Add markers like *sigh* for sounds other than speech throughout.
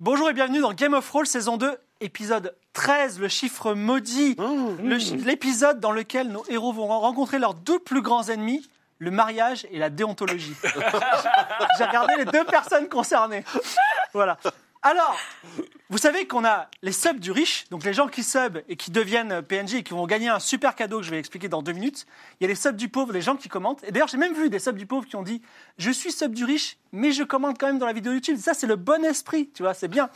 Bonjour et bienvenue dans Game of Roll saison 2, épisode 13, le chiffre maudit. Le chi- L'épisode dans lequel nos héros vont rencontrer leurs deux plus grands ennemis, le mariage et la déontologie. J'ai regardé les deux personnes concernées. Voilà. Alors, vous savez qu'on a les subs du riche, donc les gens qui sub et qui deviennent euh, PNJ et qui vont gagner un super cadeau que je vais expliquer dans deux minutes. Il y a les subs du pauvre, les gens qui commentent. Et d'ailleurs, j'ai même vu des subs du pauvre qui ont dit Je suis sub du riche, mais je commente quand même dans la vidéo YouTube. Ça, c'est le bon esprit, tu vois, c'est bien.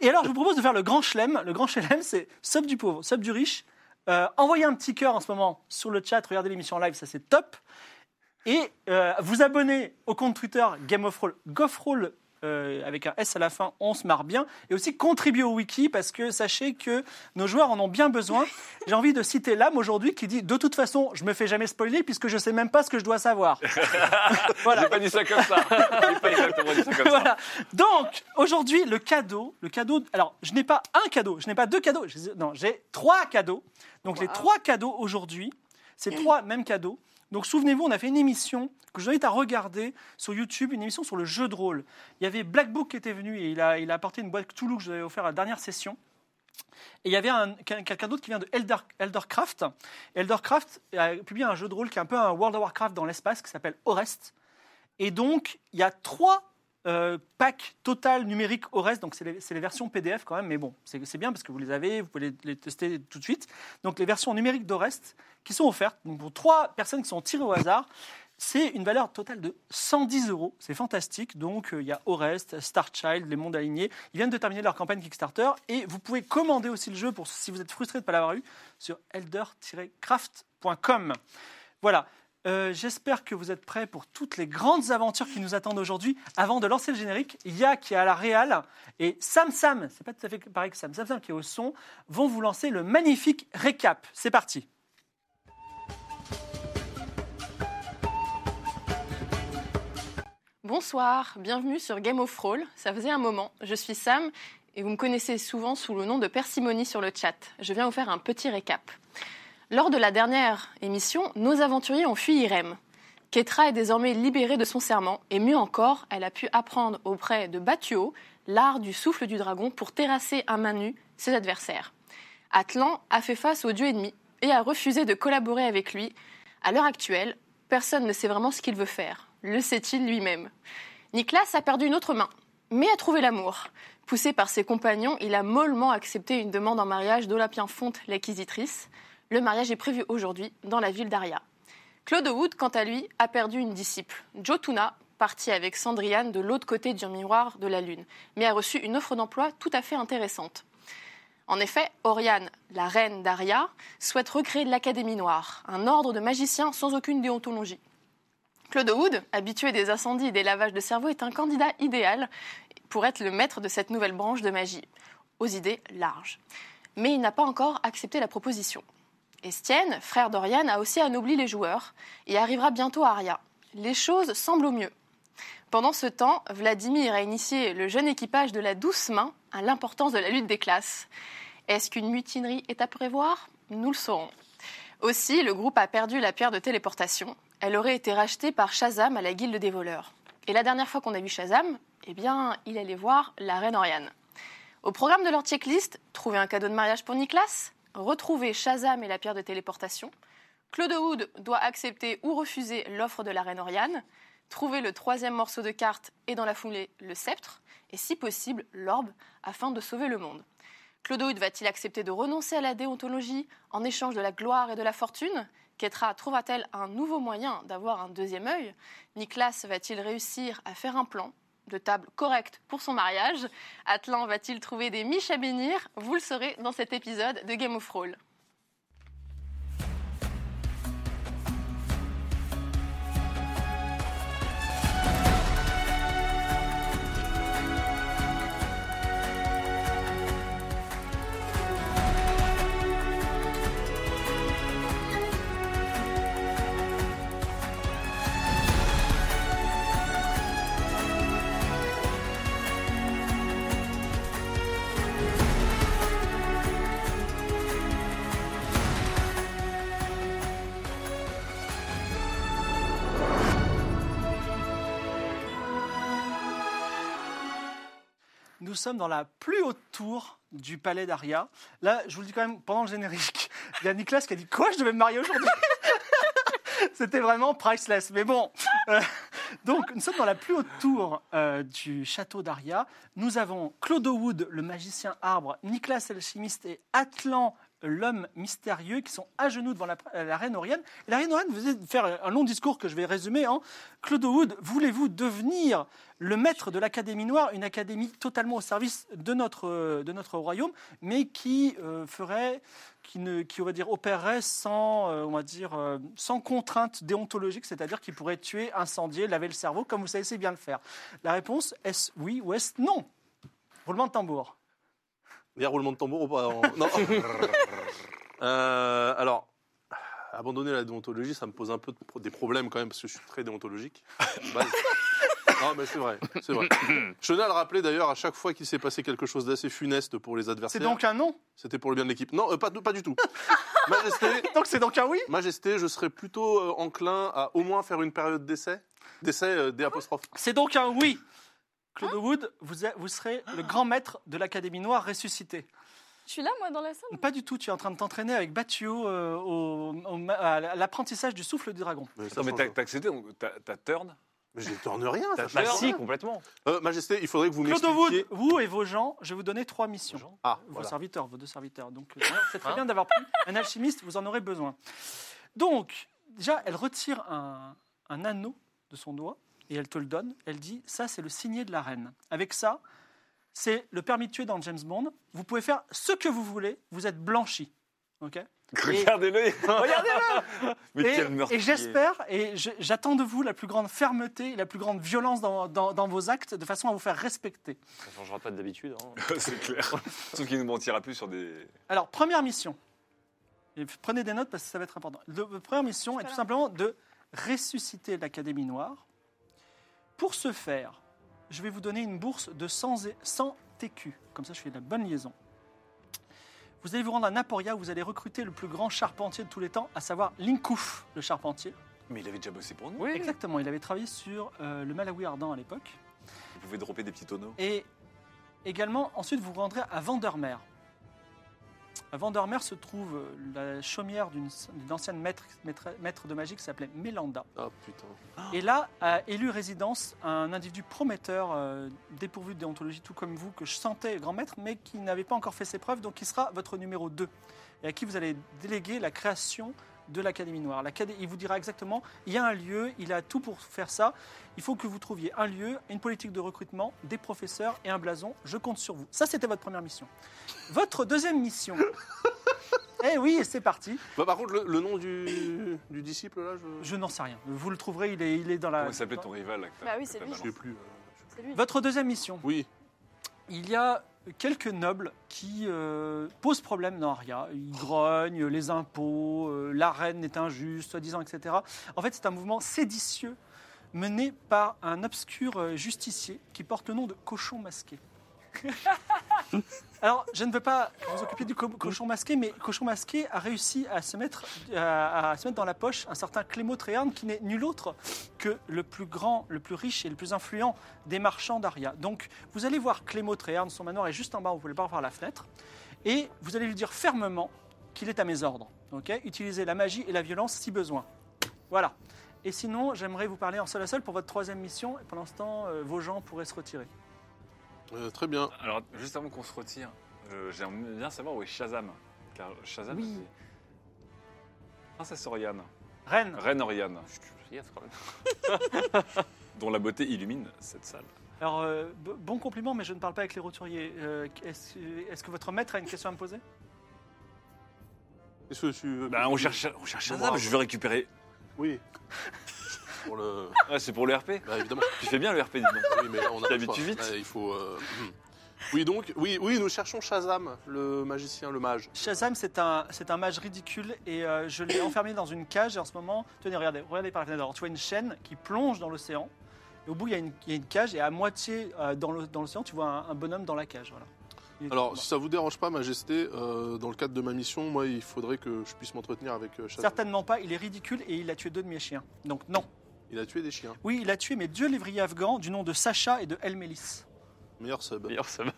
Et alors, je vous propose de faire le grand chelem. Le grand chelem, c'est sub du pauvre, sub du riche. Euh, envoyez un petit cœur en ce moment sur le chat, regardez l'émission en live, ça c'est top. Et euh, vous abonnez au compte Twitter Game of Roll, Goffroll, euh, avec un S à la fin, on se marre bien. Et aussi contribuez au wiki parce que sachez que nos joueurs en ont bien besoin. J'ai envie de citer l'âme aujourd'hui qui dit De toute façon, je me fais jamais spoiler puisque je sais même pas ce que je dois savoir. voilà. J'ai pas dit ça comme ça. J'ai pas exactement dit ça comme *laughs* ça. *laughs* Voilà. Donc, aujourd'hui, le cadeau, le cadeau. Alors, je n'ai pas un cadeau, je n'ai pas deux cadeaux. je- non, j'ai trois cadeaux. Donc, les trois cadeaux aujourd'hui, c'est trois mêmes cadeaux. Donc, souvenez-vous, on a fait une émission que je vous invite à regarder sur YouTube, une émission sur le jeu de rôle. Il y avait Black Book qui était venu et il a, il a apporté une boîte Cthulhu que je vous avais offert à la dernière session. Et il y avait un- quel- quelqu'un d'autre qui vient de Elder, Eldercraft. Eldercraft a publié un jeu de rôle qui est un peu un World of Warcraft dans l'espace qui s'appelle Orest. Et donc, il y a trois euh, pack total numérique au reste, donc c'est les, c'est les versions PDF quand même, mais bon, c'est c'est bien parce que vous les avez, vous pouvez les, les tester tout de suite. Donc les versions numériques d'Orest qui sont offertes, donc pour trois personnes qui sont tirées au hasard, c'est une valeur totale de 110 euros, c'est fantastique. Donc euh, il y a Orest, Starchild, Les Mondes Alignés, ils viennent de terminer leur campagne Kickstarter et vous pouvez commander aussi le jeu pour si vous êtes frustré de ne pas l'avoir eu sur elder-craft.com. Voilà. Euh, J'espère que vous êtes prêts pour toutes les grandes aventures qui nous attendent aujourd'hui. Avant de lancer le générique, Ya qui est à la réal et Sam Sam, c'est pas tout à fait pareil que Sam Sam, Sam qui est au son, vont vous lancer le magnifique récap. C'est parti. Bonsoir, bienvenue sur Game of Roll. Ça faisait un moment. Je suis Sam et vous me connaissez souvent sous le nom de Persimony sur le chat. Je viens vous faire un petit récap. Lors de la dernière émission, nos aventuriers ont fui Irem. Ketra est désormais libérée de son serment et mieux encore, elle a pu apprendre auprès de Batuo l'art du souffle du dragon pour terrasser à main nue ses adversaires. Atlan a fait face au dieu ennemi et a refusé de collaborer avec lui. À l'heure actuelle, personne ne sait vraiment ce qu'il veut faire. Le sait-il lui-même Niklas a perdu une autre main, mais a trouvé l'amour. Poussé par ses compagnons, il a mollement accepté une demande en mariage d'Olapien Fonte, l'acquisitrice. Le mariage est prévu aujourd'hui dans la ville d'Aria. Claude Wood, quant à lui, a perdu une disciple, Jotuna, partie avec Sandriane de l'autre côté du miroir de la Lune, mais a reçu une offre d'emploi tout à fait intéressante. En effet, Oriane, la reine d'Aria, souhaite recréer l'Académie Noire, un ordre de magiciens sans aucune déontologie. Claude Wood, habitué des incendies et des lavages de cerveau, est un candidat idéal pour être le maître de cette nouvelle branche de magie, aux idées larges. Mais il n'a pas encore accepté la proposition. Estienne, frère d'Oriane, a aussi anobli les joueurs et arrivera bientôt à Aria. Les choses semblent au mieux. Pendant ce temps, Vladimir a initié le jeune équipage de la douce main à l'importance de la lutte des classes. Est-ce qu'une mutinerie est à prévoir Nous le saurons. Aussi, le groupe a perdu la pierre de téléportation. Elle aurait été rachetée par Shazam à la guilde des voleurs. Et la dernière fois qu'on a vu Shazam, eh bien, il allait voir la reine Oriane. Au programme de leur checklist, trouver un cadeau de mariage pour Niklas, retrouver Shazam et la pierre de téléportation, Claude Wood doit accepter ou refuser l'offre de la reine Oriane, trouver le troisième morceau de carte et dans la foulée le sceptre, et si possible l'orbe, afin de sauver le monde. Claude Wood va-t-il accepter de renoncer à la déontologie en échange de la gloire et de la fortune Ketra trouvera-t-elle un nouveau moyen d'avoir un deuxième œil Niklas va-t-il réussir à faire un plan de table correct pour son mariage Atlan va-t-il trouver des miches à bénir Vous le saurez dans cet épisode de Game of Roll. nous sommes dans la plus haute tour du palais d'Aria. Là, je vous le dis quand même, pendant le générique, *laughs* il y a Nicolas qui a dit Quoi, je devais me marier aujourd'hui *laughs* C'était vraiment priceless. Mais bon. Euh, donc, nous sommes dans la plus haute tour euh, du château d'Aria. Nous avons Claude Wood, le magicien arbre, Nicolas l'alchimiste et Atlan, l'homme mystérieux, qui sont à genoux devant la, euh, la reine Oriane. Et la reine Oriane venait de faire un long discours que je vais résumer en Claude Wood, voulez-vous devenir le maître de l'Académie Noire, une académie totalement au service de notre, euh, de notre royaume, mais qui euh, ferait, qui, ne, qui on va dire, opérerait sans, euh, on va dire, euh, sans contrainte déontologique, c'est-à-dire qui pourrait tuer, incendier, laver le cerveau, comme vous savez c'est bien le faire La réponse, est-ce oui ou est-ce non Roulement de tambour. Il y a roulement de tambour *laughs* ou pas en- Non. Euh, alors, abandonner la déontologie, ça me pose un peu de pro- des problèmes quand même, parce que je suis très déontologique. de base. non, mais c'est vrai, c'est vrai. Je tenais à le rappeler d'ailleurs, à chaque fois qu'il s'est passé quelque chose d'assez funeste pour les C'est adversaires, donc un non c'était pour le bien de l'équipe. Non, euh, pas, pas du tout. Majesté, *laughs* Donc c'est donc un oui Majesté, je serais plutôt euh, enclin à au moins faire une période d'essai. D'essai, euh, des apostrophes. C'est donc un oui Claude Wood, vous, êtes- vous serez le grand maître de l'Académie Noire ressuscité. Je suis là, moi, dans la salle. Pas du tout, tu es en train de t'entraîner avec Batuo euh, au- au ma- à l'apprentissage du souffle du dragon. Mais, ça Non, mais change t'as- rien. t'as accédé, donc t'as t'as turn. Mais je tourne rien. T'as Ah, ça change turn. rien. complètement. Euh, Majesté, il faudrait que vous Claude m'expliquiez. Wood, vous et vos gens, je vais vous donner trois missions. Vos gens Ah, Vos voilà. serviteurs, vos deux serviteurs. Donc, euh, c'est très Hein bien d'avoir pris un alchimiste, vous en aurez besoin. Donc, déjà, elle retire un, un anneau de son doigt et elle te le donne. Elle dit Ça, c'est le signet de la reine. Avec ça, c'est le permis de tuer dans James Bond. Vous pouvez faire ce que vous voulez, vous êtes blanchi. OK *laughs* Regardez-le. Regardez-le. Mais et, quel meurtrier. et j'espère, et je- j'attends de vous la plus grande fermeté, et la plus grande violence dans- dans- dans vos actes, de façon à vous faire respecter. Ça changera pas d'habitude. hein. *laughs* C'est clair. Sauf qu'il nous mentira plus sur des. Alors, première mission. Et prenez des notes parce que ça va être important. Le- la première mission est tout simplement de ressusciter l'Académie Noire. Pour ce faire, je vais vous donner une bourse de 100, et- 100 TQ. Comme ça, je fais de la bonne liaison. Vous allez vous rendre à Naporia où vous allez recruter le plus grand charpentier de tous les temps, à savoir Linkouf, le charpentier. Mais il avait déjà bossé pour nous. Oui. Exactement, il avait travaillé sur euh, le Malawi ardent à l'époque. Il pouvait dropper des petits Euh, tonneaux. Et également, ensuite, vous vous rendrez à Vandermeer. À Vandermeer se trouve euh, la chaumière d'une d'une ancienne maître, maître, maître de magie qui s'appelait Mélanda. Ah putain. Et là a élu résidence un individu prometteur, euh, dépourvu de déontologie, tout comme vous, que je sentais grand maître, mais qui n'avait pas encore fait ses preuves, donc qui sera votre numéro 2, et à qui vous allez déléguer la création de l'Académie Noire. L'Acadé- Il vous dira exactement, il y a un lieu, il a tout pour faire ça, il faut que vous trouviez un lieu, une politique de recrutement, des professeurs et un blason, je compte sur vous. Ça, c'était votre première mission. Votre deuxième *laughs* mission... Eh oui, et c'est parti. Bah, par contre, le, le nom du, du disciple, là, je Je n'en sais rien. Vous le trouverez, il est, il est dans la... Comment il s'appelait ton rival là, que t'as- Bah oui, que c'est t'as lui. je balancé sais plus. euh, je- C'est lui. Votre deuxième mission. Oui, Il y a quelques nobles qui euh, posent problème dans Aria. Ils grognent, les impôts, euh, la reine est injuste, soi-disant, etc. En fait, c'est un mouvement séditieux mené par un obscur euh, justicier qui porte le nom de cochon masqué. Alors, je ne veux pas vous occuper du co- cochon masqué, mais cochon masqué a réussi à se mettre, à, à se mettre dans la poche un certain Clément Tréherne qui n'est nul autre que le plus grand, le plus riche et le plus influent des marchands d'Aria. Donc, vous allez voir Clément Tréherne, son manoir est juste en bas, vous pouvez le voir par la fenêtre, et vous allez lui dire fermement qu'il est à mes ordres. Ok Utilisez la magie et la violence si besoin. Voilà. Et sinon, j'aimerais vous parler en seul à seul pour votre troisième mission, et pour l'instant, euh, vos gens pourraient se retirer. Euh, très bien. Alors, juste avant qu'on se retire, euh, j'aimerais bien savoir où est Shazam. Car Shazam. Oui. c'est- Princesse Oriane, Reine, Reine Oriane, Je suis efficace, quand même. *laughs* dont la beauté illumine cette salle. alors euh, b- bon compliment, mais je ne parle pas avec les roturiers. Euh, est-ce, est-ce que votre maître a une question à me poser Qu'est-ce que tu veux Bah, on cherche, on cherche Ah, Shazam, Bon, bravo. je veux récupérer. Oui. *laughs* Pour le. Ouais, Ah, c'est pour le RP. Bah, évidemment. Tu fais bien le RP, dis donc. Oui, mais là, on a T'habitues vite Il faut. euh, Oui, donc, oui, oui, nous cherchons Shazam, le magicien, le mage. Shazam, c'est un, c'est un mage ridicule et euh, je l'ai enfermé dans une cage. Et en ce moment, tenez, regardez, regardez par la fenêtre. Alors, tu vois une chaîne qui plonge dans l'océan. Et au bout, il y, a une- il y a une cage et à moitié euh, dans l'o- dans l'océan, tu vois un, un bonhomme dans la cage. Voilà. Il est Alors, mort. si ça vous dérange pas, Majesté, euh, dans le cadre de ma mission, moi, il faudrait que je puisse m'entretenir avec euh, Shazam. certainement pas, il est ridicule et il a tué deux de mes chiens. Donc non. Il a tué des chiens. Oui, il a tué mes deux lévriers afghans du nom de Sacha et de El Melis. Meilleur sub. Meilleur ça va.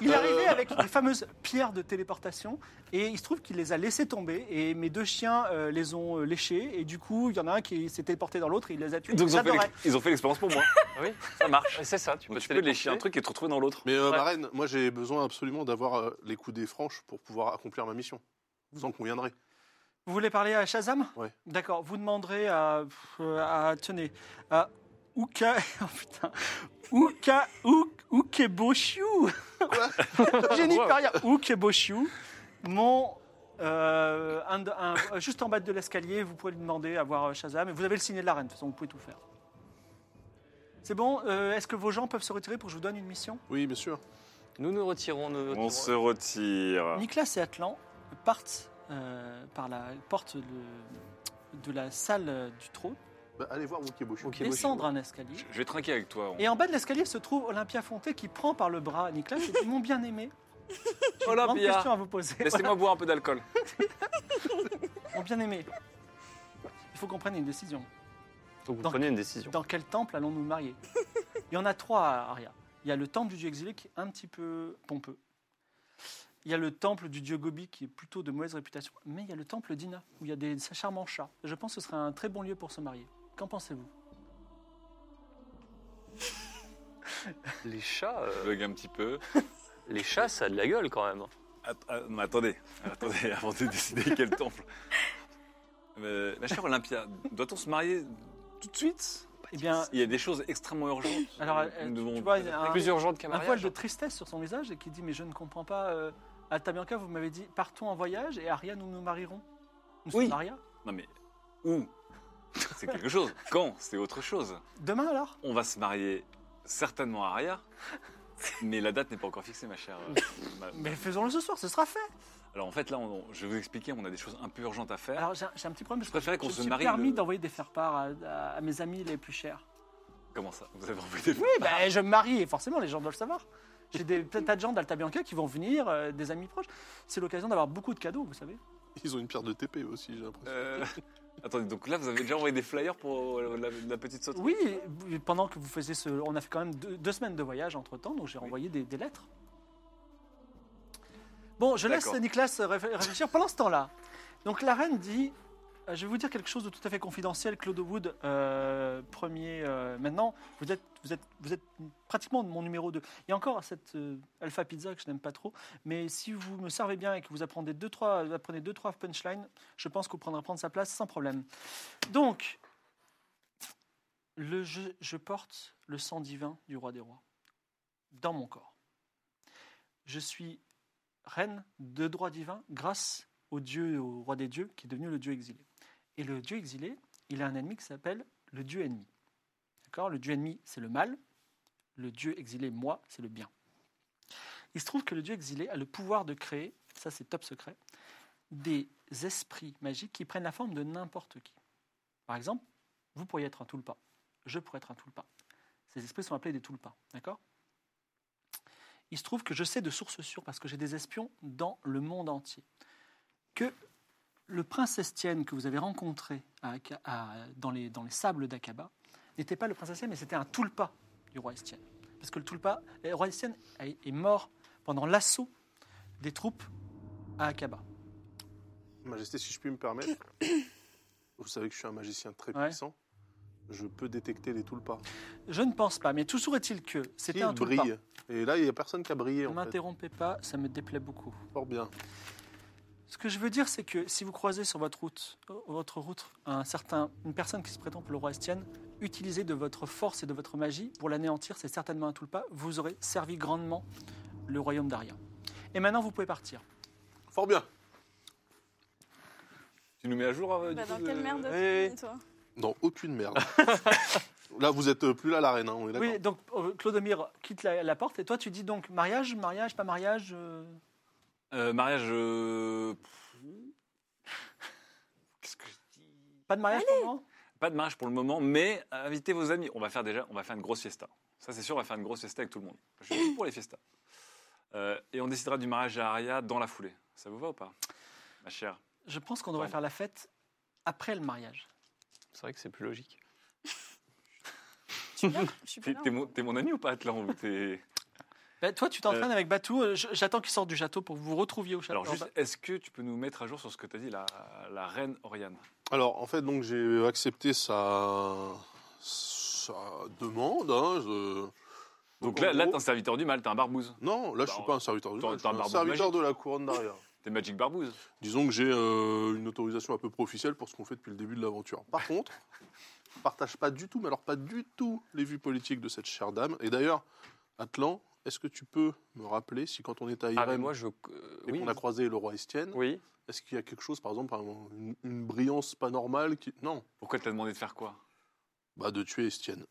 Il est arrivé Euh. avec les fameuses pierres de téléportation et il se trouve qu'il les a laissées tomber et mes deux chiens euh, les ont euh, léchés et du coup il y en a un qui s'est téléporté dans l'autre et il les a tués. Donc ils ont fait J'adorais. l'ex- ils ont fait l'expérience pour moi. Ah Oui, ça marche. C'est ça, tu Tu peux, peux, te lécher un téléporter. truc et te retrouver dans l'autre. Mais euh, Ouais. ma reine, moi j'ai besoin absolument d'avoir euh, les coups des franches pour pouvoir accomplir ma mission. Vous en conviendrez. Vous voulez parler à Shazam Ouais. D'accord, vous demanderez à. pff, à tenez, à Uka. *laughs* Oh putain Uka. Uk- Ukeboshiu *laughs* Génie Wow. paria Ukeboshiu Mon. euh, un de- un- euh, juste en bas de l'escalier, vous pouvez lui demander à voir euh, Shazam. Et vous avez le signe de la reine, de toute façon, vous pouvez tout faire. C'est bon euh, Est-ce que vos gens peuvent se retirer pour que je vous donne une mission Oui, bien sûr. Nous nous retirons. Nous, nous On retirons. se retire. Nicolas et Atlan partent euh, par la porte de- de la salle euh, du trône. Bah, allez voir Wokiboshu. Ok, moi, je- descendre un escalier. Je vais trinquer avec toi. Et en bas de l'escalier se trouve Olympia Fonté qui prend par le bras Nicolas et dit Mon bien-aimé. J'ai une grande Olympia. question à vous poser. Laissez-moi boire un peu d'alcool. Mon bien-aimé. Il faut qu'on prenne une décision. Donc vous Dans- prenez une décision. Dans quel temple allons-nous nous marier Il y en a trois à Aria. Il y a le temple du dieu exilé qui est un petit peu pompeux. Il y a le temple du dieu Gobi qui est plutôt de mauvaise réputation. Mais il y a le temple d'Ina où il y a des charmants chats. Je pense que ce serait un très bon lieu pour se marier. Qu'en pensez-vous Les chats, Je euh, bug un petit peu. les chats, ça a de la gueule quand même. Att- ah, non, attendez, attendez, *laughs* avant de décider quel temple. Euh, ma chère Olympia, doit-on se marier tout de suite Eh bien, Il y a des choses extrêmement urgentes. alors, euh, Nous devons- tu vois, il y a un- Plusieurs gens de un poil camarades. hein. de tristesse sur son visage et qui dit Mais je ne comprends pas. Euh, Altabianca, vous m'avez dit Partons en voyage et Aria, nous nous marierons. Nous Oui. sommes Aria. Non mais où C'est quelque chose. Quand C'est autre chose. Demain alors On va se marier certainement à Aria, mais la date n'est pas encore fixée, ma chère. euh, ma- Mais faisons-le ce soir, ce sera fait. Alors en fait, là, on- je vais vous expliquer, on a des choses un peu urgentes à faire. Alors j'ai j'ai un petit problème. je préférais qu'on je se me suis marie. permis le- d'envoyer des faire-part à, à- à mes amis les plus chers. Comment ça Vous avez envoyé des Oui, bah, je me marie et forcément les gens doivent le savoir. J'ai des tas de gens d'Altabianca qui vont venir, euh, des amis proches. C'est l'occasion d'avoir beaucoup de cadeaux, vous savez. Ils ont une pierre de TP aussi, j'ai l'impression. Euh, Attendez, donc là, vous avez déjà envoyé des flyers pour euh, la, la petite sauterie Oui, et pendant que vous faisiez ce. On a fait quand même deux, deux semaines de voyage entre temps, donc j'ai envoyé des, des lettres. Bon, je laisse D'accord. Nicolas réf- réfléchir pendant ce temps-là. Donc la reine dit euh, Je vais vous dire quelque chose de tout à fait confidentiel, Claude Wood, euh, premier. euh, maintenant, vous êtes, vous, êtes, vous êtes pratiquement mon numéro 2. Il y a encore cette euh, Alpha Pizza que je n'aime pas trop, mais si vous me servez bien et que vous apprenez 2 trois, vous apprenez deux, trois punchlines, je pense que vous prendrez prendre sa place sans problème. Donc, le je, je porte le sang divin du roi des rois dans mon corps. Je suis reine de droit divin grâce au dieu, au roi des dieux, qui est devenu le dieu exilé. Et le dieu exilé, il a un ennemi qui s'appelle le dieu ennemi. D'accord Le dieu ennemi, c'est le mal. Le dieu exilé, moi, c'est le bien. Il se trouve que le dieu exilé a le pouvoir de créer, ça c'est top secret, des esprits magiques qui prennent la forme de n'importe qui. Par exemple, vous pourriez être un tulpa je pourrais être un tulpa. Ces esprits sont appelés des tulpas, d'accord Il se trouve que je sais de sources sûres, parce que j'ai des espions dans le monde entier, que le prince Estienne que vous avez rencontré à Aka- à- dans, les, dans les sables d'Akaba n'était pas le prince Estienne, mais c'était un tulpa du roi Estienne. Parce que le tulpa, le roi Estienne est est mort pendant l'assaut des troupes à Akaba. Majesté, si je puis me permettre, vous savez que je suis un magicien très Ouais. puissant. Je peux détecter les tulpas. Je ne pense pas, mais toujours est-il que c'était Ils un tulpa. brillent. Et là, il n'y a personne qui a brillé. Ne En fait. m'interrompez pas, ça me déplaît beaucoup. Fort bien. Ce que je veux dire, c'est que si vous croisez sur votre route, euh, votre route un certain, une personne qui se prétend pour le roi Estienne, utilisez de votre force et de votre magie pour l'anéantir, c'est certainement un tout le pas. Vous aurez servi grandement le royaume d'Aria. Et maintenant, vous pouvez partir. Fort bien. Tu nous mets à jour euh, du Bah, coup, dans de- quelle merde oui. tu vis, toi Dans aucune *laughs* merde. là, vous êtes euh, plus là, la reine. hein, on est d'accord. Oui, donc euh, Clodomir quitte la, la porte et toi, tu dis donc mariage, mariage, pas mariage. euh, Euh, mariage. euh, pff, Qu'est-ce que je dis Pas de mariage pour le moment Pas de mariage pour le moment, mais euh, invitez vos amis. On va faire déjà, on va faire une grosse fiesta. Ça, c'est sûr, on va faire une grosse fiesta avec tout le monde. Je suis tout pour les fiestas. Euh, et on décidera du mariage à Aria dans la foulée. Ça vous va ou pas, ma chère Je pense qu'on devrait Pardon. faire la fête après le mariage. C'est vrai que c'est plus logique. suis là. Je suis *laughs* T'es pas là. t'es mon, t'es mon ami ou pas, Atlan ou t'es- Bah, toi, tu t'entraînes avec Batou. euh, je- J'attends qu'il sorte du château pour que vous vous retrouviez au château. Alors, juste, est-ce que tu peux nous mettre à jour sur ce que t'as dit, la, la reine Oriane Alors, en fait, donc j'ai accepté sa, sa demande. hein, je- Donc en là, là gros- t'es un serviteur du mal, t'es un barbouze. Non, là, je Bah, suis pas un serviteur de t'as- je suis t'as un un barbu serviteur de la couronne d'arrière. T'es Magic Barbouze. Disons que j'ai euh, une autorisation à peu près officielle pour ce qu'on fait depuis le début de l'aventure. *laughs* Par contre, je partage pas du tout, mais alors pas du tout, les vues politiques de cette chère dame. Et d'ailleurs, Atlan, est-ce que tu peux me rappeler si quand on était à Ah, mais Irem moi, je. euh, et oui. qu'on a croisé le roi Estienne, Oui. est-ce qu'il y a quelque chose, par exemple, un- une, une brillance pas normale qui... Non, Pourquoi t'as demandé de faire quoi bah de tuer Estienne.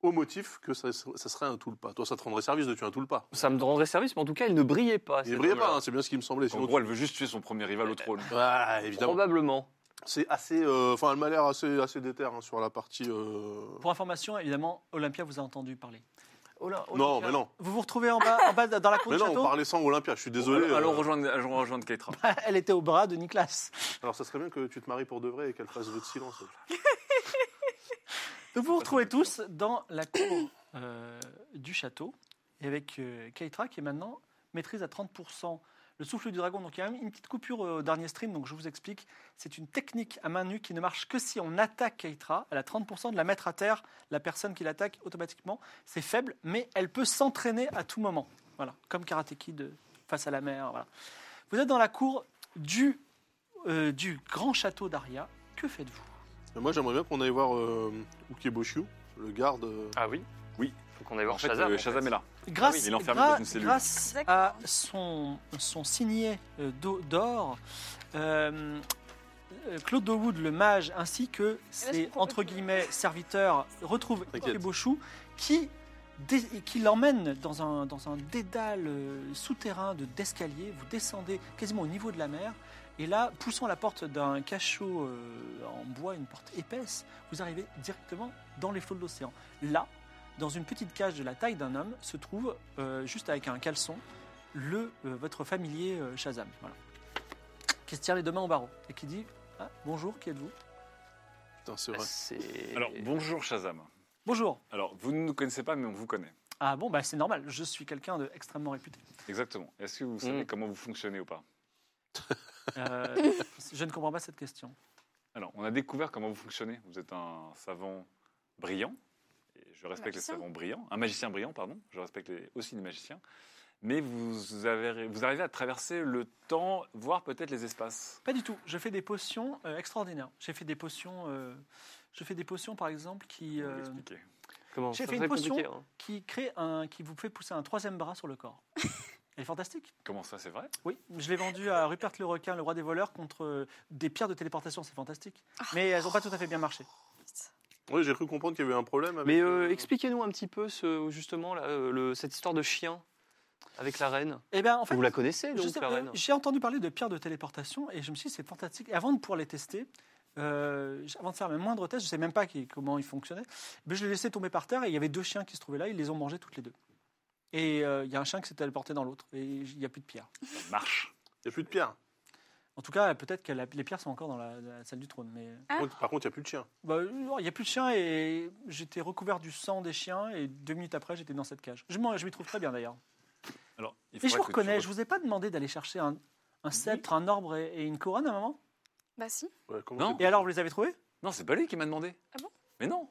Au motif que ça, ça serait un tulpa. Toi, ça te rendrait service de tuer un tulpa. Ça me rendrait service, mais en tout cas, elle ne brillait pas. Il cette brillait dame-là. pas, hein, c'est bien ce qui me semblait. En Sinon, gros, elle veut juste tuer son premier rival au trône. Voilà, hein, évidemment. Probablement. C'est assez. euh, Enfin, elle m'a l'air assez, assez déter hein, sur la partie. euh, Pour information, évidemment, Olympia vous a entendu parler. Ola- Non, Olympia, mais non. Vous vous retrouvez en bas, en bas dans la cour Mais du non, château on parlait sans Olympia, je suis désolé. allons, euh, allons rejoindre, allons rejoindre Keitra. *laughs* Elle était au bras de Nicolas. Alors, ça serait bien que tu te maries pour de vrai et qu'elle fasse votre silence. euh. Donc vous vous retrouvez tous dans la cour euh, du château, et avec euh, Keitra qui est maintenant maîtrise à 30% le souffle du dragon. Donc il y a même une petite coupure euh, au dernier stream, donc je vous explique. C'est une technique à main nue qui ne marche que si on attaque Keitra. Elle a 30% de la mettre à terre, la personne qui l'attaque automatiquement. C'est faible, mais elle peut s'entraîner à tout moment. Voilà, comme Karate Kid euh, face à la mer. Voilà. Vous êtes dans la cour du, euh, du grand château d'Aria. Que faites-vous Mais moi, j'aimerais bien qu'on aille voir euh, Ukeboshiu, le garde. euh, Ah oui Oui. Faut qu'on aille voir En fait, Shazam. euh, en fait. Shazam est là. Grâce, Ah oui, il est enfermé gra- dans une cellule. grâce Exactement. à son, son signet euh, d'o- d'or, euh, euh, Claude Dawood, le mage, ainsi que là, je ses comprends entre plus. guillemets serviteurs, retrouvent T'inquiète. Ikebochou qui, dé- qui l'emmène dans un, dans un dédale euh, souterrain de- d'escalier. Vous descendez quasiment au niveau de la mer. Et là, poussant la porte d'un cachot euh, en bois, une porte épaisse, vous arrivez directement dans les flots de l'océan. Là, dans une petite cage de la taille d'un homme, se trouve, euh, juste avec un caleçon, le, euh, votre familier euh, Shazam, voilà. qui se tient les deux mains au barreau et qui dit Ah, Bonjour, qui êtes-vous Putain, c'est Bah, vrai. C'est. Alors, bonjour Shazam. Bonjour. Alors, vous ne nous connaissez pas, mais on vous connaît. Ah bon, bah, c'est normal, je suis quelqu'un d'extrêmement réputé. Exactement. Est-ce que vous savez Mhm. Mm. comment vous fonctionnez ou pas Euh, je ne comprends pas cette question. Alors, on a découvert comment vous fonctionnez. Vous êtes un savant brillant. Et je respecte les magicien. savants brillants. Un magicien brillant, pardon. Je respecte les- aussi les magiciens. Mais vous, avez, vous arrivez à traverser le temps, voire peut-être les espaces. Pas du tout. Je fais des potions euh, extraordinaires. J'ai fait des potions. euh, je fais des potions, par exemple, qui, Vous euh, l'expliquez. Comment j'ai ça fait serait une potion. compliqué, hein. qui crée un, qui vous fait pousser un troisième bras sur le corps. Elle est fantastique. Comment ça, c'est vrai Oui, je l'ai vendu à Rupert le requin, le roi des voleurs, contre euh, des pierres de téléportation. C'est fantastique. Mais elles n'ont pas tout à fait bien marché. Oui, j'ai cru comprendre qu'il y avait un problème avec. Mais euh, euh, expliquez-nous un petit peu ce, justement là, euh, le- cette histoire de chien avec la reine. Eh bien, en fait, Vous la connaissez je donc sais- la euh, reine j'ai entendu parler de pierres de téléportation et je me suis dit, c'est fantastique. Et avant de pouvoir les tester, euh, j- avant de faire le moindre test, je ne sais même pas qui- comment ils fonctionnaient, mais je les laissais tomber par terre et il y avait deux chiens qui se trouvaient là, ils les ont mangés toutes les deux. Et euh, il y a un chien qui s'est téléporté dans l'autre et il n'y a plus de pierres. Ça marche. Il n'y a plus de pierre. En tout cas, peut-être que la- les pierres sont encore dans la, la salle du trône, mais... Ah. Par contre- Par contre, il n'y a plus de chien. Bah, non, il n'y a plus de chiens et j'étais recouvert du sang des chiens et deux minutes après j'étais dans cette cage. Je m'en- je m'y trouve très bien d'ailleurs. Alors, il Et je faudrait vous que tu reconnais, re- je vous ai pas demandé d'aller chercher un, un sceptre, un orbre et, et une couronne à un moment Bah si. Ouais, comment Non. c'est- Et alors vous les avez trouvés Non, c'est pas lui qui m'a demandé. Ah bon Mais non.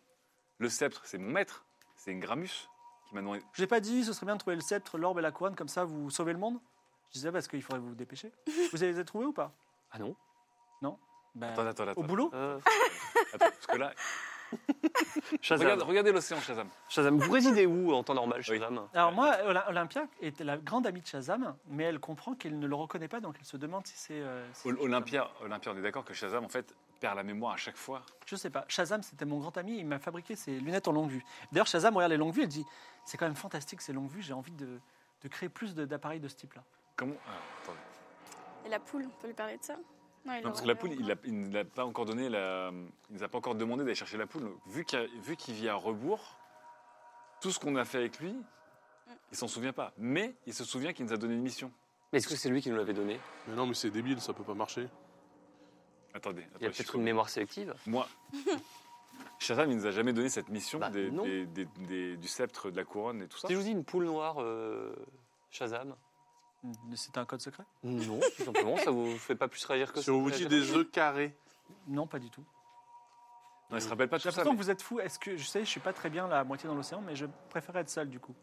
Le sceptre, c'est mon maître. C'est Ingramus qui m'a demandé. Je n'ai pas dit ce serait bien de trouver le sceptre, l'orbe et la couronne comme ça vous sauvez le monde Je disais parce qu'il faudrait vous dépêcher. vous les avez trouvés ou pas Ah non Bah, Attends, attends, attends. Au boulot Euh, Attends, parce que *laughs* là, Shazam. regarde- regardez l'océan, Shazam. Shazam, vous résidez où en temps normal, Oui. Shazam Alors moi, Ola- Olympia est la grande amie de Shazam, mais elle comprend qu'elle ne le reconnaît pas, donc elle se demande si c'est... euh, si Ol- c'est Olympia, Olympia, on est d'accord que Shazam, en fait, perd la mémoire à chaque fois. Je sais pas. Shazam, c'était mon grand ami. Il m'a fabriqué ses lunettes en longue vue. D'ailleurs, Shazam regarde les longues vues. Elle dit C'est quand même fantastique ces longues vues. J'ai envie de, de créer plus de- d'appareils de, ce type-là. Comment ah, attendez. Et la poule, on peut lui parler de ça Non, il Non, l'aura parce que la pas poule, il encore. l'a- il ne l'a pas encore donné, la- il ne nous a pas encore demandé d'aller chercher la poule. Donc, Vu qu'il vu qu'il vit à rebours, tout ce qu'on a fait avec lui, il s'en souvient pas. Mais il se souvient qu'il nous a donné une mission. Mais est-ce que c'est lui qui nous l'avait donné Mais non, mais c'est débile, ça peut pas marcher. Attendez, Il y a attendez, je suis peut-être une mémoire sélective Moi, Shazam, il nous a jamais donné cette mission Bah, des- non. des- des- des- du sceptre, de la couronne et tout ça. Si je vous dis une poule noire, euh, Shazam Hmm, C'est un code secret Non, *laughs* tout simplement, ça vous fait pas plus réagir que ça. euh, Si on vous dit des œufs carrés, Non, pas du tout. Non, il se rappelle pas J'ai tout ça. l'impression que mais- vous êtes fou. Est-ce que je sais, je suis pas très bien là, à moitié dans l'océan, mais je préfère être seul du coup.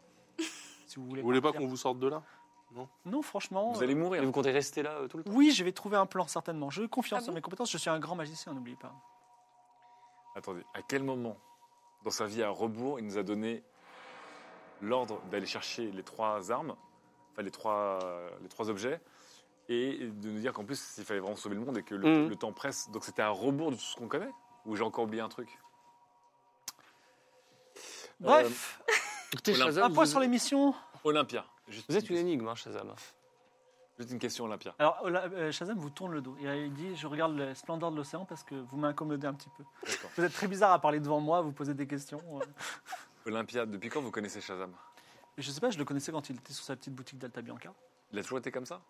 Si vous voulez. vous voulez pas partir. qu'on vous sorte de là Non, franchement. Vous euh, allez Et mourir. vous comptez rester là euh, tout le temps Oui, je vais trouver un plan certainement. Je confiance en Ah bon mes compétences. Je suis un grand magicien, n'oubliez pas. Attendez, à quel moment, dans sa vie à rebours, il nous a donné l'ordre d'aller chercher les trois armes, enfin les trois, les trois objets, et de nous dire qu'en plus, il fallait vraiment sauver le monde et que le, Mhm. le temps presse. Donc c'était à rebours de tout ce qu'on connaît Ou j'ai encore oublié un truc Bref, Écoutez, Olympe. un Shazam, point vous, sur l'émission. Olympia. Juste vous êtes question- une énigme, hein, Shazam. Juste une question, Olympia. Alors, Ola- euh, Shazam vous tourne le dos. Et il dit Je regarde la splendeur de l'océan parce que vous m'incommodez un petit peu. D'accord. Vous êtes très bizarre à parler devant moi, vous posez des questions. euh. Olympia, depuis quand vous connaissez Shazam Je sais pas, je le connaissais quand il était sur sa petite boutique d'Alta Bianca. Il a toujours été comme ça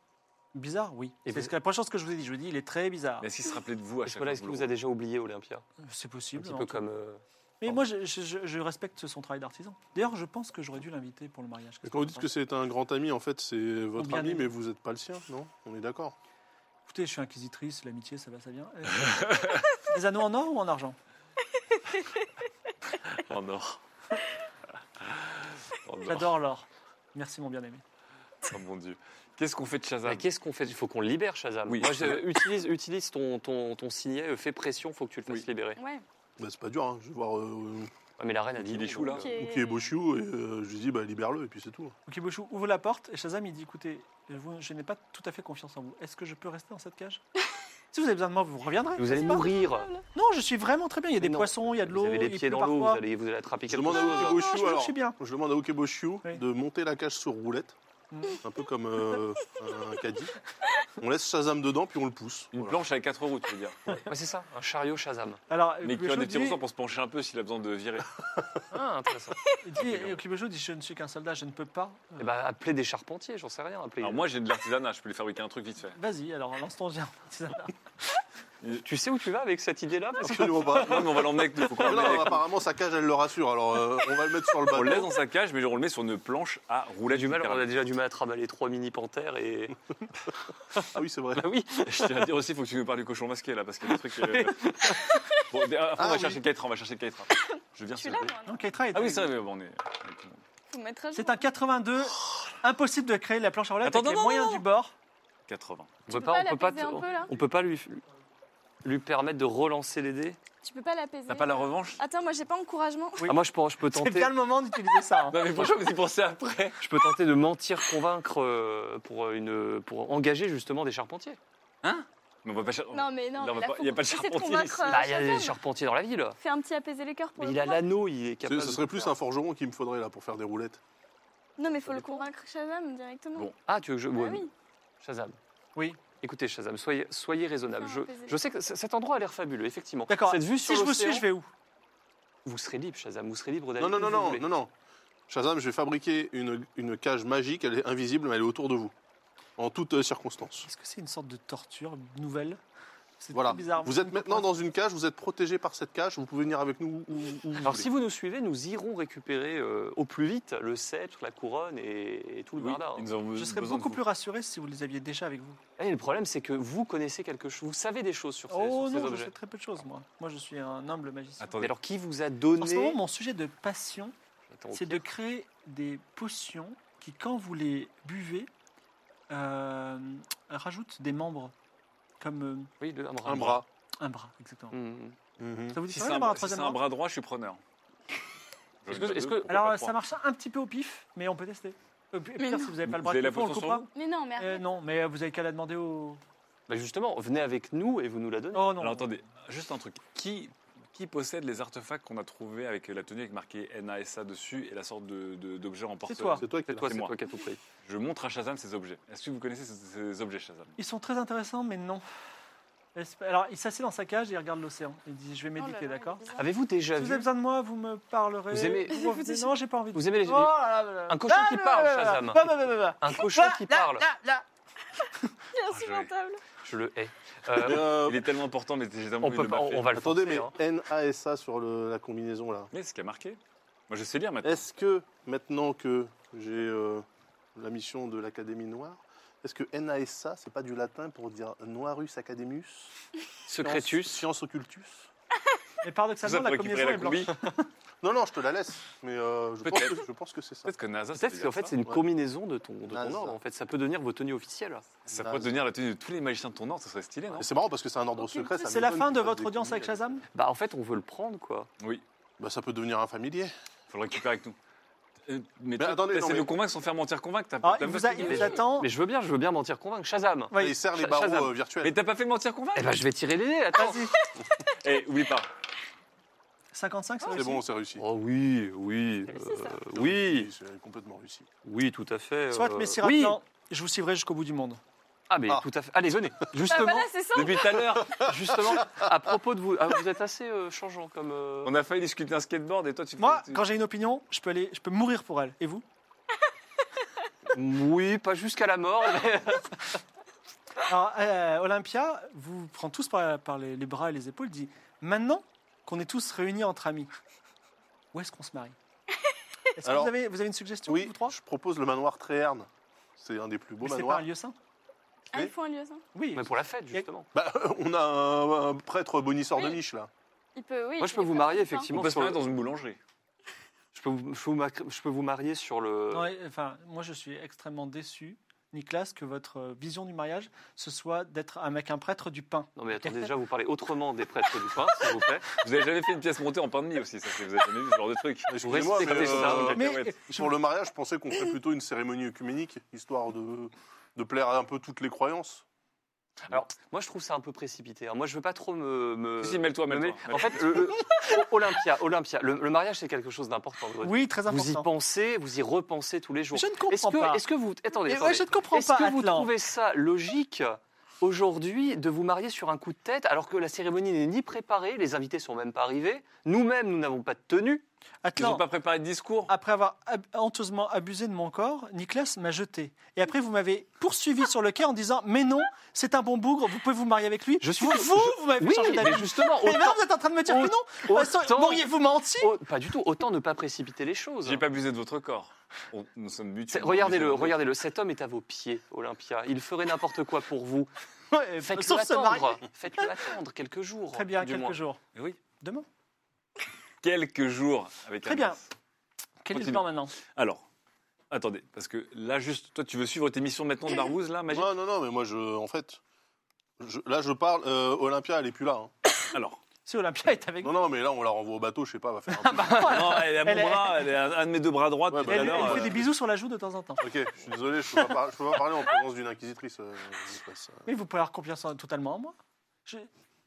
Bizarre, oui. Et C'est vous- ce que- la première chose que je vous ai dit. Je vous ai dit Il est très bizarre. Ah. Mais est-ce qu'il se rappelait de vous à Est-ce chaque que là, est-ce fois qu'il vous a déjà oublié, Olympia C'est Un possible. hein. petit en peu tout comme. euh, Mais moi, je, je- je- je respecte son travail d'artisan. D'ailleurs, je pense que j'aurais dû l'inviter pour le mariage. Et Quand vous dites que c'est un grand ami, en fait, c'est votre bien ami, aimé. mais vous n'êtes pas le sien, non On est d'accord. Écoutez, je suis inquisitrice, l'amitié, ça va, ça vient. Euh, *laughs* Des anneaux en or ou en argent En *laughs* or. En or. J'adore l'or. Merci, mon bien-aimé. Oh mon dieu. Qu'est-ce qu'on fait de Shazam Mais Bah, qu'est-ce qu'on fait Il faut qu'on le libère, Shazam. Oui. Moi, je- utilise, utilise ton, ton, ton signet, euh, fais pression, faut que tu le fasses Oui. libérer. Ouais. Bah, c'est pas dur, hein. je vais voir euh, Ouais, mais la reine a dit. Il est non, chou, là. donc, Ok. euh, Mookie et Boshiou et euh, je lui dis bah, libère-le et puis c'est tout. Okiboshu ouvre la porte et Shazam il dit écoutez, vous- je n'ai pas tout à fait confiance en vous. Est-ce que je peux rester dans cette *laughs* cage Si vous avez besoin de moi, vous reviendrez. Vous allez n'est-ce pas mourir. Non, je suis vraiment très bien. Il y a des Non. poissons, il y a de Vous l'eau. avez les il pieds pleut dans l'eau, vous parfois. allez, vous allez attraper Je quelque demande à chose. Okeboshu, Non, je, alors. je suis bien. Je demande à Okeboshiu Oui. de monter la cage sur roulette, Mm. un peu comme euh, un caddie. On laisse Shazam dedans puis on le pousse. Une Voilà. planche avec quatre roues, tu veux dire. Ouais, c'est Ah, ça, un chariot Shazam. Alors, Mais qui a Okiboshu des petits dit, ressorts pour se pencher un peu s'il a besoin de virer. Ah, intéressant. il dit, Okiboshu dit je ne suis qu'un soldat, je ne peux pas. Euh, Eh ben, appelez des charpentiers, j'en sais rien. Appelez... Alors moi j'ai de l'artisanat, je peux lui fabriquer un truc vite fait. Vas-y, alors lance ton jet en artisanat. Tu sais où tu vas avec cette idée-là Parce que- Absolument *laughs* pas. Non mais on va l'emmener avec nous, *laughs* faut qu'on Ah l'emmène non, avec nous. apparemment sa cage elle le rassure, alors euh, on va le mettre sur le On le laisse bateau. dans sa cage mais on le met sur une planche à On a rouler du mal, on a déjà du mal à trimballer trois mini panthères et. Ah oui c'est vrai. Bah oui, *laughs* Je tiens à dire aussi, faut que tu nous parles du cochon masqué là parce que le truc... euh, *laughs* Bon, d- après, on Ah, va oui. chercher Keitra, on va chercher Keitra. Je viens Je suis s'il là, te plaît. moi. non Donc, Keitra est Ah oui avec c'est vous. vrai, mais bon, on est... avec tout le monde. Faut me mettre à jour. C'est un 82. Impossible de créer la planche à roulette Attends, avec les non, non, moyens non. du bord. 80. on Tu peut peux pas, pas on peut pas, l'apaiser te- un peu, là on peut pas lui, lui permettre de relancer les dés. Tu peux pas l'apaiser. T'as pas la revanche Attends, moi j'ai pas encouragement. Oui. Ah, moi je peux, je peux C'est tenter. bien le moment d'utiliser ça. *laughs* hein. Non mais franchement, vous y pensez après. Je peux tenter de mentir, convaincre euh, pour, une, pour engager justement des charpentiers. Mais on va pas chercher... Non mais non, Là, on va mais là, pas- faut y a pas de essayer de charpentier convaincre ici. euh, Bah, il y a Shazam. des charpentiers dans la ville. Fais un petit apaiser le cœur pour Mais le il a convaincre. l'anneau, il est Ce capable. ce de serait plus faire. un forgeron qu'il me faudrait là pour faire des roulettes. Non mais faut le convaincre Shazam directement. Bon, Ah, tu veux que je. Bah ouais, oui. Shazam. Oui. Écoutez, Shazam, soyez, soyez raisonnable. Je, Faire un apaiser. je sais que c- cet endroit a l'air fabuleux, effectivement. D'accord. Cette vue sur Si je vous suis, l'océan, je vais où Vous serez libre, Shazam. Vous serez libre d'aller. Non non non où vous non voulez. non non. Shazam je vais fabriquer une, une cage magique, elle est invisible mais elle est autour de vous. En toutes euh, circonstances. Est-ce que c'est une sorte de torture nouvelle C'est Voilà. très bizarre. Vous êtes maintenant dans une cage, vous êtes protégé par cette cage, vous pouvez venir avec nous où, où- où vous Alors voulez. si vous nous suivez, nous irons récupérer euh, au plus vite le sceptre, la couronne et, et tout le oui, bardard. ils nous ont Je serais euh, besoin de beaucoup vous. plus rassuré si vous les aviez déjà avec vous. Ah, Et le problème, c'est que vous connaissez quelque chose, vous savez des choses sur ces, Oh sur ces non, je sais objets. très peu de choses, moi. Moi, je suis un humble magicien. Mais Attendez, alors qui vous a En ce donné moment, mon sujet de passion, Attends, c'est de créer des potions qui, quand vous les buvez, euh, rajoutent des membres, comme euh, oui, le- un bras. un bras. un bras, exactement. Mhm. Mhm. Ça vous dit Hmm. si ça c'est d'avoir un, un bras- si c'est troisième un bras bras droit, je suis preneur. Est-ce que- est-ce que- Pourquoi pas Alors, euh, trois ça marche un petit peu au pif, mais on peut tester. Euh, puis- pire, si vous n'avez pas le Vous bras, avez la de on le potion coupe sur pas. vous Mais non, mais Euh, arrête. non, mais euh, vous avez qu'à la demander au. Bah, justement, venez avec nous et vous nous la donnez. Oh non. Alors attendez, juste un truc. Qui, qui possède les artefacts qu'on a trouvés avec la tenue avec marqué NASA dessus et la sorte d'objet de, d'objet en porte toi. C'est toi qui C'est toi, c'est c'est moi. toi qui as tout pris. Je montre à Shazam ces objets. Est-ce que vous connaissez ces, ces objets, Shazam Ils sont très intéressants, mais non. Esp- Alors, il s'assied dans sa cage et il regarde l'océan. Il dit Je vais Oh là méditer, là, d'accord il est bizarre. Avez-vous déjà Si Ah. vous vu avez besoin de moi, vous me parlerez. Vous aimez- Vous revenez- Non, j'ai pas envie de. Vous aimez les- là là là. Un cochon qui Oh, Là, parle, là, là, là. Shazam. Bah, bah, bah, bah, bah. un cochon qui Là, parle là, là. Il est insupportable. Je Je le hais. Euh, Il est tellement important, mais j'ai tellement on, envie peut de pas- baffer. on va le Attendez, mais forcer, hein. NASA sur le- la combinaison là. Mais c'est ce qui a marqué. Moi, je sais lire maintenant. Est-ce que maintenant que j'ai euh, la mission de l'Académie Noire, est-ce que NASA c'est pas du latin pour dire Noirus Academius Euh, Secretus. Science science occultus Mais Tout ça paradoxalement, pour la récupérer combinaison la est blanche. combi. Non, non, je te la laisse, mais euh, je, pense Peut-être. que, je pense que c'est ça. Peut-être que NASA, ça Peut-être devient qu'en fait, ça. c'est une Ouais. combinaison de ton, de ton Ah, ça. ordre. En fait, ça peut devenir vos tenues officielles. Ça pourrait devenir la tenue de tous les magiciens de ton ordre, ça serait stylé, non Et C'est marrant parce que c'est un ordre Ok, secret. ça C'est la m'étonne fin qu'ils de fassent votre des audience avec combis Shazam Bah, en fait, on veut le prendre, quoi. Oui, Bah, ça peut devenir un familier. faut le récupérer avec nous. Euh, Mais, attendez, attendez, non, c'est de mais- convaincre sans faire mentir convaincre. t'as- Ah, t'as il même vous, pas a- fait il mentir. vous attend. Oh. Mais je veux bien, je veux bien mentir convaincre. Shazam. Ouais. Et il serre les Sha- barreaux Shazam. euh, virtuels. Mais t'as pas fait mentir convaincre Eh ben, je vais tirer les dés. Attends. Eh, oublie pas. 55, ça C'est réussit. bon, c'est réussi. Oh oui, oui, C'est ça. euh, oui, C'est complètement réussi. oui, tout à fait. Soit, euh, messire oui. maintenant, je vous suivrai jusqu'au bout du monde. Ah mais Ah. tout à fait. Allez, venez. Bah Justement, voilà, c'est ça. depuis tout à l'heure, justement, à propos de vous, ah, vous êtes assez euh, changeant comme. euh, On a failli discuter un skateboard et toi, tu. Moi, tu- quand j'ai une opinion, je peux, aller, je peux mourir pour elle. Et vous Oui, pas jusqu'à la mort. *laughs* mais- Alors, euh, Olympia vous prend tous par, par les, les bras et les épaules, dit Maintenant qu'on est tous réunis entre amis, où est-ce qu'on se *laughs* marie Est-ce que Alors- vous avez, vous avez une suggestion, Oui, vous trois je propose le manoir Tréherne. C'est un des plus beaux Mais C'est pas manoirs. un lieu saint Ah, il faut un lieu saint. Oui. Mais pour la fête, justement. Bah, on a un, un prêtre bonisseur de Oui. niche là. Il peut, Moi, oui. il je peut peux vous faire marier, un saint. effectivement. on peut se sur le- marier dans une boulangerie. Je peux, vous, je peux vous mar- je peux vous marier sur le. Non, et- enfin, moi, je suis extrêmement déçu, Nicolas, que votre euh, vision du mariage, ce soit d'être avec un prêtre du pain. Non mais attendez, déjà vous parlez autrement des prêtres du pain, s'il vous plaît. Vous avez jamais fait une pièce montée en pain de mie aussi, ça, c'est- vous avez jamais vu ce genre de truc. Excusez-moi, mais, respectez ça, euh, ok. Mais cacahuètes. Sur le mariage, je pensais qu'on ferait plutôt une cérémonie œcuménique, histoire de, de plaire à un peu toutes les croyances. Alors moi je trouve ça un peu précipité. hein. Moi je veux pas trop me. me- Si, si, mêle-toi, me- mêle-toi. en fait, le- le- Olympia, Olympia, le, le mariage c'est quelque chose d'important. je dois dire. oui, très Vous y important. pensez, vous y repensez tous les Mais jours. je ne Est-ce comprends que, pas. est-ce que vous, attendez, Et attendez. ouais, je ne comprends est-ce que pas, vous Atlan. trouvez ça logique aujourd'hui de vous marier sur un coup de tête alors que la cérémonie n'est ni préparée, les invités sont même pas arrivés, nous-mêmes nous n'avons pas de tenue. Ils n'ont Atlan, pas préparé de discours. après avoir ab- honteusement abusé de mon corps, Nicolas m'a jeté. Et après, vous m'avez poursuivi sur le quai en disant Mais non, c'est un bon bougre, vous pouvez vous marier avec lui. Je suis- vous, vous, vous m'avez Oui, fait changer mais d'avis. justement, *laughs* Mais maintenant, autant, vous êtes en train de me dire que non Bah, ça- autant- M'auriez-vous menti au- pas du tout, autant ne pas précipiter les choses. J'ai pas abusé de votre corps. On- nous sommes C'est- mutuels. Regardez-le, regardez-le, cet homme est à vos pieds, Olympia. Il ferait n'importe quoi pour vous. Ouais, Faites-le sauf se marier. attendre. Faites-le attendre quelques jours. Très bien, du quelques moins. jours. Mais oui. Demain. Quelques jours avec Très Agnès. bien. Quel est le Continue. plan maintenant Alors, attendez, parce que là, juste, toi, tu veux suivre tes missions maintenant de barbouze, là, Magic Non, non, non, mais moi, je, en fait, je- là, je parle. euh, Olympia, elle est plus là. hein. Alors, Si Olympia est avec Non, vous, non, mais là, on la renvoie au bateau, je sais pas, elle va faire *laughs* un Bah. truc. non, elle est à mon Elle est- bras, elle est à un de mes deux bras droits. Ouais, depuis bah, elle, tout à elle l'heure, fait euh, des bisous sur la joue de temps en temps. Ok, je suis désolé, je peux pas, par- je peux pas parler en présence d'une inquisitrice. euh, Nicolas. Mais vous pouvez avoir confiance en- totalement en moi. Je-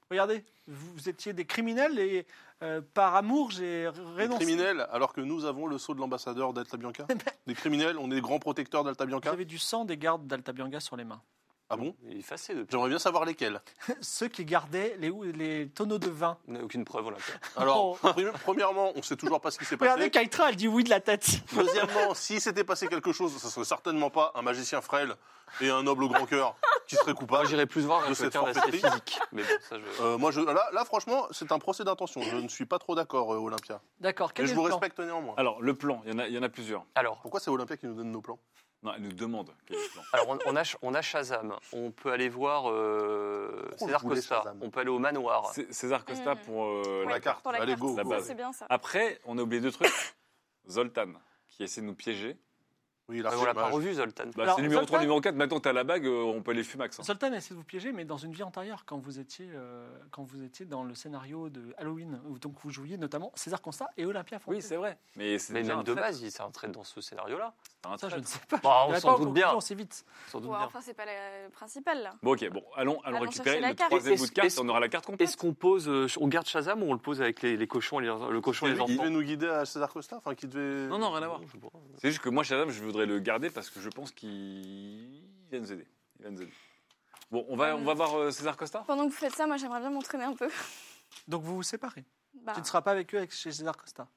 Regardez, vous, vous étiez des criminels et euh, par amour, j'ai Des renoncé. criminels, alors que nous avons le sceau de l'ambassadeur d'Alta *laughs* Bianca. Des criminels, on est les grands protecteurs d'Alta Vous Bianca. avez du sang des gardes d'Altabianga sur les mains. Ah bon Il est effacé depuis. J'aimerais bien savoir lesquels. *laughs* Ceux qui gardaient les, ou- les tonneaux de vin. On n'a aucune preuve, Olympia. Alors, *laughs* premi- premièrement, on sait toujours pas ce qui s'est Regardez, passé. Kaitra, elle dit oui de la tête. Deuxièmement, si s'était passé quelque chose, ce serait certainement pas un magicien frêle et un noble grand cœur qui seraient Moi, coupables. j'irai plus voir un De cette quelqu'un d'assez forfaiterie. physique. Mais bon, ça, je. Euh, moi, je, là, là, franchement, c'est un procès d'intention. Je ne suis pas trop d'accord, euh, Olympia. D'accord, quel est Mais je le vous plan respecte néanmoins. Alors, le plan, il y en a, il y en a plusieurs. Alors, Pourquoi c'est Olympia qui nous donne nos plans Non, elle nous demande quel est le plan. Alors on, on a, on a Shazam, on peut aller voir euh, Pourquoi César vous voulez Costa, Shazam on peut aller au manoir. C- César Costa Mm. pour euh, Ouais, la carte. Pour la Allez, carte. go. La Oui, base. C'est bien ça. Après, on a oublié deux trucs. Zoltan, qui essaie de nous piéger. Oui, Ouais, Euh, on l'a pas l'archimage. revu Zoltan. Bah, Alors, c'est numéro Zoltan- 3, numéro 4. Maintenant que t'as la bague, euh, on peut aller fumax. hein. Zoltan essaie de vous piéger, mais dans une vie antérieure, quand vous étiez, euh, quand vous étiez dans le scénario de Halloween, où donc vous jouiez notamment César Constat et Olympia Fontaine. Oui, c'est vrai. Mais c'est Mais déjà même un de trait. base, il s'est entré dans ce scénario-là. C'est un Ça, je trait. ne sais pas. Bah, Je on dirais s'en pas aux doute bien. conclusions, C'est vite. sans doute Ouais, bien. enfin, c'est pas la principale, là. Bon, ok, bon, allons, allons, Allons récupérer chercher la le carte. troisième Est-ce- bout de carte est-ce- et on aura la carte complète. Est-ce qu'on pose, euh, on garde Shazam ou on le pose avec les, les cochons et les- le cochon et C'est les lui qui enfants devait nous guider à César Costa Enfin, qui devait. Non, non, rien à voir. Je sais pas. C'est juste que moi, Shazam, je voudrais le garder parce que je pense qu'il va nous aider. Il va nous aider. Bon, on va, on va voir euh, César Costa Pendant que vous faites ça, moi, j'aimerais bien m'entraîner un peu. Donc vous vous séparez. Bah, Tu ne seras pas avec eux avec- chez César Costa.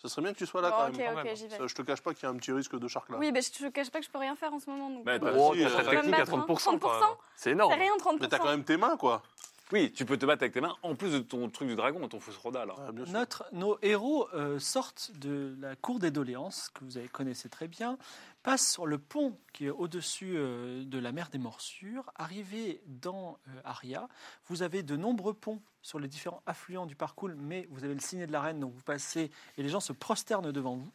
Ça serait bien que tu sois là Bon, quand ok, même. ok, j'y vais. Ça, je te cache pas qu'il y a un petit risque de shark là. Oui, mais je te cache pas que je peux rien faire en ce moment. Donc, Bah, euh, t'as- Oh, si, t'as euh, très je peux me technique à battre, hein. 30%. quand même. 30%, C'est énorme. C'est rien, 30%. Mais t'as quand même tes mains, quoi. Oui, tu peux te battre avec tes mains, en plus de ton truc de dragon, ton fausse roda, là. Ah, bien sûr. Notre, nos héros euh, sortent de la cour des doléances, que vous avez- connaissez très bien, passent sur le pont qui est au-dessus euh, de la mer des Morsures. Arrivés dans euh, Aria, vous avez de nombreux ponts sur les différents affluents du parcours, mais vous avez le signet de la reine, donc vous passez et les gens se prosternent devant vous.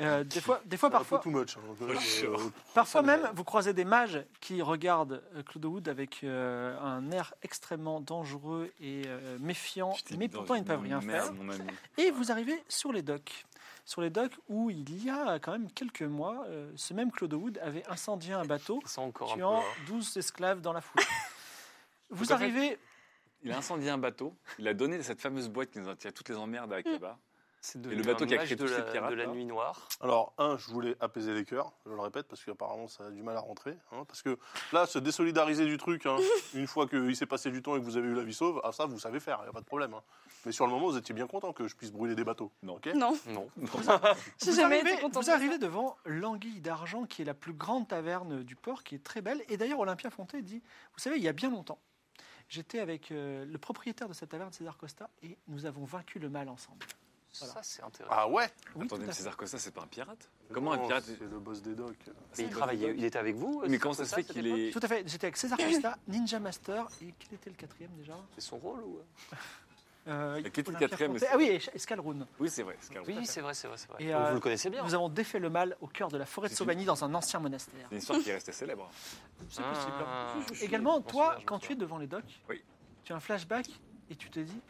Euh, des fois, des fois C'est un peu parfois, too much. hein. Euh, sûr. euh, Parfois Ça me même, gêne. vous croisez des mages qui regardent euh, Claude Wood avec euh, un air extrêmement dangereux et euh, méfiant, J'étais mais dans pourtant ils ne une peuvent rien merde, faire. mon ami. Et vous arrivez sur les docks. Sur les docks où, il y a quand même quelques mois, euh, ce même Claude Wood avait incendié un bateau, Ça encore un peu. tuant hein. 12 esclaves dans la foule. Donc, Vous en fait- arrivez, Il a incendié un bateau, il a donné cette fameuse boîte qui nous a tiré toutes les emmerdes avec Mm. là-bas. C'est le devenu bateau un qui a image créé de tous ces la, pirates, hein. de la là. nuit noire. Alors, un, je voulais apaiser les cœurs, je le répète, parce qu'apparemment, ça a du mal à rentrer. hein, parce que là, se désolidariser du truc, *laughs* hein, une fois qu'il s'est passé du temps et que vous avez eu la vie sauve, ah, ça, vous savez faire, il n'y a pas de problème. hein. Mais sur le moment, vous étiez bien content que je puisse brûler des bateaux. Non. ok Non, *laughs* Non. j'ai vous jamais arrivez, été contente. vous arrivez devant l'Anguille d'Argent, qui est la plus grande taverne du port, qui est très belle. Et d'ailleurs, Olympia Fonté dit Vous savez, il y a bien longtemps, j'étais avec euh, le propriétaire de cette taverne, César Costa, et nous avons vaincu le mal ensemble. Voilà. Ça, c'est intéressant. Ah ouais Oui, Attendez, tout mais à fait. César Costa, c'est pas un pirate Comment un Non, pirate C'est le boss des docks. Mais il travaillait, il était avec vous Mais César comment ça se Costa, fait cette qu'il époque est. Tout à fait. J'étais avec César Costa, Ninja Master, et quel était le quatrième déjà C'est son rôle ou... Euh, Qui était le Olympia quatrième, Fonté. c'est- Ah oui, et Ch- Escalroon. Oui, c'est vrai, c'est Carl. Oui, c'est vrai, c'est vrai, c'est vrai. Et, Donc, euh, vous le connaissez bien. Nous avons défait le mal au cœur de la forêt de C'est Sauvigny dans un ancien monastère. C'est une histoire qui est restée célèbre. C'est Ah, possible. hein. je suis Également, bon toi, sauvage, quand bon tu es devant les docks, Oui. tu as un flashback et tu te dis,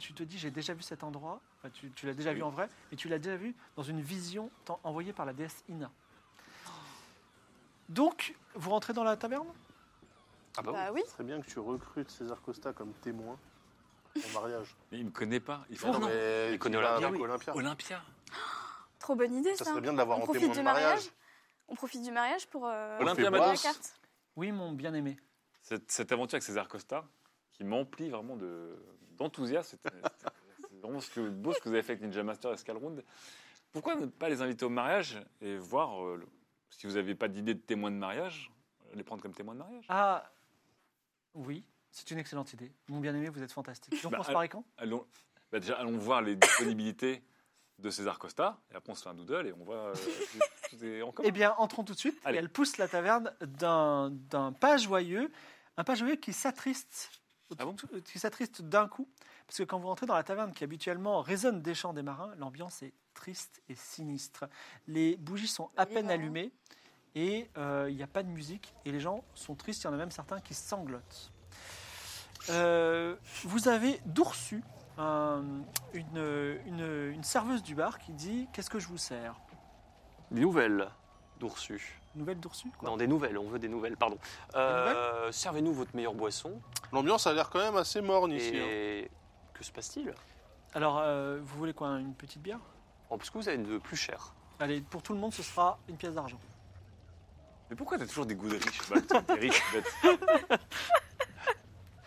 tu te dis, j'ai déjà vu cet endroit. Enfin, tu tu l'as déjà Oui. vu en vrai, mais tu l'as déjà vu dans une vision t'en- envoyée par la déesse Ina. Donc, vous rentrez dans la taverne Ah bah oui. Bah oui. Très bien que tu recrutes César Costa comme témoin en mariage. Mais il me connaît pas. Il faut. Non, Non, mais Il connaît va Olympia, avec oui. Olympia. Olympia Trop bonne idée, Ça ça. serait bien de l'avoir On en profite témoin du de mariage. mariage. On profite du mariage pour euh, Olympia jouer à Manos. la carte. Oui, mon bien-aimé. cette, cette aventure avec César Costa, qui m'emplit vraiment de- d'enthousiasme, c'était- c'était- c'est vraiment ce que, beau ce que vous avez fait avec Ninja Master et Scalround. Pourquoi ne pas les inviter au mariage et voir euh, le- si vous n'avez pas d'idée de témoin de mariage, les prendre comme témoins de mariage Ah, oui, c'est une excellente idée. Mon bien-aimé, vous êtes fantastique. Donc, Bah, on se paraît quand allons, bah Déjà, allons voir les disponibilités de César Costa, et après on se fait un doodle et on voit euh, tout, tout est en commun. Eh bien, entrons tout de suite. Allez. Et elle pousse la taverne d'un d'un pas joyeux, un pas joyeux qui s'attriste, Ah bon qui s'attriste d'un coup, parce que quand vous rentrez dans la taverne qui habituellement résonne des chants des marins, l'ambiance est triste et sinistre. Les bougies sont à Les peine marins. allumées et euh, il n'y a pas de musique et les gens sont tristes. Il y en a même certains qui sanglotent. Euh, vous avez Doursu, un- une, une- une serveuse du bar qui dit Qu'est-ce que je vous sers Des nouvelles d'Oursu. Nouvelle d'Oursu quoi. Non, des nouvelles, on veut des nouvelles, pardon. Euh, Servez-nous votre meilleure boisson. L'ambiance a l'air quand même assez morne ici. hein. Et que se passe-t-il Alors, euh, vous voulez quoi Une petite bière En plus que vous avez de plus cher. Allez, pour tout le monde, ce sera une pièce d'argent. Mais pourquoi t'as toujours des goûts de riche bah, T'es riche, bête.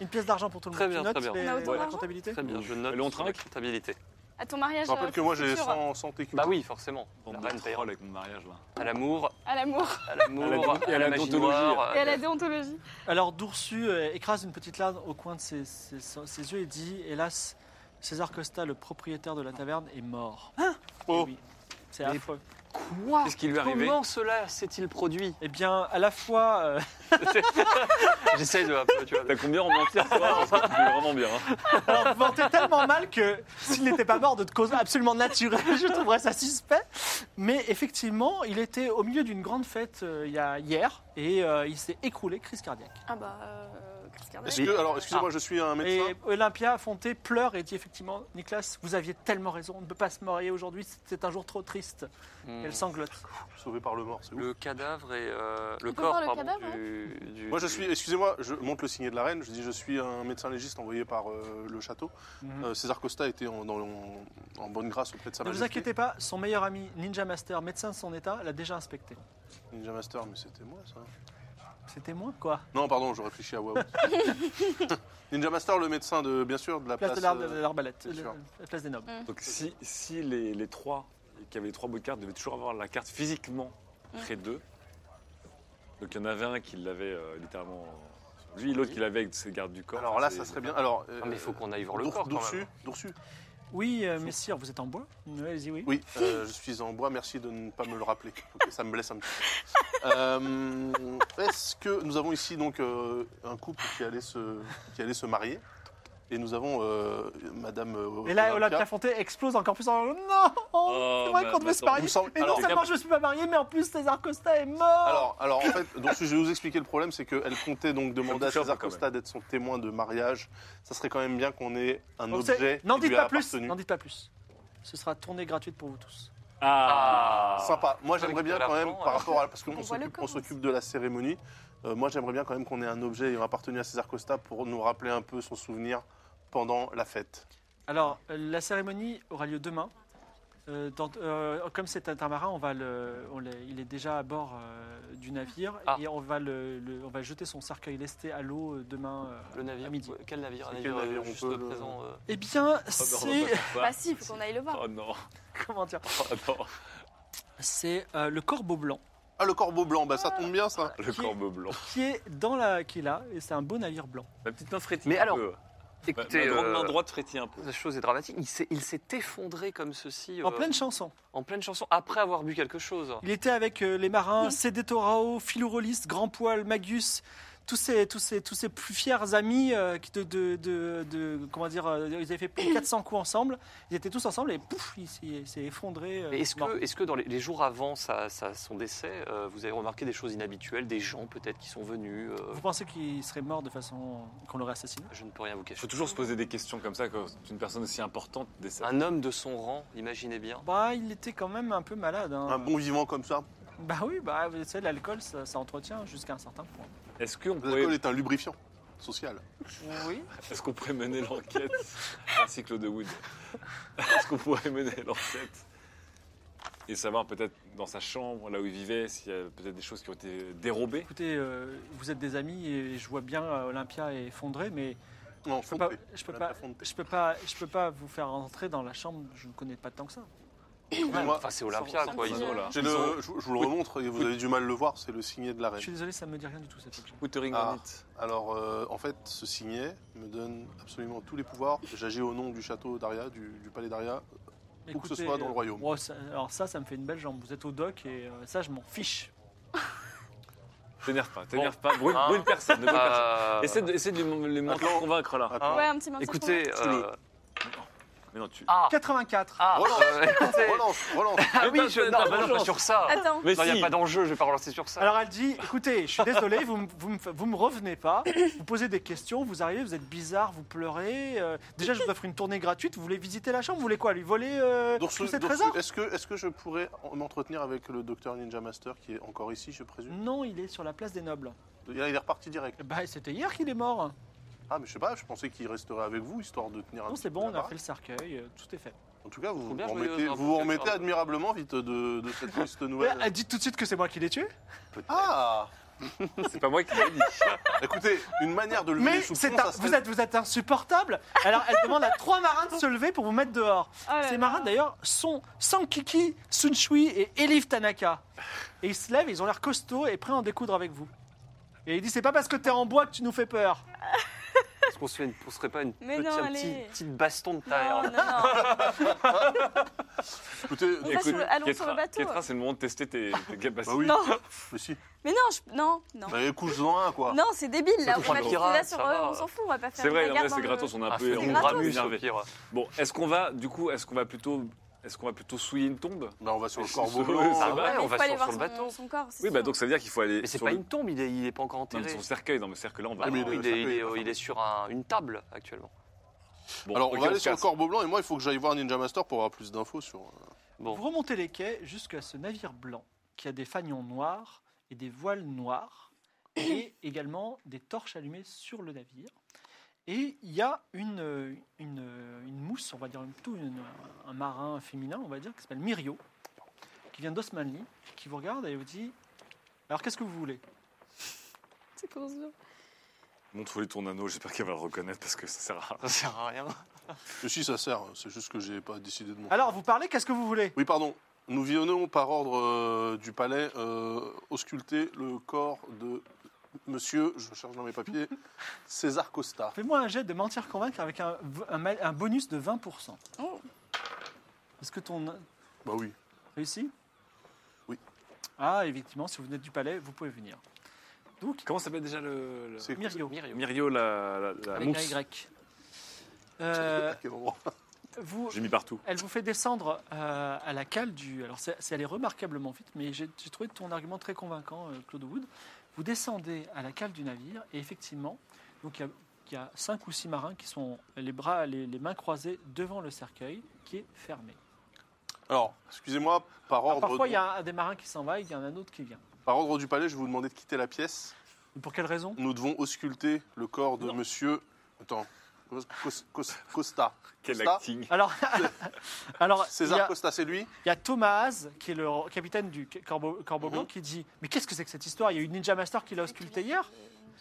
Une pièce d'argent pour tout le Très monde. bien, Tu notes très bien. les- On a autant la d'argent comptabilité Très bien, je note Allez, on sur la trinque comptabilité. À ton mariage. Je rappelle euh, que moi, j'ai futur, 100, 100 TQ. Bah oui, forcément. Bande La de reine paye. trolls avec mon mariage là. À l'amour, À l'amour à l'amour, À la- à la magie déontologie. noire. et à la déontologie. Alors, Doursu euh, écrase une petite larme au coin de ses, ses- ses yeux et dit Hélas, César Costa, le propriétaire de la taverne, est mort. Hein Oh. Eh oui, C'est Mais- affreux. Quoi Qu'est-ce qui lui est arrivé Ah, Comment cela s'est-il produit Eh bien, à la fois, euh, *laughs* J'essaie de un peu, tu vois. T'as combien en mentir, toi Parce que tu fais vraiment bien. hein. alors, vous mentez tellement mal que s'il n'était pas mort de cause absolument naturelle, *laughs* je trouverais ça suspect. Mais effectivement, il était au milieu d'une grande fête euh, il y a- hier et euh, il s'est écroulé, crise cardiaque. Ah bah, euh, Chris Kardashian. Est-ce que, alors, excusez-moi, je suis un médecin. Et Olympia Fonté pleure et dit effectivement, Nicolas, vous aviez tellement raison, on ne peut pas se marier aujourd'hui, c'est un jour trop triste. Mmh. Elle sanglote. Sauvé par le mort, c'est ouf. Le cadavre et euh, le On peut corps, voir le pardon, cadavre, hein du, du- Moi, je suis, excusez-moi, je monte le signet de la reine. Je dis, je suis un médecin légiste envoyé par euh, le château. Hmm. Mhm. Euh, César Costa était en, dans- en- en bonne grâce auprès de sa Ne vous majesté. inquiétez pas, son meilleur ami, Ninja Master, médecin de son état, l'a déjà inspecté. Ninja Master, mais c'était moi ça. C'était moi, quoi. Non, pardon, je réfléchis à *laughs* Waouh. *laughs* Ninja Master, le médecin, de, bien sûr, de la Place place. de l'ar- euh, de l'arbalète, c'est sûr. euh, la place des nobles. Donc si, si les, les trois qui avaient les trois bouts de cartes devaient toujours avoir la carte physiquement près d'eux, donc il y en avait un qui l'avait euh, littéralement... euh, Lui, l'autre qui l'avait avec ses gardes du corps. Alors là, c'est- ça serait bien. Alors, euh, Non, mais il faut qu'on aille voir le Dour- corps, quand Doursu, même. Doursu. Oui, euh, messire, vous êtes en bois Oui, Allez-y, oui. Oui, euh, je suis en bois, merci de ne pas me le rappeler. Ok, ça me blesse un petit peu. Euh, Est-ce que nous avons ici donc euh, un couple qui allait, se, qui allait se marier Et nous avons euh, Madame. euh, Et là, Olympia. Olympia Fonté explose encore plus en. Non C'est vrai mais qu'on devait se attends, Il marier. me semble- Et non alors, seulement je me suis pas marié, mais en plus César Costa est mort alors, alors, en fait, donc, je vais vous expliquer le problème c'est qu'elle comptait donc demander à touche un peu, César quand même. Costa d'être son témoin de mariage. Ça serait quand même bien qu'on ait un Donc, c'est- objet. N'en qui lui dites a pas plus appartenu. N'en dites pas plus. Ce sera tournée gratuite pour vous tous. Ah, Sympa. Moi, j'aimerais bien récupère quand l'argent, même, par alors. rapport à. *laughs* Parce On qu'on voit le s'occupe- corps on aussi. s'occupe de la cérémonie. euh, moi, j'aimerais bien quand même qu'on ait un objet ayant appartenu à César Costa pour nous rappeler un peu son souvenir pendant la fête. Alors, euh, la cérémonie aura lieu demain. Euh, dans- euh, comme c'est un tamarin, on va le, on l'est- il est déjà à bord euh, du navire Ah. et on va, le, le- on va jeter son cercueil lesté à l'eau euh, demain euh, Le à navire midi. ouais, Quel navire Un C'est navire, quel navire euh, on juste peut le- présent euh, Eh bien, Oh non, c'est. on passe pas. Bah si, il faut qu'on aille le voir. Oh non, *laughs* Comment dire oh non. C'est euh, le corbeau blanc Ah, le corbeau blanc, bah ça tombe bien ça. le Qui- corbeau blanc. qui est, dans la, qui est là et c'est un beau navire blanc. Ma petite main frétille Mais un alors, peu. Ma, ma Écoutez, grande euh, main droite frétille un peu. la chose est dramatique. Il s'est- Il s'est effondré comme ceci En euh, pleine chanson. en pleine chanson après avoir bu quelque chose. Il était avec euh, les marins, Cédé Torao, Philourolis, Grand Poil, Magus, tous ses, tous ses, tous ses plus fiers amis euh, qui de, de, de- de- comment dire, euh, ils avaient fait *coughs* plus de 400 coups ensemble. Ils étaient tous ensemble et pouf, il s'est il s'est effondré. euh, Mais Est-ce mort. que, est que dans les, les jours avant sa- sa- son décès, euh, vous avez remarqué des choses inhabituelles, des gens peut-être qui sont venus euh, Vous pensez qu'il serait mort de façon qu'on l'aurait assassiné Je ne peux rien vous Il cacher. faut toujours se poser des questions comme ça quand une personne aussi importante décède. Un homme de son rang, imaginez bien. Bah, il était quand même un peu malade. hein. Un Ah bon vivant comme ça. Bah oui, bah vous savez, l'alcool, ça, ça entretient jusqu'à un certain point. Est-ce qu'on pourrait, L'alcool est un lubrifiant social. Oui. est-ce qu'on pourrait mener l'enquête Merci Claude Wood. Est-ce qu'on pourrait mener l'enquête et savoir peut-être dans sa chambre, là où il vivait, s'il y a peut-être des choses qui ont été dérobées Écoutez, euh, vous êtes des amis et je vois bien euh, Olympia est effondrée, mais Non, je peux pas, fonte-les. je peux Olympia, pas, fonte-les. Je peux pas, je peux pas vous faire entrer dans la chambre. Je ne connais pas tant que ça. Excusez-moi, Enfin, c'est Olympia, sans- quoi. sans- Ils- Voilà. j'ai le- je, je vous le remontre et vous avez du mal le voir, c'est le signet de la Je suis reine. désolé, ça me dit rien du tout cet objet. Wuthering Ah. Hornet. Alors, euh, en fait, ce signet me donne absolument tous les pouvoirs. J'agis au nom du château d'Aria, du, du palais d'Aria. Où que ce soit dans le euh, royaume. ouais, ça- alors ça, ça me fait une belle jambe. Vous êtes au doc et euh, ça, je m'en fiche. T'énerve pas, t'énerve pas. Brûle, Ah. brûle personne. Ne brûle personne. Euh, Essaie de, essaie de les montrer, Attends. convaincre Ah. Ah. là. Attends. Ouais, un petit mensonge. Écoutez, Fais-le. euh, Mais non, tu. ah, 84. ah, Relance. euh, écoutez, Relance, relance. ah oui, Mais je, t'as- non, t'as non, pas je de suis pas chance. sur ça. pour- Attends. Mais Non, il n'y si. a pas d'enjeu, je vais pas relancer sur ça. Alors elle dit, écoutez, je suis désolé, vous, me- vous, me fa- vous me revenez pas, vous posez des questions, vous arrivez, vous êtes bizarre, vous pleurez. euh, déjà, je vous offre une tournée gratuite, vous voulez visiter la chambre, vous voulez quoi Lui voler euh, Dorsu, tous ses Dorsu, trésors est-ce que, est que je pourrais en- m'entretenir avec le docteur Ninja Master qui est encore ici, je présume Non, il est sur la place des nobles. Là, il est reparti direct. Bah, c'était hier qu'il est mort. Ah, mais je sais pas, je pensais qu'il resterait avec vous, histoire de tenir un Non, petit c'est peu bon, la on a baraque. fait le cercueil, euh, tout est fait. En tout cas, vous Faut bien vous jouer, remettez, euh, vous vous Raphaël, remettez pardon. admirablement vite de, de *laughs* cette triste nouvelle. Euh, Elle dit tout de suite que c'est moi qui l'ai tué Ah C'est pas moi qui l'ai dit. Écoutez, une manière de le Mais mener sous c'est pont, un- ça serait- vous, êtes, vous êtes insupportable. Alors elle demande à trois marins de se lever pour vous mettre dehors. Oh là Ces là. marins d'ailleurs sont Sankiki, Sunshui et Elif Tanaka. Et ils se lèvent, ils ont l'air costauds et prêts à en découdre avec vous. Et il dit c'est pas parce que t'es en bois que tu nous fais peur. Est-ce qu'on se fait une- on se ferait pas une Mais petite, non, un petit- allez. petite baston de Non, taille non, non. Écoutez, On va sur le- allons sur le bateau. Kétra, c'est le moment de tester tes, *laughs* tes capacités. bah Ah oui, Non. mais si. Mais non, je- non, non. Bah, écoute-en un, quoi. Non, c'est débile là. Ça On touche va un tout pirate, là sur euh, ça va. on s'en fout, on va pas faire C'est vrai, une non, bagarre mais c'est dans le- gratos, on a un Ah, peu c'est on est gratos. un peu au énervé. pire. Bon, est-ce qu'on va, du coup, est-ce qu'on va plutôt, est-ce qu'on va plutôt souiller une tombe Là, on va sur *laughs* le Mais corbeau c'est- blanc. hein. c'est- Ah va, ouais, Mais on faut va aller sur, voir sur le bateau. Son, son corps, c'est Oui, bah sûr. donc ça veut dire qu'il faut aller Mais c'est sur pas le- une tombe, il est, il est pas encore Non, mais enterré. son cercueil. Non, mais cercueil là, on va. Ah, mais Non, le il, est, il est- cercueil, il est sur un- une table actuellement. Bon, Alors, ok, on va aller se sur le casse. corbeau blanc et moi, il faut que j'aille voir Ninja Master pour avoir plus d'infos sur. euh, Bon. Vous remontez les quais jusqu'à ce navire blanc qui a des fanions noirs et des voiles noires et également des torches allumées sur le navire. Et il y a une, euh, une, euh, une mousse, on va dire plutôt une- un marin féminin, on va dire, qui s'appelle Mirio, qui vient d'Osmanli, qui vous regarde et vous dit Alors qu'est-ce que vous voulez C'est comment ça Montre-lui ton anneau, j'espère qu'elle va le reconnaître parce que ça sert à rien. Ça sert à rien. Mais Si, ça sert, c'est juste que j'ai pas décidé de mon. Alors, vous parlez, qu'est-ce que vous voulez Oui, pardon. Nous vionnons par ordre euh, du palais euh, ausculter le corps de monsieur, je cherche dans *laughs* mes papiers, César Costa. Fais-moi un jet de mentir convaincre avec un, un mal- un bonus de 20%. Oh. Est-ce que ton Bah oui. réussi Oui. Ah, effectivement, si vous venez du palais, vous pouvez venir. Donc, Comment s'appelle déjà le. le... C'est Myrio, Myrio, la, la, la avec un mousse. Y. Euh, À quel endroit *laughs* vous, J'ai mis partout. elle vous fait descendre euh, à la cale du. Alors, c'est c'est allé remarquablement vite, mais j'ai j'ai trouvé ton argument très convaincant, euh, Claude Wood. Vous descendez à la cale du navire, et effectivement, donc il y a- il y, a cinq ou six marins qui sont les bras, les, les mains croisées devant le cercueil qui est fermé. Alors, excusez-moi, par Alors, ordre, Ah, parfois, il du- y a un des marins qui s'en va, et il y en a un autre qui vient. par ordre du palais, je vais vous demander de quitter la pièce. Et pour quelle raison Nous devons ausculter le corps de monsieur. Attends. Cos- Cos- Cos- Costa. Quel Costa acting. *laughs* Alors, alors il, y César a, Costa, c'est lui il y a Thomas, qui est le capitaine du Corbeau, Corbeau Blanc, qui dit Mais qu'est-ce que c'est que cette histoire Il y a eu Ninja Master qui l'a ausculté hier.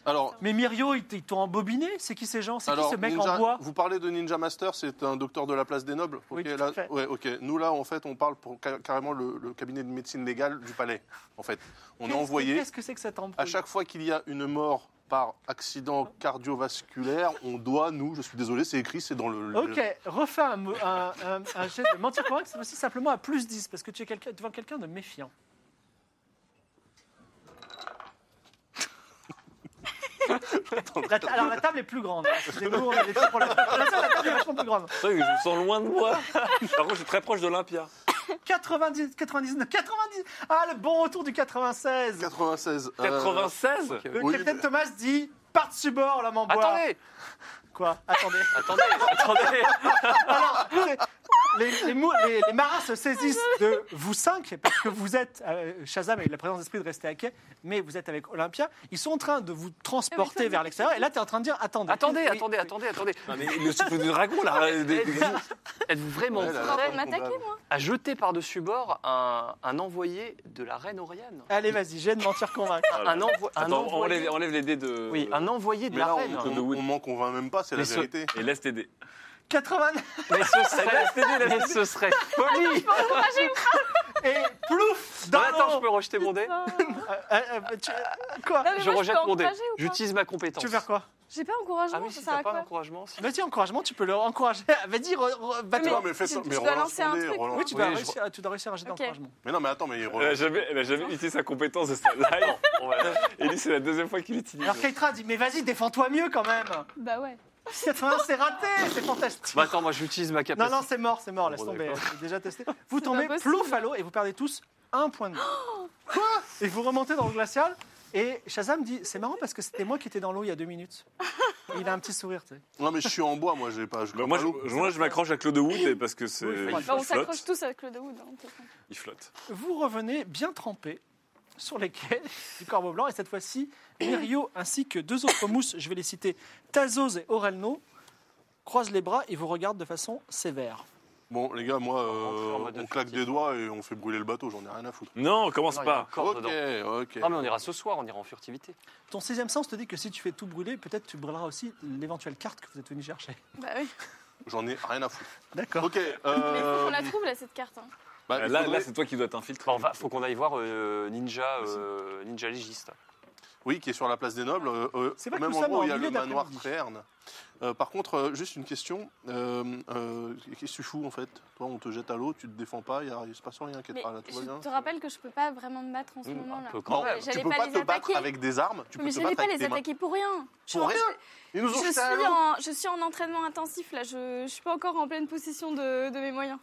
Alors, Mais Mirio, ils t- ils t'ont embobiné C'est qui ces gens C'est qui alors ce mec Ninja- en bois vous parlez de Ninja Master, c'est un docteur de la place des nobles Oui, Ok, tout à là- fait. ouais, ok. Nous, là, en fait, on parle pour ca- carrément le, le cabinet de médecine légale du palais. En fait, on a Qu'est-ce- envoyé. Qu'est-ce que c'est que cette embrouille À chaque fois qu'il y a une mort par accident cardiovasculaire, on doit, nous, je suis désolé, c'est écrit, c'est dans le. le- Ok, refais un, mo- un, un, un jet de mentir correct, c'est aussi simplement à plus 10, parce que tu es quelqu'un- devant quelqu'un de *laughs* méfiant. La ta- alors la table est plus grande. Excusez-nous, on a des petits problèmes. La table la table est vachement plus grande. C'est vrai que je me sens loin de moi. *laughs* Ah, Par contre, je suis très proche d'Olympia. 90, 99, 90. Ah, le bon retour du 96. 96. euh, 96 Le oui, capitaine mais- Thomas dit part dessus bord, l'homme en bois. Attendez, Quoi Attendez. attendez, attendez. Alors, les, les mou- les- les marins se saisissent de vous cinq, parce que vous êtes, euh, Shazam a eu la présence d'esprit de rester à quai, mais vous êtes avec Olympia. Ils sont en train de vous Ah oui, transporter ça, vers l'extérieur, et là, tu es en train de dire attendez. Attendez, Oui, attendez, oui. attendez, attendez. Non, mais le souffle du dragon, là. euh, des- des- Êtes-vous êtes-vous vraiment Ouais, là, là. prêt On m'attaquer, moi à jeter par-dessus bord un, un envoyé de la reine Oriane Allez, vas-y, j'ai de mentir convaincre. Ah un, envo- un Ah, Attends, on envoyé, enlève, enlève les dés de. oui, un envoyé de euh, Mais la là, reine. on, on, on m'en convainc même pas, c'est la Mais ce- vérité. Et laisse tes dés. 80 Mais ce serait, mais ce serait *laughs* folie. et plouf dans Non, attends, je l'eau. peux rejeter mon dé Ah. *laughs* Euh, euh, euh, tu- euh, Quoi Non, mais Je moi, rejette peux mon dé. encourager ou pas J'utilise ma compétence. Tu veux faire quoi J'ai pas encouragement, Ah oui, ça si sert t'as à pas quoi d'encouragement, si. Vas-y, encouragement, tu peux le encourager. *laughs* Vas-y, re- re- Mais- bats-toi. non, mais fais ça, tu- mais tu dois relance lancer ton un dé, truc. relance. Oui, tu dois, Oui, je- réussir, tu dois réussir un jet Ok. d'encouragement. Mais non, mais attends, mais il Elle a relance. jamais, elle a jamais eh ben, utilisé sa compétence de *laughs* sa live. Et lui, c'est la deuxième fois qu'il l'utilise. Alors, Keitra dit Mais vas-y, défends-toi mieux quand même Bah ouais. 80, c'est raté, c'est fantastique. Bah attends, moi j'utilise ma Non, capacité. non, c'est mort, c'est mort, laisse Bon, tomber. d'accord. J'ai déjà *laughs* testé. Vous C'est tombez pas possible. Oh. plouf à l'eau et vous perdez tous un point de vie. Quoi Et vous remontez dans le glacial. Et Shazam dit C'est marrant parce que c'était moi qui étais dans l'eau il y a deux minutes. Et il a un petit sourire, tu sais. Non, mais je suis en bois, moi, j'ai pas. je Bah, crois moi, pas je, l'eau. je- moi, je m'accroche à Claude Wood et parce que c'est. Oui, il, bah, Bah, on s'accroche flotte. tous à Claude Wood. hein, de toute façon. Il flotte. Vous revenez bien trempé sur les quais du Corbeau Blanc. Et cette fois-ci, Mirio ainsi que deux autres mousses, je vais les citer Tazos et Orelno, croisent les bras et vous regardent de façon sévère. Bon, les gars, moi, On va euh, rentrer en mode on de claque futur. des doigts et on fait brûler le bateau, j'en ai rien à foutre. Non, commence Non, il y a pas. encore Ok, dedans. ok. Non Ah, mais on ira ce soir, on ira en furtivité. Ton sixième sens te dit que si tu fais tout brûler, peut-être tu brûleras aussi l'éventuelle carte que vous êtes venu chercher. Bah oui. J'en ai rien à foutre. D'accord. Ok, Mais faut euh, qu'on la trouve là, cette carte. hein. bah, Euh, il Là, faudrait- là c'est toi qui dois t'infiltrer. Bon, Bah, on va- faut qu'on aille voir euh, Ninja, euh, Ninja Légiste. Oui, qui est sur la place des Nobles, euh, euh, C'est vrai au que même nous sommes endroit où en il y a milieu le manoir d'après-midi. Tréherne. Euh, par contre, euh, juste une question. Euh, euh, Qu'est-ce que tu fous en fait Toi, on te jette à l'eau, tu te défends pas, il y a- il se passe rien, Mais qu'est-ce pas là, tout va bien je te rappelle que je peux pas vraiment me battre en ce Mmh, un moment là. peu quand Non, Ouais, tu j'allais peux pas pas, les te battre attaquer. avec des armes, tu Mais peux te j'allais battre pas avec les tes mains. attaquer pour rien. Je suis Pour en- rien. Ils nous ont Je jetés à suis, l'eau. en, je suis en entraînement intensif là, je, je suis pas encore en pleine possession de, de mes moyens.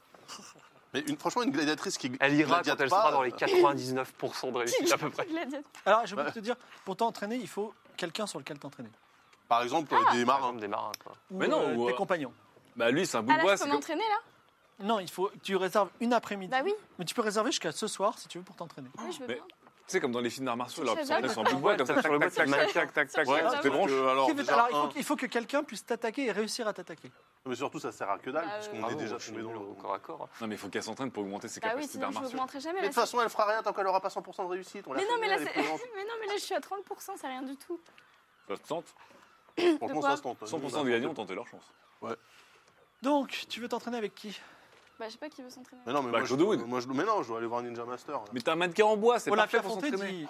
Mais une- franchement, une gladiatrice qui Elle ira quand gladiate elle pas, sera dans les euh, 99% de réussite à peu près. Gladiateur. Alors, je vais Ouais. te dire, pour t'entraîner, il faut quelqu'un sur lequel t'entraîner. euh, Par exemple, Ah, des Par marins. exemple, des marins quoi. Ou, Mais non, euh, ou, tes euh, compagnons. Bah, lui, c'est un bout Ah de là, bois. je peux c'est comme- m'entraîner là Non, il faut, tu réserves une après-midi. Bah oui, Mais tu peux réserver jusqu'à ce soir si tu veux pour t'entraîner. oui, je veux Mais- bien. Tu sais, comme dans les films d'arts martiaux, Je là, sais ils sont jamais. en bout de bois, comme ça, Ouais, sur le bout, ça, tac, tac, tac, tac, tac, Ouais, tac, tu te parce branches. que, alors, Qui veut- déjà, Alors, il un, faut, il faut que quelqu'un puisse t'attaquer et réussir à t'attaquer. Non, mais surtout, ça sert à que dalle, Bah, parce qu'on euh, est Bravo, déjà Ah, je suis tombé dans nul le. au corps à corps. hein. Non, mais il faut qu'elle s'entraîne pour augmenter ses Bah oui, capacités sinon d'art je martiaux. n'augmenterai jamais. Mais là, de toute façon, elle fera rien tant qu'elle aura pas 100% de réussite. On l'a Mais fait, non, mais là, elle est c'est- *laughs* présente. c'est- Mais non, mais là, je suis à 30%, c'est rien du tout. Ça se tente. Franchement, quoi ça se tente. Nous, on 100% a des gagnants ont tenté. tenté leur chance. Donc, tu veux t'entraîner avec qui Bah, je sais pas qui veut s'entraîner. Mais non, mais Bah, moi, je, Claude Wood. moi, je- mais non, je dois aller voir Ninja Master. là. Mais t'as un mannequin en bois, c'est Olympia parfait pour Fonté s'entraîner. Oh, dit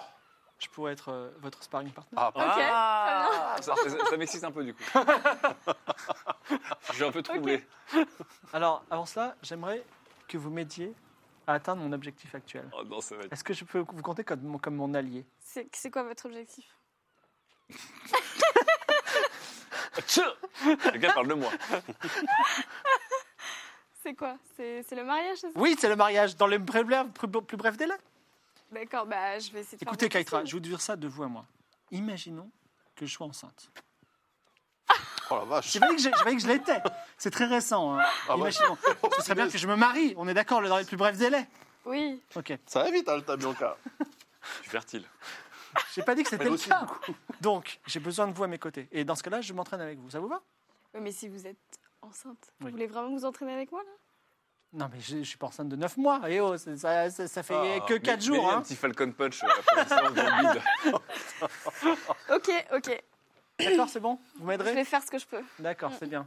Je pourrais être euh, votre sparring partner. Ah, Ok, Ah, ça, ça- ça m'excite un peu du coup. je suis un peu troublé. Alors, avant cela, j'aimerais que vous m'aidiez à atteindre mon objectif actuel. Oh non, ça va être. Est-ce que je peux vous compter comme mon, comme mon allié C'est c'est quoi votre objectif Tchou Le gars parle de moi. C'est quoi C'est c'est le mariage, c'est ça Oui, c'est le mariage dans les plus bref, plus, plus bref délai. D'accord, bah, je vais essayer de Écoutez, faire mon possible. Kaitra, je vais vous dire ça de vous à moi. Imaginons que je sois enceinte. Oh la vache. J'ai pas dit que j'ai- j'ai pas dit que je l'étais. C'est très récent. hein. Ah bah. Imaginons. Ce serait bien que je me marie. On est d'accord, le- dans les plus brefs délais. Oui, Ok. Ça va vite, hein, le Tabionka. Je suis fertile. J'ai pas dit que c'était Elle le aussi, cas. Donc, j'ai besoin de vous à mes côtés. Et dans ce cas-là, je m'entraîne avec vous. Ça vous va Ouais, mais si vous êtes enceinte, Oui. vous voulez vraiment vous entraîner avec moi là Non, mais je, je suis pas enceinte de 9 mois. Et oh, c'est- ça, ça- ça fait que 4 Ah, Mais- mais jours. il y a hein. Un petit Falcon Punch euh, après une séance dans le bide. Ok, ok, D'accord, c'est bon Vous je m'aiderez vais faire ce que je peux. D'accord, c'est bien.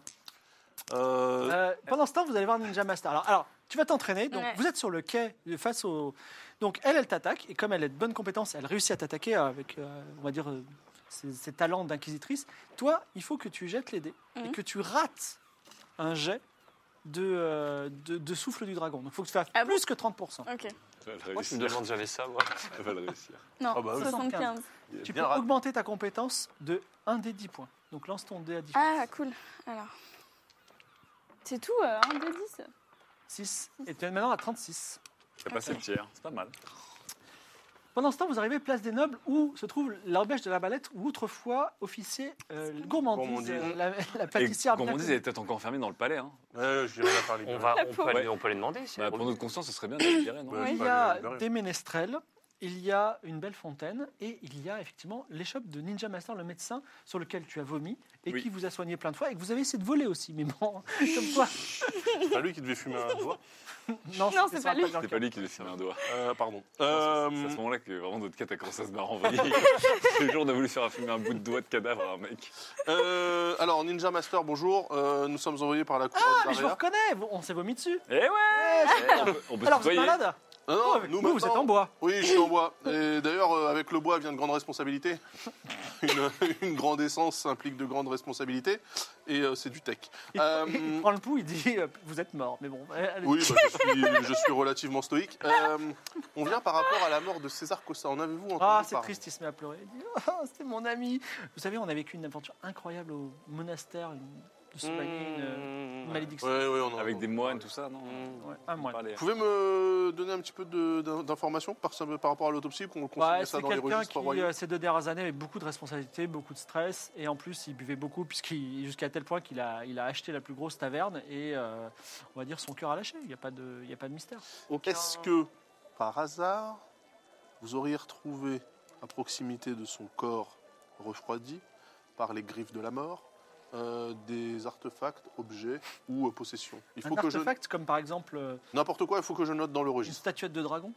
Euh, Euh, pendant ce temps, vous allez voir Ninja Master. Alors, alors, tu vas t'entraîner. Donc, Ouais. vous êtes sur le quai euh, face au. Donc, elle, elle t'attaque. Et comme elle est de bonne compétence, elle réussit à t'attaquer avec, euh, on va dire, euh, ses, ses talents d'inquisitrice. Toi, il faut que tu jettes les dés et Mhm. que tu rates un jet de, euh, de, de souffle du dragon. Donc, il faut que tu fasses Ah bon plus que 30%. Ok, Elle va Moi, tu réussir. me demandes jamais ça, moi. Elle va le réussir. non, Ah bah oui. 75. *laughs* il est Tu peux bien rapide. augmenter ta compétence de 1 des 10 points. Donc, lance ton dé à 10 Ah, cool, alors. C'est tout, euh, 1, 2, 10 6. Et tu es maintenant à 36. T'as passé le tiers, c'est pas mal. Pendant ce temps, vous arrivez place des Nobles où se trouve l'auberge de la Balette où autrefois officier euh, gourmandise, Gourmandise. euh, la, *laughs* la Et pâtissière. comme on dit, bien elle était peut-être encore enfermée dans le palais. Hein. Ouais, je dirais la parler. On, va, on, peut pauvre. aller, on peut aller demander. si Bah, elle pour revient. notre conscience, ce serait bien de la libérer, non Ouais. connue. Il y Bah, a le- des ménestrels, il y a une belle fontaine et il y a effectivement l'échoppe de Ninja Master, le médecin sur lequel tu as vomi et Oui. qui vous a soigné plein de fois et que vous avez essayé de voler aussi. Mais bon, *laughs* comme quoi. C'est pas lui qui devait fumer un doigt. Non, Non, c'était c'est sur pas lui. la table C'est d'enquête. pas lui qui lui fermé un doigt. Euh, pardon. Non, C'est c'est à Euh, ce moment-là que vraiment notre cat a commencé à se barrer en vrille. *laughs* Le jour, on a voulu faire fumer un bout de doigt de cadavre à un mec. euh, alors, Ninja Master, bonjour. Euh, nous sommes envoyés par la cour Ah, mais je vous reconnais, vous- on s'est vomi dessus. Eh ouais On peut, on peut Alors, se vous êtes tutoyer. malade Ah non, Oh, avec nous, vous, vous êtes maintenant- en bois. Oui, je suis en bois. Et d'ailleurs, euh, avec le bois vient de grandes responsabilités. *laughs* Une, une grande essence implique de grandes responsabilités. Et euh, c'est du tech. Il, *laughs* Euh, il prend le pouls, il dit euh, Vous êtes mort. Mais bon, allez. Oui, bah, je, suis, je suis relativement stoïque. Euh, on vient par rapport à la mort de César Costa. En avez-vous entendu Ah, c'est parler triste, il se met à pleurer. Il dit Ah, C'était mon ami. Vous savez, on a vécu une aventure incroyable au monastère une- de Sobani, une, euh, une Mmh. malédiction. Ouais, ouais, on en- Avec des moines, tout ça, non Mmh. Ouais, un mois. Parler. Vous pouvez me donner un petit peu de- d'in- d'informations par, par rapport à l'autopsie qu'on consigne Ouais, ça Bah, c'est dans les quelqu'un registres qui, royaux euh, ces deux dernières années, avait beaucoup de responsabilités, beaucoup de stress, et en plus, il buvait beaucoup, puisqu'il jusqu'à tel point qu'il a, il a acheté la plus grosse taverne, et euh, on va dire son cœur a lâché. Il n'y a, pas de- il y a pas de mystère. Est-ce que, par hasard, vous auriez retrouvé à proximité de son corps refroidi par les griffes de la mort euh, des artefacts, objets ou euh, possessions Il Un faut que je artefact, comme par exemple euh, n'importe quoi, il faut que je note dans le une registre. statuette de dragon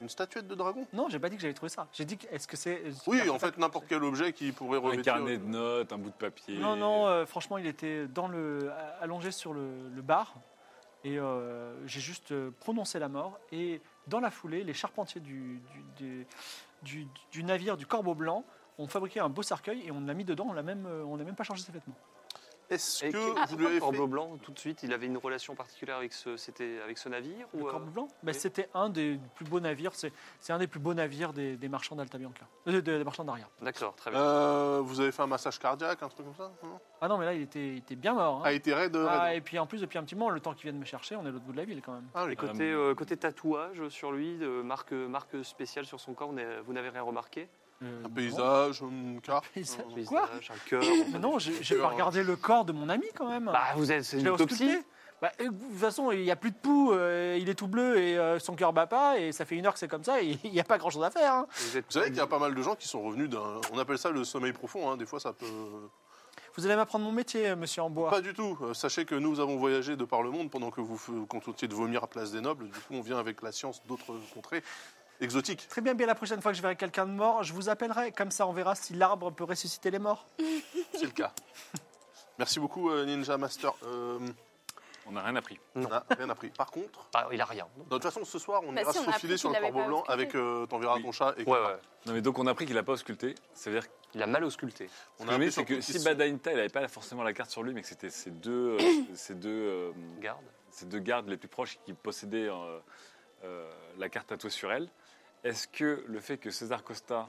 Une statuette de dragon Non, j'ai pas dit que j'avais trouvé ça. J'ai dit que- Est-ce que c'est. Oui, en fait n'importe quel objet qui pourrait Un revêtir. carnet de notes, un bout de papier. Non, non, euh, franchement, il était dans le, à- allongé sur le, le bar. Et euh, j'ai juste euh, prononcé la mort. Et dans la foulée, les charpentiers du, du, des- du, du navire du Corbeau Blanc ont fabriqué un beau cercueil et on l'a mis dedans. On l'a même, euh, on n'a même pas changé ses vêtements. Est-ce Et que Ah, vous lui le avez fait Corbeau Blanc, tout de suite, il avait une relation particulière avec ce, c'était avec ce navire Le ou, euh, Corbeau Blanc Ben, oui. C'était un des plus beaux navires. C'est c'est un des plus beaux navires des, des marchands d'Alta Bianca. Euh, de- des marchands d'Aria. D'accord, très bien. Euh, vous avez fait un massage cardiaque, un truc comme ça non Ah non, mais là, il était, il était bien mort. hein. A été raide, euh, Ah, raide. et puis en plus, depuis un petit moment, le temps qu'ils viennent me chercher, on est à l'autre bout de la ville quand même. Ah oui. Et côté, euh, côté tatouage sur lui, de marque, marque spéciale sur son corps, on est- vous n'avez rien remarqué Euh, Un non. paysage, une carte. Paysage. euh, Quoi Paysage, Un cœur. Mais enfin, non, des- j'ai j'ai pas regardé le corps de mon ami quand même. Bah, vous Je êtes, c'est une l'ai autopsie ausculté. Bah, euh, de toute façon, il n'y a plus de pouls, euh, il est tout bleu et euh, son cœur bat pas, et ça fait une heure que c'est comme ça, et il n'y a pas grand chose à faire. hein. Vous êtes- Vous savez qu'il y a pas mal de gens qui sont revenus d'un. On appelle ça le sommeil profond, hein. des fois ça peut. Vous Vous allez m'apprendre mon métier, euh, monsieur Ambois. Pas du tout. Euh, Sachez que nous avons voyagé de par le monde pendant que vous f- contentiez de vomir à Place des Nobles. Du coup, on vient avec la science d'autres contrées exotiques. Très bien, bien la prochaine fois que je verrai quelqu'un de mort, je vous appellerai. Comme ça, on verra si l'arbre peut ressusciter les morts. C'est le cas. Merci beaucoup, euh, Ninja Master. Euh, On n'a rien appris. on n'a rien appris. Par contre, Ah, il a rien. de toute façon, ce soir, on Bah ira si, se on a faufiler appris sur le qu'il corbeau l'avait blanc pas avec euh, T'enverras Oui. ton chat. Et... Ouais, ouais. Non, mais donc on a appris qu'il n'a pas ausculté. C'est-à-dire que Il a mal ausculté. On le appris problème, sur c'est que le si petit- Badainta, il n'avait pas forcément la carte sur lui, mais que c'était ces deux, euh, ces deux, euh, Garde. ces deux gardes les plus proches qui possédaient euh, euh, la carte tatouée sur elle, est-ce que le fait que César Costa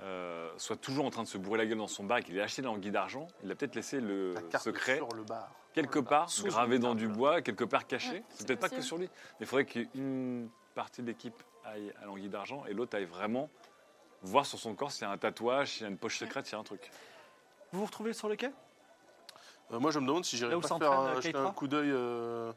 euh, soit toujours en train de se bourrer la gueule dans son bar et qu'il ait acheté la anguille d'argent, il a peut-être laissé le La carte secret sur le bar. quelque part, Sous gravé une dans table. du bois, quelque part caché. Ouais, c'est peut-être pas que possible. sur lui. Mais il faudrait qu'une partie de l'équipe aille à l'anguille d'argent et l'autre aille vraiment voir sur son corps s'il y a un tatouage, s'il y a une poche secrète, s'il y a un truc. Vous vous retrouvez sur le quai Euh, moi, je me demande si Là j'irai où pas s'entraîne, faire un, euh, jeter Keitra un coup d'œil euh,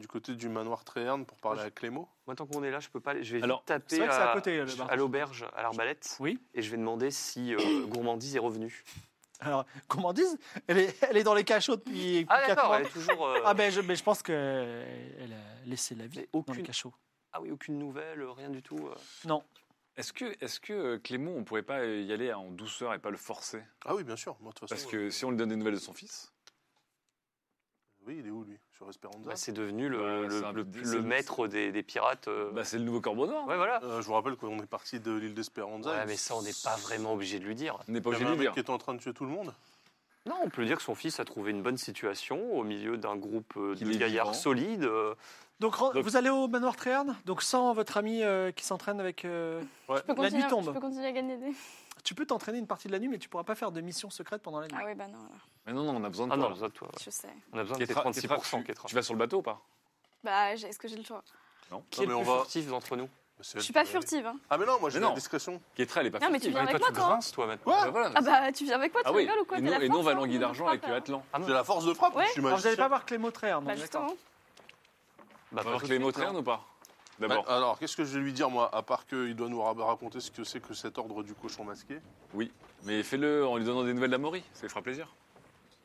du côté du manoir Tréherne pour parler Moi, à Clémo. Moi, tant qu'on est là, je peux pas. aller- Je vais Alors, vite taper c'est vrai que c'est à à, côté, le bar. à l'auberge, à l'arbalète. Oui. Et je vais demander si euh, gourmandise est revenue. Alors, comment disent elle est, elle est dans les cachots depuis Ah quatre d'accord, mois. elle est toujours. euh, Ah ben je, mais je pense qu'elle a laissé la vie Mais dans les aucune- cachots. ah oui, aucune nouvelle, euh, rien du tout. euh. Est-ce que, est que euh, Clément, on pourrait pas y aller en douceur et pas le forcer Ah oui, bien sûr. Moi, de toute Parce façon. que si on lui donne des nouvelles de son fils, euh, Oui, il est où, lui Sur Esperanza Bah, c'est devenu le, Ouais, le- c'est un- le- c'est le un- maître des, des pirates. euh. bah, c'est le nouveau corbeau noir. ouais, voilà. Euh, Je vous rappelle qu'on est parti de l'île d'Esperanza. Ouais, Il- mais ça, on n'est pas vraiment obligé de lui dire. On n'est pas Il y obligé avait de un lui mec dire. qui était en train de tuer tout le monde. Non, on peut lui dire que son fils a trouvé une bonne situation au milieu d'un groupe euh, Qu'il de est gaillards vivant. solides. euh. Donc, ren- Donc- vous allez au manoir Tréherne, donc sans votre ami euh, qui s'entraîne avec... euh, Je peux La nuit continuer, tombe. Je peux continuer à gagner des. Tu peux t'entraîner une partie de la nuit, mais tu pourras pas faire de mission secrète pendant la nuit. Ah ouais, bah non, alors, Mais non, non, on a besoin de Ah toi, non, on a là. besoin de toi. ouais. je sais. On a besoin de tes Kétra, 36%, Kétra, tu, Kétra. tu vas sur le bateau ou pas Bah, j'ai- est-ce que j'ai le choix Qui est Non, le mais plus on va- furtif d'entre nous C'est Je elle suis qui pas va y aller. furtive. hein. Ah mais non, moi j'ai Mais non. la discrétion. Kétra, elle est pas Non, mais furtive. tu viens avec moi, tu toi, hein. grinces, toi, maintenant. Quoi Ah, bah, voilà. Ah bah, tu viens avec moi, tu Ah oui, rigoles ou quoi et T'as nous, la et nous, on force, va à hein, l'anguille on d'argent fera avec pas. le Atlan. J'ai la force de frappe, Ouais. Ah, je suis Alors, vous n'allez pas magicien. voir Clément Tréherne. Bah, on est d'accord. justement. Bah, On va pas voir tout de Clément suite, Tréherne non. ou pas Bah, D'abord. alors qu'est-ce que je vais lui dire moi, à part qu'il doit nous ra- raconter ce que c'est que cet ordre du cochon masqué Mais fais-le en lui donnant des nouvelles d'Amaury, ça lui fera plaisir.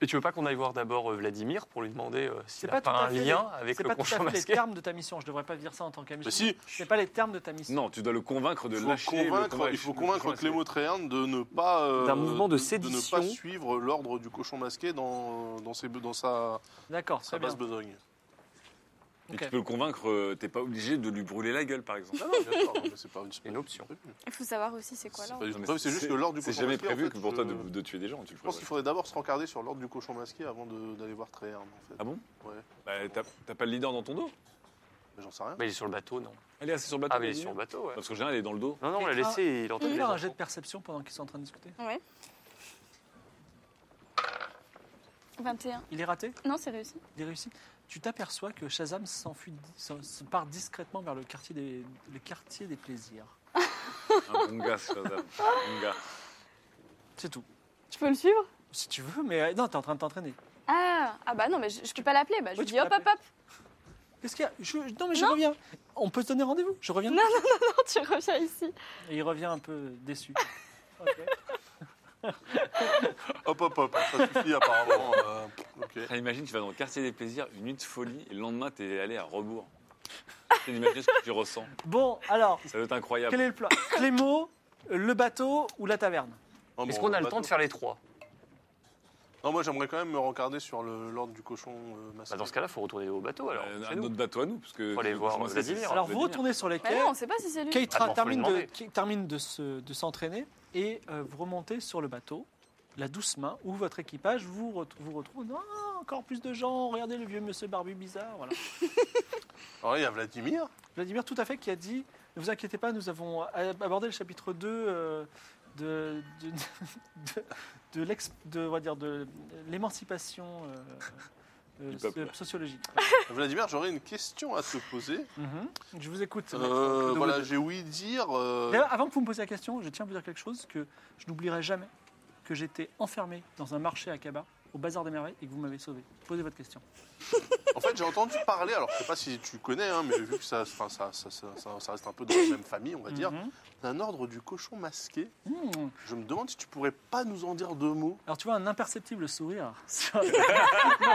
Et tu veux pas qu'on aille voir d'abord euh, Vladimir pour lui demander euh, C'est s'il pas a pas tout à un fait lien avec C'est le pas tout à conchon fait les masqué termes de ta mission, je devrais pas dire ça en tant qu'ami. Bah si, C'est pas les termes de ta mission. Non, tu dois le convaincre de il faut lâcher. le combat convaincre, il avec- faut le convaincre combat Clément Tréherne de ne pas euh, D'un mouvement de de ne sédition. pas suivre l'ordre du cochon masqué dans dans, ses, dans sa, D'accord, sa très bien. basse besogne. Et Ok. tu peux le convaincre, euh, t'es pas obligé de lui brûler la gueule, par exemple. Ah non, d'accord, non, mais c'est pas une, c'est pas Une option. Il faut savoir aussi c'est quoi C'est là. pas du Non, mais tout une preuve, c'est juste que l'ordre du C'est cochon jamais masqué, en prévu fait, euh, que pour toi de, je- de tuer des gens, tu le Je pense qu'il prévois. faudrait d'abord se rencarder sur l'ordre du cochon masqué avant de- d'aller voir Tréherne en fait. Ah bon Ouais, Bah, T'as t'as pas le leader dans ton dos mais j'en sais rien. Mais il est sur le bateau, non Elle est assise sur le bateau. Ah, mais il est Olivier sur le bateau, ouais. Parce qu'en général, elle est dans le dos. Non, non, on l'a Kétra, laissé, il Tu peux entend faire un jet de perception pendant qu'ils sont en train de discuter Ouais. 21. Il est raté Non, c'est réussi. Il est réussi Tu t'aperçois que Shazam s'enfuit, s'en- s'en part discrètement vers le quartier des, le quartier des plaisirs. Un bon gars, ce Shazam. Un bon gars. C'est tout. Je peux le suivre Si tu veux, mais euh, non, t'es en train de t'entraîner. Ah, ah bah non, mais je, je peux pas l'appeler. Bah, je Oui, lui tu dis peux hop, hop, hop. Qu'est-ce qu'il y a Je- Non, mais je Non. reviens. On peut se donner rendez-vous. Je reviens. Non. Quand tu reviens ici. Et il revient un peu *laughs* déçu. Hop, hop, hop, ça suffit apparemment. euh, *laughs* ok. Ah, imagine, tu vas dans le quartier des plaisirs, une nuit de folie, et le lendemain, t'es allé à rebours. Tu imagines ce que tu ressens. Bon, alors, Ça doit être incroyable. quel est le plan Clémo, le bateau ou la taverne Non, Est-ce Ah bon, qu'on a on le va temps de tout- faire les trois Non, moi j'aimerais quand même me rencarder sur le- l'ordre du cochon euh, masqué. Bah, Dans ce cas-là, il faut retourner au bateau, alors. Euh, chez un nous. autre bateau à nous, parce que. Faut aller voir franchement, c'est- Vladimir. c'est- Alors, vous Vladimir. retournez sur les Bah quais. non, on sait pas si c'est lui. Keitra Ah bon, faut termine, lui de, demander. Ke- termine de se- de s'entraîner et euh, vous remontez sur le bateau, la douce main, où votre équipage vous, re- vous retrouve. Ah, encore plus de gens, regardez le vieux monsieur barbu bizarre. Voilà. Alors là, il y a Vladimir. Vladimir, tout à fait, qui a dit Ne vous inquiétez pas, nous avons a- abordé le chapitre 2 euh, de, de, *laughs* de, de l'ex- de, on va dire, de l'émancipation euh, euh, Du peuple. so- sociologique. *laughs* Vladimir, j'aurais une question à te poser. Mhm. Je vous écoute. maître Euh, Claude voilà, Wood. j'ai ouï dire. euh, D'ailleurs, avant que vous me posiez la question, je tiens à vous dire quelque chose que je n'oublierai jamais que j'étais enfermé dans un marché à Kaba au Bazar des Merveilles et que vous m'avez sauvé Posez votre question. En fait, j'ai entendu parler, alors je sais pas si tu connais, hein, mais vu que ça, enfin, ça, ça, ça- ça- ça reste un peu dans la même famille, on va dire, Mhm. d'un ordre du cochon masqué. Mmh. Je me demande si tu pourrais pas nous en dire deux mots. Alors tu vois un imperceptible sourire *laughs* sur, sur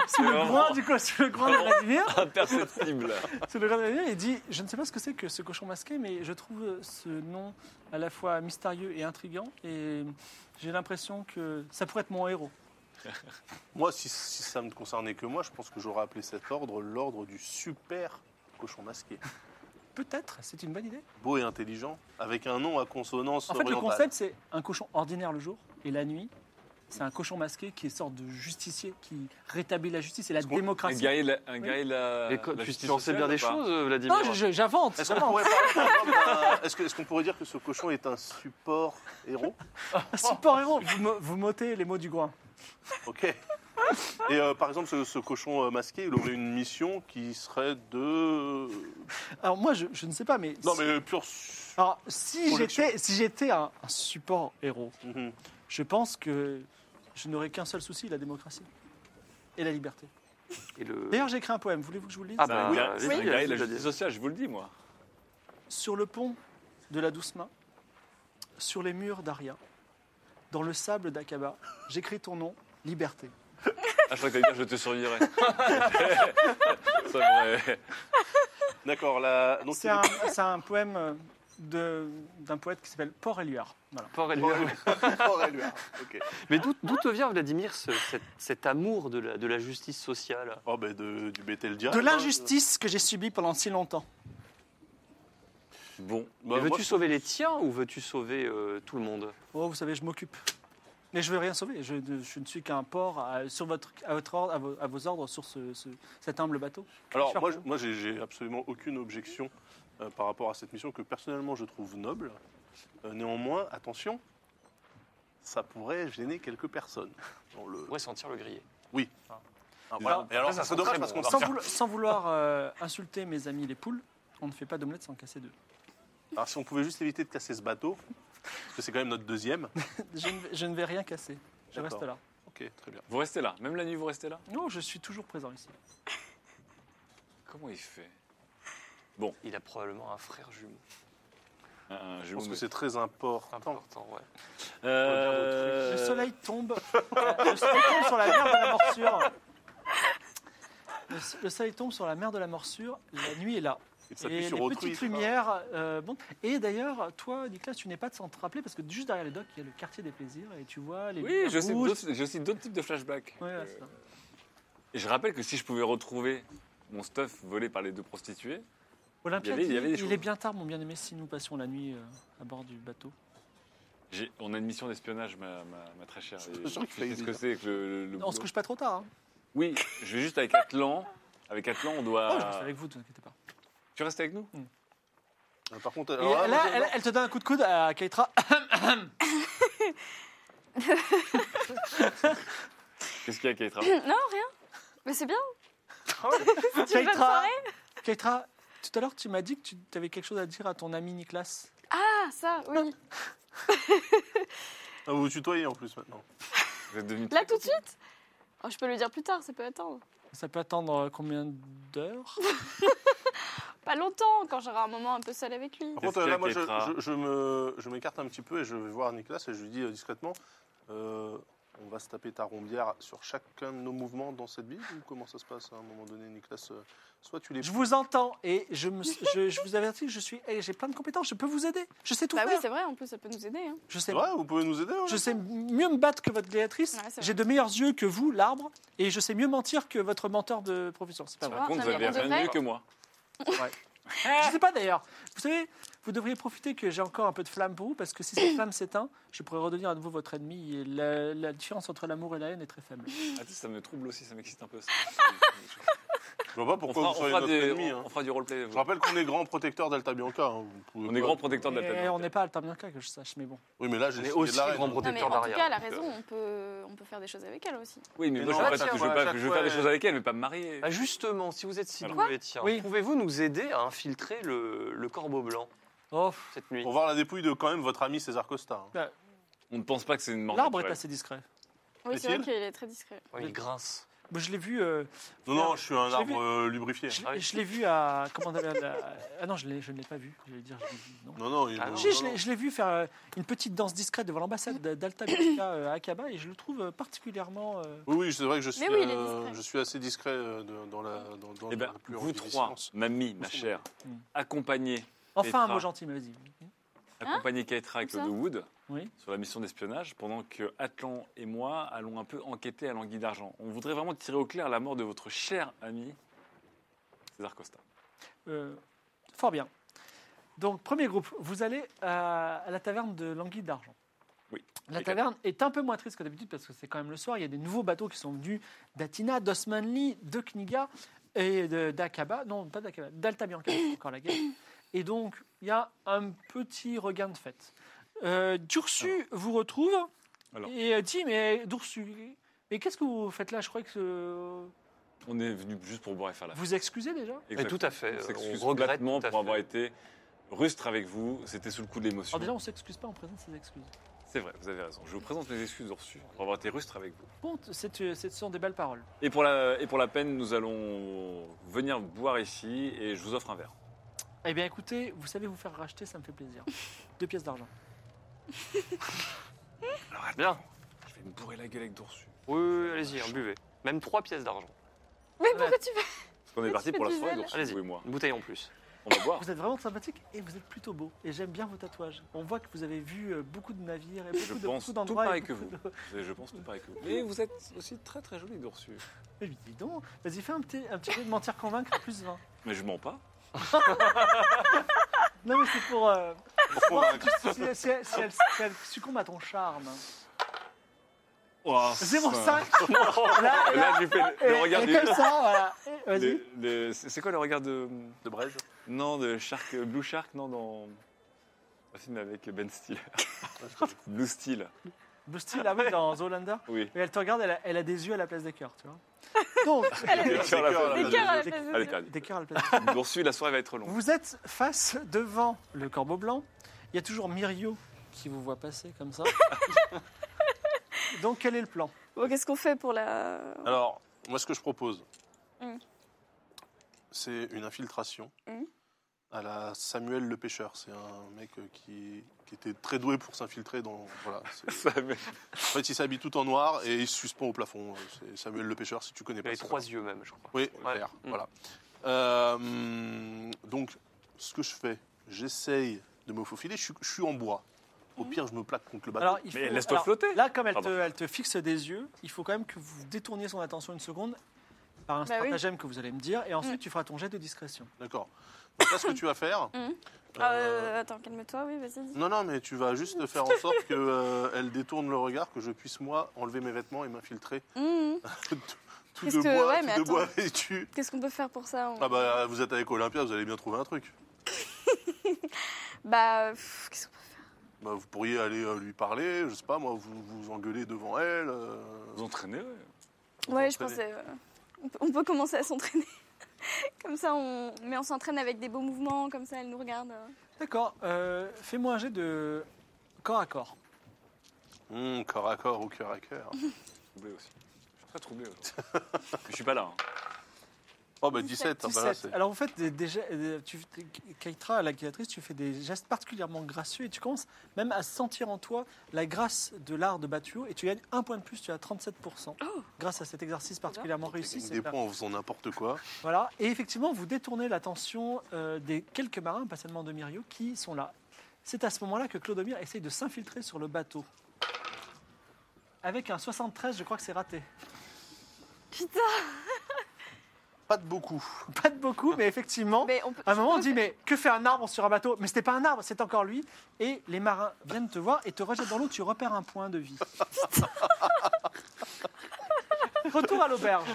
C'est le vraiment groin du co- sur le groin de Vladimir. imperceptible. Sur le groin de Vladimir, il dit Je ne sais pas ce que c'est que ce cochon masqué, mais je trouve ce nom à la fois mystérieux et intriguant. Et j'ai l'impression que ça pourrait être mon héros. Moi, si, si ça ne concernait que moi, je pense que j'aurais appelé cet ordre l'ordre du super cochon masqué. Peut-être, c'est une bonne idée. Beau et intelligent, avec un nom à consonance En fait, le orientale. concept, c'est un cochon ordinaire le jour et la nuit. C'est un cochon masqué qui est sorte de justicier, qui rétablit la justice et la Est-ce qu'on- Un démocratie. guerrier de la- un guerrier de euh, la. Et quand- la tu, justice tu en sais bien sociale, ou des pas choses, euh, Vladimir Non, je- je- j'invente. Est-ce qu'on pourrait, parler, par exemple, d'un- est-ce que- est-ce qu'on pourrait dire que ce cochon est un support héros Super héros, vous, mo- vous m'ôtez les mots du groin. Ok. Et euh, par exemple, ce, ce cochon euh, masqué, il aurait une mission qui serait de. Alors moi, je, je ne sais pas, mais... Non, si- mais euh, pur. su- Alors, si Conviction. j'étais si j'étais un, un support héros, Mhm. je pense que je n'aurais qu'un seul souci, la démocratie et la liberté. Et le- D'ailleurs, j'ai écrit un poème, voulez-vous que je vous le lise Ah C'est un bah, guerrier- oui, c'est un oui, guerrier de la je l'ai justice dit. sociale, je vous le dis, moi. Sur le pont de la douce main, sur les murs d'Aria, dans le sable d'Akaba, j'écris ton nom, liberté. Ah, je crois que t'allais dire je te survivrai. Ça m'aurait- D'accord, là. Donc, C'est un, c'est un poème euh, de- d'un poète qui s'appelle Port Éluard. Voilà. Fort élevé. Fort et luard. Ok. *laughs* Mais d'où d'où te vient, Vladimir, ce- cet, cet amour de la, de la justice sociale Oh, ben, de- du Bethel direct. De hein. l'injustice que j'ai subie pendant si longtemps. Bon. Bah, Et moi, Veux-tu je- sauver les tiens ou veux-tu sauver euh, tout le monde Oh, vous savez, je m'occupe. Mais je ne veux rien sauver. Je, ne- je ne suis qu'un port à, sur votre, à, votre ordre, à, vos, à vos ordres sur ce- ce- cet humble bateau. Alors, Sure. moi, je- moi, j'ai- j'ai absolument aucune objection euh, par rapport à cette mission que personnellement je trouve noble. Euh, néanmoins, attention, ça pourrait gêner quelques personnes. Dans le... On pourrait sentir le grillé. Ah, voilà. Alors, Et alors, ça, ça c'est sent dommage très parce bon. qu'on Sans, voulo- sans vouloir euh, insulter mes amis les poules, on ne fait pas d'omelette sans casser *laughs* deux. Alors, si on pouvait juste éviter de casser ce bateau, parce que c'est quand même notre deuxième. Je ne, vais- je ne vais rien casser. Je D'accord. reste là. Ok, très bien. Vous restez là, même la nuit, vous restez là Non, je suis toujours présent ici. Comment il fait Il a probablement un frère jumeau. Un- un Je jumeau. pense que c'est très important. Important, ouais. Euh, Le soleil tombe. euh, le soleil tombe sur la mer de la morsure. Le, so- le soleil tombe sur la mer de la morsure. La nuit est là. Il s'appuie Et les sur hein. autrui. hein. petites lumières. euh, bon. Et d'ailleurs, toi, Nicolas, tu n'es pas de sans te rappeler parce que juste derrière les docks, il y a le quartier des plaisirs et tu vois les. Oui, lumières je sais rouges. d'autres- je sais d'autres types de flashbacks. Ouais, Euh, ouais, c'est ça. Et je rappelle que si je pouvais retrouver mon stuff volé par les deux prostituées, Olympia il y avait- il y dit, avait des il choses. est bien tard, mon bien-aimé, si nous passions la nuit euh, à bord du bateau. j'ai- on a une mission d'espionnage, ma, ma- ma très chère. Et Je sens que tu sais ce ça que c'est que le, le- le on se boulot. couche pas trop tard. hein. Oui, je vais juste avec Atlan. Avec Atlan, on doit. Oh, je reste avec vous, ne vous inquiétez pas. Tu restes avec nous Ah, Par contre, Et alors là, là, moi, elle, elle te donne un coup de coude à *laughs* Keitra. Qu'est-ce qu'il y a, Keitra *laughs* Non, rien. Mais c'est bien. Ah *laughs* Tu veux pas *laughs* te Keitra, soirée Keitra, tout à l'heure, tu m'as dit que tu avais quelque chose à dire à ton ami Nicolas. Ah, ça, oui. Ah, vous vous tutoyez en plus maintenant. Vous êtes devenus Là, tout de suite Oh, Je peux le dire plus tard, ça peut attendre. Ça peut attendre euh, combien d'heures Pas longtemps, quand j'aurai un moment un peu seul avec lui. Par Qu'est-ce qu'il contre, y là, a, moi, je, Keitra je- je me- je m'écarte un petit peu et je vais voir Nicolas et je lui dis euh, discrètement euh, on va se taper ta rombière sur chacun de nos mouvements dans cette bille ou comment ça se passe à un moment donné, Nicolas euh, Soit tu les. Je vous entends et je, me, je, je vous avertis que je suis, eh, j'ai plein de compétences, je peux vous aider. Je sais tout Bah oui, faire. c'est vrai, en plus, ça peut nous aider. hein. je sais, C'est vrai, vous pouvez nous aider hein. ouais. je sais mieux me battre que votre gléatrice. Ouais, c'est j'ai de meilleurs yeux que vous, l'arbre, et je sais mieux mentir que votre mentor de profession. C'est pas Par vrai. vois, contre, non, vous avez mais on rien de devrait- mieux que moi. Je sais pas d'ailleurs. Vous savez, vous devriez profiter que j'ai encore un peu de flamme pour vous, parce que si cette flamme s'éteint, je pourrais redevenir à nouveau votre ennemi. Et la, la différence entre l'amour et la haine est très faible. Ah, tu sais, ça me trouble aussi, ça m'excite un peu. ça. Je vois pas on, pourquoi fera, on vous soyez fera notre des, ennemi. on, hein. on fera du roleplay. vous. Je rappelle qu'on est grand protecteur d'Alta Bianca. hein, vous pouvez On est pas- grand protecteur de la Et tête. hein. on n'est pas à Altambianca, que je sache, mais bon. Oui, mais là, j'ai On est essayé de aussi l'arrêter. grand Non, mais protecteur en tout d'arrière. cas, elle a raison, euh. on peut, on peut faire des choses avec elle aussi. Oui, mais, moi, Mais non, je veux à pas- chaque parce que je veux, fois, pas, je veux à faire des chaque choses avec elle, mais pas me marier. Ah, justement, si vous êtes si Alors. doué, tiens, Oui. pouvez-vous nous aider à infiltrer le, le corbeau blanc Oh, cette nuit Pour voir la dépouille de quand même votre ami César Costa. hein. On ne pense pas que c'est une mort l'arbre est naturelle. assez discret. Oui, c'est Est-il vrai qu'il est très discret. Ouais, il grince. Bon, je l'ai vu. euh, Non, non, je suis un Je l'ai arbre euh, lubrifié. je, Ah oui. je l'ai vu à. Comment on appelle la- Ah non, je, l'ai- je ne l'ai pas vu. Je vais dire. je l'ai vu, non. Non, non, il- Ah, non, Si, non, je non. l'ai- je l'ai vu faire euh, une petite danse discrète devant *clears throat* l'ambassade d- d'Alta Bianca euh, à Akaba et je le trouve euh, particulièrement. euh, Oui, oui, c'est vrai que je suis, Mais oui, il est euh, discret. je suis assez discret euh, de- dans la. Dans, dans Eh la ben, plus vous grande trois, distance. mamie, ma chère, Hmm. Mm. accompagnez, Enfin, un Petra. mot gentil, mais vas-y. accompagnez Keitra avec Hein le Comme ça Wood Oui. sur la mission d'espionnage pendant que Atlan et moi allons un peu enquêter à l'anguille d'argent. On voudrait vraiment tirer au clair la mort de votre cher ami César Costa. Euh, fort bien. Donc, premier groupe, vous allez à, à la taverne de l'Anguille d'Argent. Oui. La Et- taverne est un peu moins triste que d'habitude parce que c'est quand même le soir. Il y a des nouveaux bateaux qui sont venus d'Atina, d'Osmanli, de Kniga et de- d'Aqaba. Non, pas d'Aqaba, d'Alta Bianca, *coughs* c'est encore la guerre. Et donc, il y a un petit regain de fête. Euh, Dursu vous retrouve Alors. et euh, dit Mais Dursu, mais qu'est-ce que vous faites là Je crois que. euh, On est venu juste pour boire et faire la Vous excusez déjà Et tout à fait. On euh, s'excuse on regrette complètement tout à pour fait. Oh, avoir été rustre avec vous. C'était sous le coup de l'émotion. Alors, déjà, on s'excuse pas en présence des excuses. C'est vrai, vous avez raison. Je vous présente mes excuses reçues pour avoir été rustre avec vous. Bon, t- c'est, euh, c'est- ce sont des belles paroles. Et pour, la, et pour la peine, nous allons venir boire ici et je vous offre un verre. Eh bien, écoutez, vous savez vous faire racheter, ça me fait *laughs* plaisir. Deux pièces d'argent. Bien. Je vais me bourrer la gueule avec Dorsu. Oui, oui, allez-y, hein, buvez. Même trois pièces d'argent. Mais Ouais. pourquoi tu veux Parce qu'on est Mais parti tu fais pour la du soirée zèle. Dorsu, Allez-y. vous et moi. Une bouteille en plus. On va boire. Vous êtes vraiment sympathique et vous êtes plutôt beau. Et j'aime bien vos tatouages. On voit que vous avez vu euh, beaucoup de navires et beaucoup, de, Je pense beaucoup tout d'endroits. pareil et que beaucoup de- Et Je pense tout pareil que vous. Mais vous êtes aussi très très jolie Dorsu. Mais Eh, dis donc, vas-y, fais un petit, un petit jeu de mentir convaincre plus 20. Mais je mens pas. Non, mais c'est pour. euh, Pour voir convaincre. si, si- si elle, si elle- si elle succombe à ton charme. Oh, Ah, 0,5 *laughs* Là, Là, j'ai fait le, le et- regard et du. comme ça, voilà. Et- Vas-y. le- le- c'est c'est quoi le regard de. De Brège. Non, de Shark, euh, Blue Shark, non, dans un film avec Ben *laughs* Stiller. Blue Steel, Blue Steel, ah oui, dans Zoolander. oui. Et elle te regarde, elle a, elle a des yeux à la place des cœurs, tu vois. *laughs* Donc, Des Des cœurs à la cœurs à la place Des de- cœurs à la des- place des Allez, yeux. Karl. des cœurs à la place. Dorsu, la soirée va être longue. Vous êtes face devant le corbeau blanc. Il y a toujours Myrio qui vous voit passer comme *laughs* ça. Donc quel est le plan Bon, qu'est-ce qu'on fait pour la. Alors, moi, ce que je propose, Mm. c'est une infiltration Mm. à la Samuel le pêcheur. C'est un mec euh, qui, qui était très doué pour s'infiltrer dans. Voilà. *laughs* c'est- Ça, mais- En fait, il s'habille tout en noir et il se suspend au plafond. Euh, C'est Samuel le pêcheur, si tu connais Il pas. avait c'est trois yeux même, je crois. Oui, Ouais. clair, Mm. Voilà. Euh, donc, ce que je fais, j'essaye de me faufiler. Je, suis- je suis en bois. Au Mm. pire, je me plaque contre le bateau. il Bah, Mais faut- laisse-toi alors, flotter. Là, comme elle te, Pardon. elle te fixe des yeux, il faut quand même que vous détourniez son attention une seconde par un Bah oui. stratagème que vous allez me dire, et ensuite Mm. tu feras ton jet de discrétion. D'accord. Donc là, ce que tu vas *coughs* faire. Mm. Ah, euh, euh, attends, calme-toi, oui, vas-y. dis. Non, non, mais tu vas juste faire en sorte qu'elle détourne le regard, que je puisse, moi, enlever mes vêtements et m'infiltrer. Hum, tout tout Qu'est-ce de que- bois, ouais, tout mais de attends. bois vêtu. Qu'est-ce qu'on peut faire pour ça on- Ah bah, vous êtes avec Olympia, vous allez bien trouver un truc. Bah, pff, qu'est-ce qu'on peut Bah, vous pourriez aller euh, lui parler, je sais pas, moi, vous vous engueulez devant elle. euh, Vous entraînez, ouais. vous Ouais, je entraînez. pensais. euh, on, peut, on peut commencer à s'entraîner. *laughs* comme ça, on. Mais on s'entraîne avec des beaux mouvements, comme ça, elle nous regarde. euh. D'accord, euh, fais-moi un jet de corps à corps. Hum, corps à corps ou cœur à cœur. troublé aussi. Je suis très troublé aujourd'hui. Mais je suis pas là. hein. Oh, bah, 17. 17, ah bah, là, 17. c'est- Alors en fait, des, des, ge- des- tu, Keitra, la créatrice, tu fais des gestes particulièrement gracieux et tu commences même à sentir en toi la grâce de l'art de Batuo et tu gagnes un point de plus, tu as 37% grâce à cet exercice particulièrement réussi. Gagne c'est des pas- points en faisant n'importe quoi. Voilà, et effectivement, vous détournez l'attention euh, des quelques marins, pas seulement de Myrio, qui sont là. C'est à ce moment-là que Clodomir essaye de s'infiltrer sur le bateau. Avec un 73, je crois que c'est raté. *laughs* Putain Pas de beaucoup. Pas de beaucoup, mais effectivement, Mais on peut. À un moment, on dit mais que fait un arbre sur un bateau Mais c'était pas un arbre, c'est encore lui. Et les marins viennent te voir et te rejettent dans l'eau. Tu repères un point *laughs* de vie. Retour à l'auberge.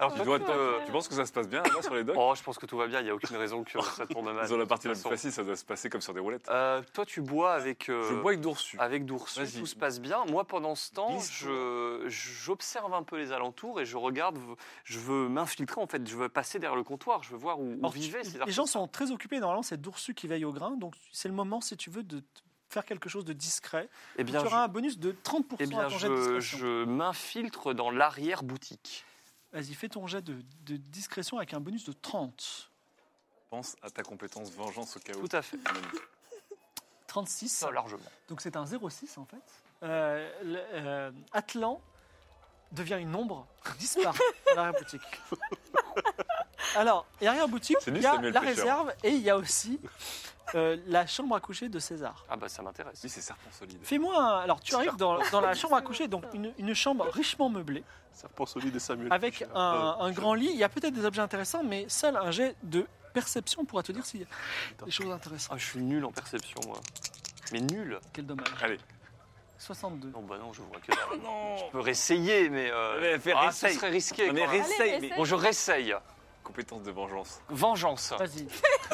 Alors, Tu, tu dois euh, peux- te- tu penses que ça se passe bien là sur les docks Oh, je pense que tout va bien, il n'y a aucune raison que ça *laughs* tourne mal. Dans la partie la de plus toute façon. facile, ça doit se passer comme sur des roulettes. Euh, toi, tu bois avec. euh, Je bois avec Dorsu. Avec Doursu, Vas-y. tout se passe bien. Moi, pendant ce temps, Glisse-toi. je- j'observe un peu les alentours et je regarde. Je veux m'infiltrer, en fait. Je veux passer derrière le comptoir. Je veux voir où, où Alors, tu- vivaient ces les artistes. gens sont très occupés. Normalement, c'est Doursu qui veille au grain. Donc, c'est le moment, si tu veux, de te faire quelque chose de discret. Eh bien, tu je, auras un bonus de 30% eh à bien, ton jet de je, discrétion. je m'infiltre dans l'arrière-boutique. Vas-y, fais ton jet de, de discrétion avec un bonus de 30. Pense à ta compétence vengeance au cas où. Tout à fait. 36. Ça, largement. Donc c'est un 06 en fait. Euh, le- euh, Atlan devient une ombre, disparaît dans l'arrière-boutique. *laughs* Alors, et arrière-boutique, C'est lui, il y a Samuel la Fischer. réserve et il y a aussi euh, la chambre à coucher de César. Ah bah ça m'intéresse. Oui, c'est serpent solide. Fais-moi un... Alors, tu arrives dans, dans la chambre à coucher, donc une, une chambre richement meublée, Serpent solide et Samuel. avec Fischer. un, Euh, Oh, un grand lit. Il y a peut-être des objets intéressants, mais seul un jet de perception pourra te dire s'il y a des choses intéressantes. Ah, je suis nul en perception, moi. Mais nul Quel dommage. Allez. 62. Non, bah non, je vois que. Je peux réessayer, mais. euh, Mais fais- ah, ce réessaye. serait risqué. mais quand même. réessaye, Allez, mais- réessaye. Bon, je réessaye. Compétence de vengeance. Vengeance. *laughs* Vas-y.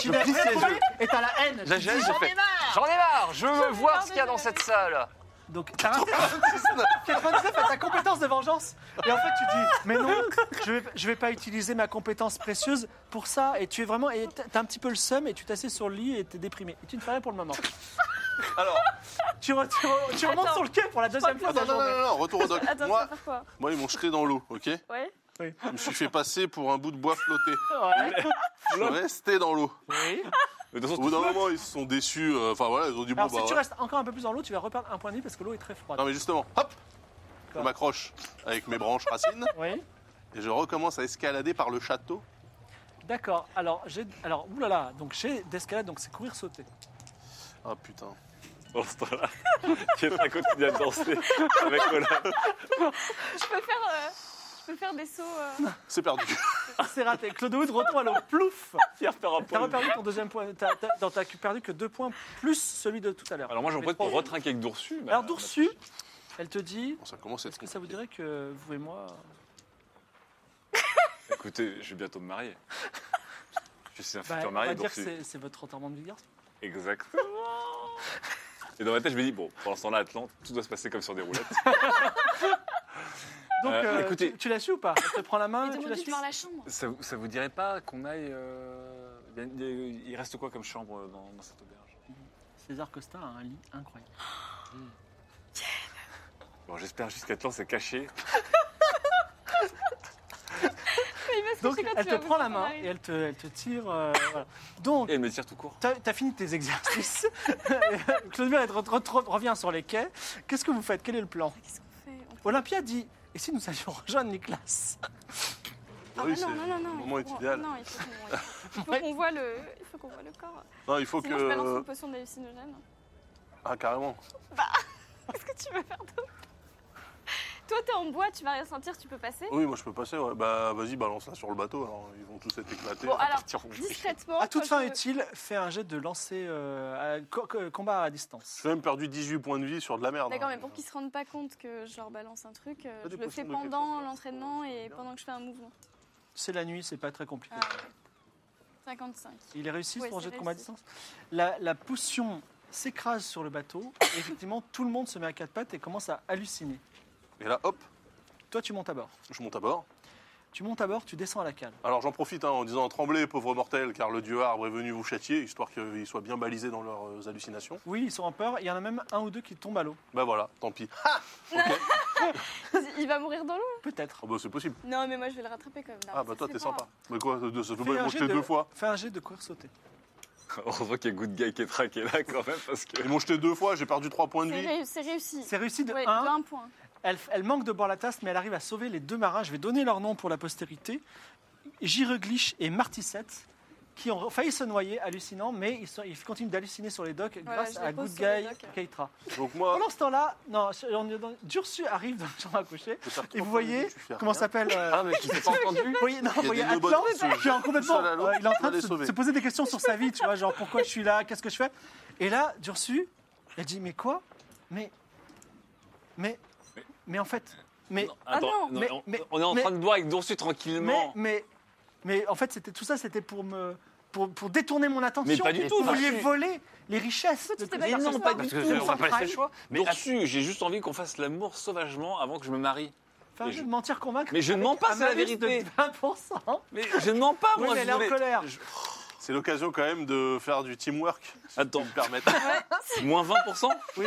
Je plisse les yeux. Et t'as la haine. La tu gêne, dis- je fais. J'en ai marre Je veux voir ce qu'il y a dans cette salle Donc, t'as raté *laughs* 99 à ta compétence de vengeance. Et en fait, tu dis, mais non, je vais, je vais pas utiliser ma compétence précieuse pour ça. Et tu es vraiment, et t'as un petit peu le seum et tu t'assieds sur le lit et t'es déprimé. Et tu ne fais rien pour le moment. Alors, Tu, re- tu re- tu remontes Attends. sur le quai pour la deuxième fois de la Non, non, non, journée. non, non, retour au doc. *laughs* Attends, ça Moi, va faire quoi moi, ils m'ont jeté dans l'eau, ok Ouais. Je me suis fait passer pour un bout de bois flotté. Ouais. Je suis resté dans l'eau. Oui. Mais de toute façon, Au bout tu d'un flottes. moment, ils se sont déçus. euh, Enfin voilà, ils ont dit bon Alors, bah. si tu ouais. restes encore un peu plus dans l'eau, tu vas reperdre un point de vie parce que l'eau est très froide. Non mais justement, hop Je Quoi m'accroche avec mes branches racines Oui. et je recommence à escalader par le château. D'accord. Alors, j'ai, alors, oulala. Donc, j'ai d'escalade, donc c'est courir, sauter. Ah putain. Dans ce temps-là, *laughs* Kétra continue à danser avec Olaf. Je peux faire, euh, je peux faire des sauts. *laughs* euh, C'est perdu. C'est raté. Claude Wood retombe à l'eau. Plouf. Pierre perd un T'as point. reperdu ton deuxième point. T'as, t'as- non, t'as perdu que deux points plus celui de tout à l'heure. Alors bah, moi, j'en Mais profite trois. pour retrinquer avec Doursu. mais- euh, Alors Doursu, elle te dit. Bon, ça commence à être Est-ce que ça vous compliqué. dirait que vous et moi. bah, Écoutez, je vais bientôt me marier. Je suis un Bah, futur on va marié, dire que Doursu. c'est, c'est votre enterrement de vie de garçon. Exactement. Et dans ma tête, je me dis, bon, pour l'instant là, Atlante, tout doit se passer comme sur des roulettes. Donc, Euh, euh, écoutez- tu, tu la suis ou pas Elle te prend la main, *laughs* Ah, mais tu demande la juste suis. *laughs* par la chambre. *laughs* Ça, vous- ça vous dirait pas qu'on aille. euh, y a- y a- il reste quoi comme chambre euh, dans, dans cette auberge César Costa a un lit incroyable. Bon, j'espère juste qu'Atlan s'est caché. Il va se Donc, cacher quand elle tu te vas prend la vous faire main marrer. et elle te, elle te tire. euh, voilà. Donc, Et elle me tire tout court. t'as, t'as fini tes *laughs* exercices. Claude elle te re- re- revient sur les quais. Qu'est-ce que vous faites Quel est le plan Qu'est-ce qu'on fait On- Olympia dit Et si nous allions rejoindre Nicolas Ah, Oui, non, c'est non, non, non. le moment il faut- idéal. Non, il faut *laughs* qu'on- il faut qu'on voit le, il faut qu'on voit le corps. Non, il faut Sinon, je balance que. une potion d'hallucinogène. *laughs* Ah carrément. Qu'est-ce que tu veux faire d'autre Toi, t'es en bois, tu vas rien sentir, tu peux passer. Oui, moi je peux passer. ouais. Bah vas-y, balance là sur le bateau. Alors ils vont tous être éclatés. Bon, alors, partir en couille. discrètement. À toute quand fin Oh, bah, je- utile, fais un jet de lancer euh, à- co- co- combat à distance. J'ai même perdu 18 points de vie sur de la merde. D'accord, hein. mais pour qu'ils se rendent pas compte que je leur balance un truc, euh, Pas je des le potions fais de quelque pendant chose. l'entraînement et pendant que je fais un mouvement. C'est la nuit, c'est pas très compliqué. Ah, ok. 55. Il est réussi Ouais, son c'est jet de combat à réussi. distance. La, la potion s'écrase sur le bateau. Et effectivement, tout le monde se met à quatre pattes et commence à halluciner. Et là, hop, Toi, tu montes à bord. je monte à bord. Tu montes à bord, tu descends à la cale. Alors j'en profite hein, en disant tremblez, pauvres mortels, car le dieu arbre est venu vous châtier, histoire qu'ils soient bien balisés dans leurs euh, hallucinations. Oui, ils sont en peur. Il y en a même un ou deux qui tombent à l'eau. Bah voilà, tant pis. Il- Il va mourir dans l'eau Peut-être. Ah bah c'est possible. Non, mais moi je vais le rattraper quand même. Non, Ah ça bah se toi fait t'es pas. sympa. Mais quoi, de- ça peut Fais pas un m'ont jet jeté de- deux fois. Fais un jet de courir sauter. Heureusement qu'il y a Good Guy Kétra qui est là quand même, parce que. Ils m'ont jeté deux fois, j'ai perdu trois points de C'est vie. ré- c'est réussi. C'est hein réussi de Ouais, 1. de un point. Elle, elle manque de boire la tasse, mais elle arrive à sauver les deux marins. Je vais donner leur nom pour la postérité. Giroglich et Martissette, qui ont failli se noyer, hallucinant, mais ils, sont- ils continuent d'halluciner sur les docks grâce je les à pose Good sur les Guy docks. Keitra. Donc moi, Pendant ce temps-là, non, je- on est dans- Dursu arrive dans le chambre à coucher. je vais faire Et trois vous points de vie, voyez tu fais comment rien. s'appelle euh, Ah, mais je t'ai pas entendu Vous voyez, non, vous des voyez deux Atlan bonnes choses. qui est en complètement. Tout seul à l'eau, euh, il est en tu train vas de les se, sauver. se poser des questions sur sa vie, tu vois, genre pourquoi je suis là, qu'est-ce que je fais. Et là, Dursu, elle dit mais quoi Mais, mais, mais en fait, mais Non, attends, non, non, mais- on, mais- on est en mais- train de boire avec Doursu Mais, tranquillement. mais, mais en fait, c'était tout ça, c'était pour me, pour, pour détourner mon attention. Mais pas du Vous tout, vouliez Dorsey. voler les richesses. Toi, tu de t'es tout pas ça. dit non, ce pas soir. du Parce tout. que on va pas laisser le Fais choix. Mais Doursu, j'ai juste envie qu'on fasse l'amour sauvagement avant que je me marie. un jeu de mentir convaincre. Mais je ne avec mens pas, un c'est la malus de vérité. 20%. Mais je ne mens pas, Oui, moi, mais je elle est en voulais- colère. je- C'est l'occasion quand même de faire du teamwork. Attends, Permettre. *laughs* moins 20% Oui.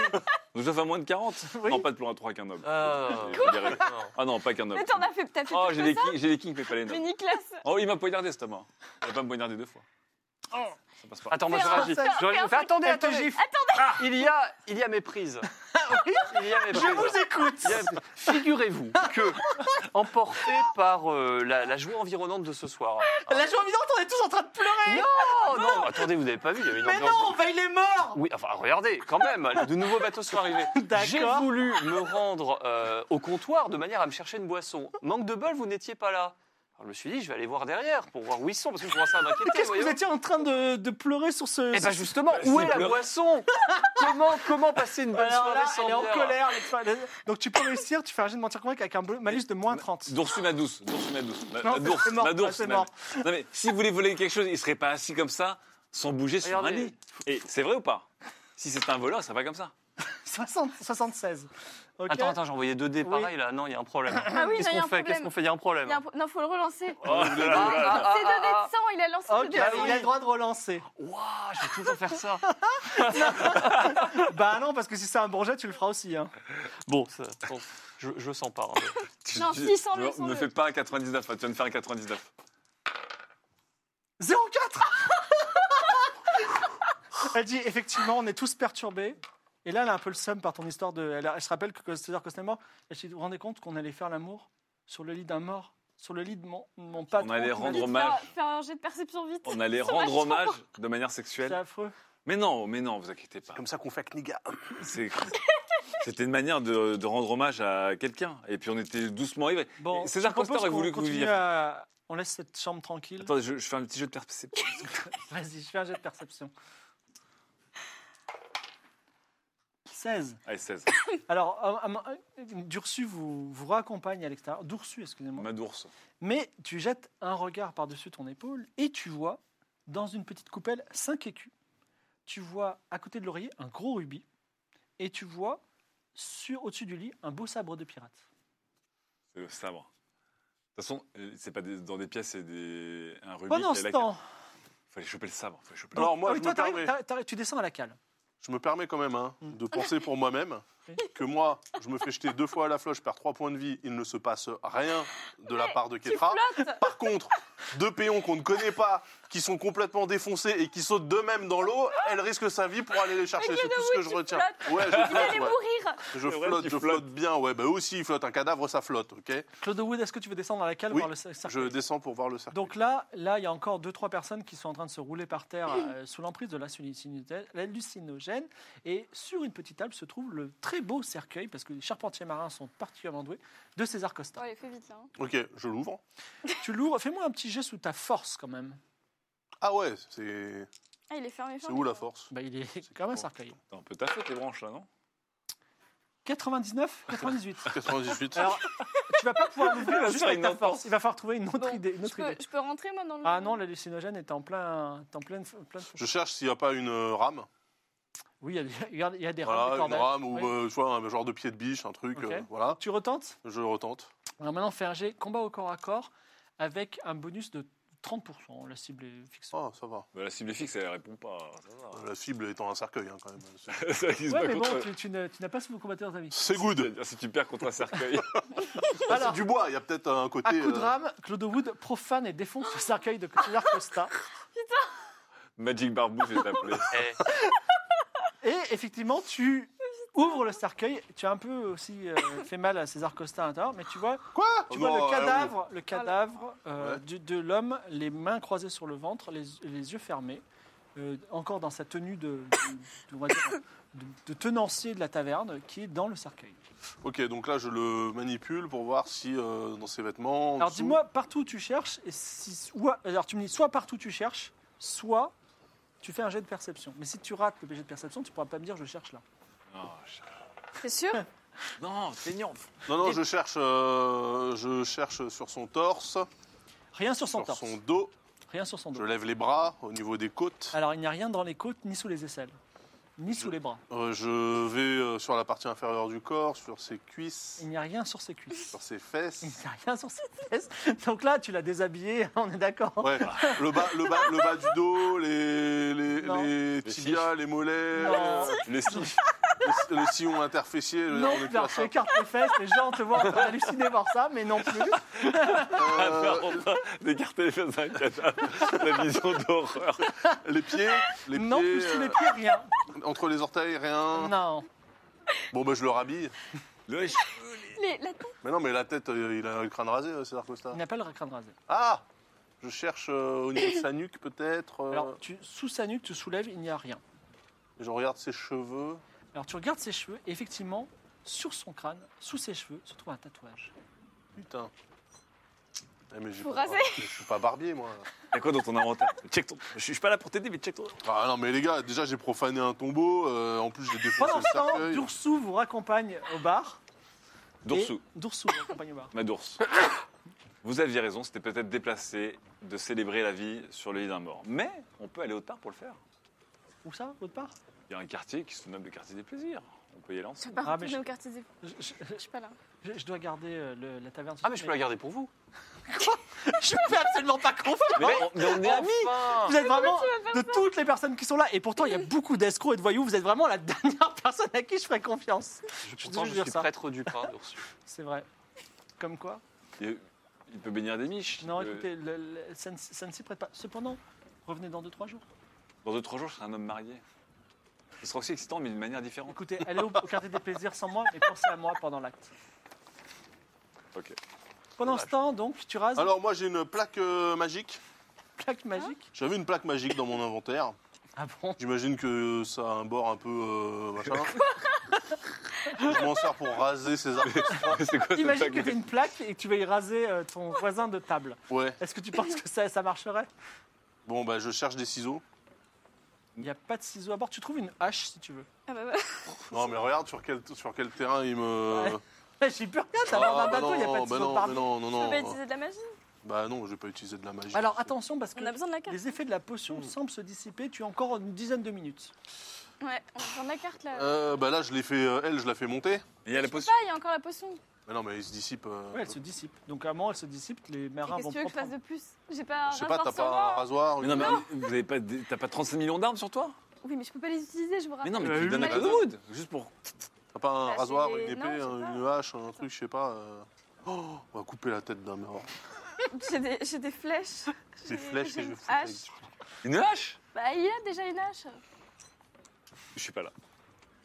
Donc ça fait moins de 40 Oui. Non, pas de plan à 3 qu'un homme. Ah. Je dirais- Ah non, pas qu'un homme. Mais t'en as fait, t'as fait Oh, plus j'ai que des, ça kings- j'ai des kings, mais pas les Mais noms. Nicolas, Oh, il m'a poignardé, cet homme. Il va pas me poignarder deux fois. Ça passe pas. Attends, moi je Fais un- réagis. fais un- Je réagis. fais un Fais- Attendez, Elle te attendez. Ah, gifle. Il y a, il y a méprise. Il y a méprise. Je *laughs* vous écoute Il y a méprise. Figurez-vous que, emporté par euh, la, la joie environnante de ce soir. hein. La journée vidante, on est tous en train de pleurer Oh non, attendez, vous n'avez pas vu, il y avait une Mais ambiance non, bah il est mort Oui, enfin, regardez, quand même, de nouveaux bateaux sont arrivés. D'accord. J'ai voulu me rendre euh, au comptoir de manière à me chercher une boisson. Manque de bol, vous n'étiez pas là. Alors, je me suis dit, je vais aller voir derrière pour voir où ils sont, parce que je commençais à m'inquiéter. Qu'est-ce que voyez-vous. vous étiez en train de, de pleurer sur ce... Eh ben justement, Bah, où c'est est la bleu. boisson comment, comment passer une bonne Alors soirée là, sans elle est en bière colère. l'expert- le- Donc tu peux réussir, tu fais un jeu de mentir convaincre avec un bleu- malus de moins 30. D'Ursula douce, d'Ursula douce. La, Non, la d'ours, c'est mort, la d'ours c'est même. mort. Non mais si vous voulez voler quelque chose, il serait pas assis comme ça, sans bouger sur un Regardez. lit. Et c'est vrai ou pas Si c'est un voleur, ça va comme ça. 60 76. Ok. Attends, attends, j'ai envoyé deux dés, Oui. pareil, là. Non, il y a un problème. Ah oui, Qu'est-ce non, il y a qu'on un fait Qu'est-ce problème. qu'on fait Il y a un il problème. y a un pro- non, faut le relancer. Oh là là là là. Ah, C'est ah, donné ah. de 100, il a lancé Ok, le dé. il a le droit de relancer. Waouh, je vais toujours faire ça. bah non, parce que si c'est un bourget, tu le feras aussi. hein. Bon, ça- bon, je, je le sens pas. hein. Tu- Non, tu- si, sans le, ne- sans Ne le. fais pas un 99, tu vas me faire un 99. 04 *laughs* Elle dit effectivement, on est tous perturbés. Et là, elle a un peu le seum par ton histoire de. Elle, a- elle se rappelle que Costello Costa est mort. Elle s'est dit Vous vous rendez compte qu'on allait faire l'amour sur le lit d'un mort Sur le lit de mon, mon patron allait qui m'a rendre dit- hommage. Oh, Faire, faire un jet de perception vite. On allait Ça va, rendre je hommage comprends. de manière C'est sexuelle. affreux. Mais non, mais non, vous inquiétez pas. Comme ça qu'on fait Kniga. C'est- C'était une manière de, de rendre hommage à quelqu'un. Et puis on était doucement ivrés. Bon, Et César je propose Costa aurait qu'on voulu que vous continue viviez. à- On laisse cette chambre tranquille. Attends, je, je fais un petit jeu *laughs* de perception. Vas-y, je fais un jet de perception. 16. Allez, 16. Alors, euh, euh, euh, Dursu vous, vous raccompagne à l'extérieur. Dursu, excusez-moi. Ma d'ours. Mais tu jettes un regard par-dessus ton épaule et tu vois, dans une petite coupelle, 5 écus. Tu vois, à côté de l'oreiller, un gros rubis. Et tu vois, sur, au-dessus du lit, un beau sabre de pirate. C'est le sabre. De toute façon, euh, c'est pas des- dans des pièces, c'est des, un rubis. Pendant qui est ce là- temps, Fallait choper le sabre. Fallait choper le Alors moi, Ah oui, je, toi, me t'arrives- permets, t'arrives- t'arrives- tu descends à la cale. je me permets quand même hein, de penser pour moi-même Oui. que moi, je me fais jeter deux fois à la floche, je perds trois points de vie, il ne se passe rien de la part de Tu Ketra. flottes. Par contre, deux péons qu'on ne connaît pas, qui sont complètement défoncés et qui sautent d'eux-mêmes dans l'eau, elle risque sa vie pour aller les chercher. Mais C'est tout ce que Guédou, je Eh tu retiens. flottes. Ouais, je Vous *laughs* allez flotte, ouais. mourir. Oh, Je C'est vrai, flotte, tu je flottes. flotte bien. Ouais, bah eux aussi, ils flottent. Un cadavre, ça flotte, ok Claude Wood, est-ce que tu veux descendre à la cale Oui, voir le sa- cercueil Je descends pour voir le cercle. Donc là, là, il y a encore deux trois personnes qui sont en train de se rouler par terre euh, sous l'emprise de l'hallucinothè- l'hallucinogène. Et sur une petite table se trouve le très beau cercueil, parce que les charpentiers marins sont particulièrement doués, de César Costa. allez, fais vite là. hein. Ok, je l'ouvre. Tu l'ouvres. Fais-moi un petit geste sous ta force quand même. Ah ouais, c'est Ah, il est fermé. c'est fermé, où la quoi. force Bah, il est C'est quand même un bon. cercueil. T'as un peu taffé tes branches là, non *laughs* 99, 98. 98. Alors, tu vas pas pouvoir l'ouvrir va juste faire avec une ta enfance. force. Il va falloir trouver une autre Bon, idée. une Je autre peux, idée. je peux rentrer moi dans le. Ah non, l'hallucinogène est en plein, en plein, plein de- Je cherche s'il n'y a pas une euh, rame. Oui, il y a des- regarde, il y a des rames, des Voilà, une cordages. rame ou Oui. euh, tu vois, un genre de pied de biche, un truc. Ok. euh, voilà, Tu retentes je retente. Alors maintenant, faire G, combat au corps à corps avec un bonus de 30%. La cible est fixe. Ah, ça va. Euh, Bah, La cible est fixe, elle répond pas. Ça va. La cible étant un cercueil, hein, quand même. *laughs* C'est- Ça qui se bah, Ouais, bat mais bon, euh, contre- tu, tu ne- tu n'as pas souvent combattu dans ta vie. C'est good. Ah, C'est-à-dire, Si tu perds contre un cercueil. *laughs* *laughs* C'est Alors, du bois, il y a peut-être un côté. à coup de euh, rame, Claude Wood profane et défonce le cercueil de César Costa. Magic Barbouche *laughs* est appelé. Eh, Et effectivement, tu ouvres le cercueil. Tu as un peu aussi euh, fait mal à César Costa à l'intérieur, mais tu vois, Quoi tu Oh vois non, le ah oui. cadavre, le cadavre euh, Ouais. du- de l'homme, les mains croisées sur le ventre, les, les yeux fermés, euh, encore dans sa tenue de, de- de- on va dire, de- de tenancier de la taverne qui est dans le cercueil. Ok, donc là, je le manipule pour voir si euh, dans ses vêtements. en Alors dessous- dis-moi partout où tu cherches, et si, ou- alors tu me dis soit partout où tu cherches, soit tu fais un jet de perception. Mais si tu rates le jet de perception, tu pourras pas me dire je cherche là. Non, je- C'est sûr. Non, Oh, feignant. Non, non, je cherche, euh, je cherche sur son torse, Rien sur son sur torse, son dos. rien sur son Je dos. lève les bras au niveau des côtes. Ah. Alors il n'y a rien dans les côtes ni sous les aisselles. ni sous les bras. Euh, je vais euh, sur la partie inférieure du corps, sur ses cuisses, Il n'y a rien sur ses cuisses. sur ses Il *laughs* fesses. n'y a rien sur ses fesses. Donc là, tu l'as déshabillé, *laughs* on est d'accord. hein. Ouais, le bas, le bas, le bas du dos, les, les, Non. les Les tibias, les mollets, euh, Non. Les stifs. le, le sillon interfessier. je veux dire, Non, euh, on est plus à alors tu ça. écartes les fesses, les gens te voient halluciner voir ça, mais non plus. Euh, D'écarter *laughs* les fesses d'un cadavre. La vision d'horreur. les pieds, les non pieds, plus sous les euh, Ah. pieds, rien. entre les orteils, rien. Non. Bon, ben je le rhabille. Le Les- la Ah, tête, Mais non, mais la tête, euh, il a le crâne rasé, euh, César Costa. Il n'a pas le crâne rasé. Ah Je cherche euh, au niveau de sa nuque, peut-être. euh, Alors, tu, sous sa nuque, tu soulèves, il n'y a rien. Je regarde ses cheveux. Alors, tu regardes ses cheveux, et effectivement, sur son crâne, sous ses cheveux, se trouve un tatouage. Putain. Eh, mais j'ai Faut pas- raser. Je suis pas barbier, moi. Y'a quoi dans ton inventaire Check ton. Je suis pas là pour t'aider, mais check ton. Ah non, mais les gars, déjà, j'ai profané un tombeau. euh, en plus, j'ai défoncé Pendant le ce temps, cercueil. Dursou vous raccompagne au bar. D'oursou. Et- Dursou vous raccompagne au bar. Ma d'ours. Vous aviez raison, c'était peut-être déplacé de célébrer la vie sur le lit d'un mort. Mais on peut aller autre part pour le faire. Où ça, votre part Il y a un quartier qui se nomme le quartier des plaisirs. On peut y aller ensemble. je vais pas Ah, mais retourner je- au quartier des... je, je- Je suis pas là. je- je dois garder euh, le- la taverne. Ah, mais je peux la garder pour vous. Je ne fais absolument pas confiance. Mais, on, mais on est amis Vous êtes vraiment, de toutes les personnes qui sont là, et pourtant il y a beaucoup escrocs et de voyous, vous êtes vraiment la *laughs* dernière personne à qui je ferais confiance. Je, Je pourtant, te je jure suis ça. prêtre du pain, Ursus. C'est vrai. Comme quoi Il, euh, il peut bénir des miches. Non, Euh, écoutez, le- le- ça ne ça ne s'y prête pas. Cependant, revenez dans 2-3 jours. Dans deux, trois jours, je serai un homme marié. Ce sera aussi excitant, mais d'une manière différente. Écoutez, allez au, au quartier des plaisirs sans moi, mais pensez à moi pendant l'acte. Ok. Pendant ce temps, donc, tu rases Alors, moi, j'ai une plaque euh, magique. une plaque magique. J'avais une plaque magique dans mon inventaire. Ah bon J'imagine que ça a un bord un peu euh, machin. Je m'en sers pour raser ses arcs. Oh, *laughs* C'est quoi cette Imagine blague que tu une plaque et que tu vas y raser euh, ton voisin de table. Ouais. Est-ce que tu penses que ça, ça marcherait Bon, bah, je cherche des ciseaux. Il n'y a pas de ciseaux à bord. Tu trouves une hache si tu veux. Ah bah voilà. Non, mais regarde sur quel, sur quel terrain il me. Ouais. J'ai plus rien, t'as Ah, l'air d'un bah bateau, il n'y a non, pas de bah ciseaux non, par mais non, non, On non. peut utiliser de la magie. Bah non, je vais pas utiliser de la magie. Alors attention, parce que On a besoin de la carte. les effets de la potion Hmm. semblent se dissiper. Tu as encore une dizaine de minutes. Ouais, on a besoin de la carte là. Euh, bah là, je l'ai fait, euh, elle, je la fais monter. Il y a la Je peux potion. pas, il y a encore la potion. Mais non, mais il se dissipe. euh, Ouais, elle se dissipe. Donc à un moment, elle se dissipe, les marins Qu'est-ce vont que tu veux que je fasse prendre. de plus J'ai pas un Je sais pas, rasoir t'as sur pas un moi. rasoir Mais non, mais vous avez pas, des- t'as pas 35 millions d'armes sur toi Oui, mais je peux pas les utiliser, je vous Mais rappelle. non, mais Euh, tu oui. donnes à Bah, Claude non. Wood, juste pour. T'as pas un Bah, rasoir, c'est- une épée, non, je sais un- pas. une hache, un truc, je sais pas. euh. Oh, on va couper la tête d'un mort. J'ai des, j'ai des flèches. J'ai- Des flèches j'ai que je une vais foutre avec- hache. Une hache Bah, il a déjà une hache. Je suis pas là.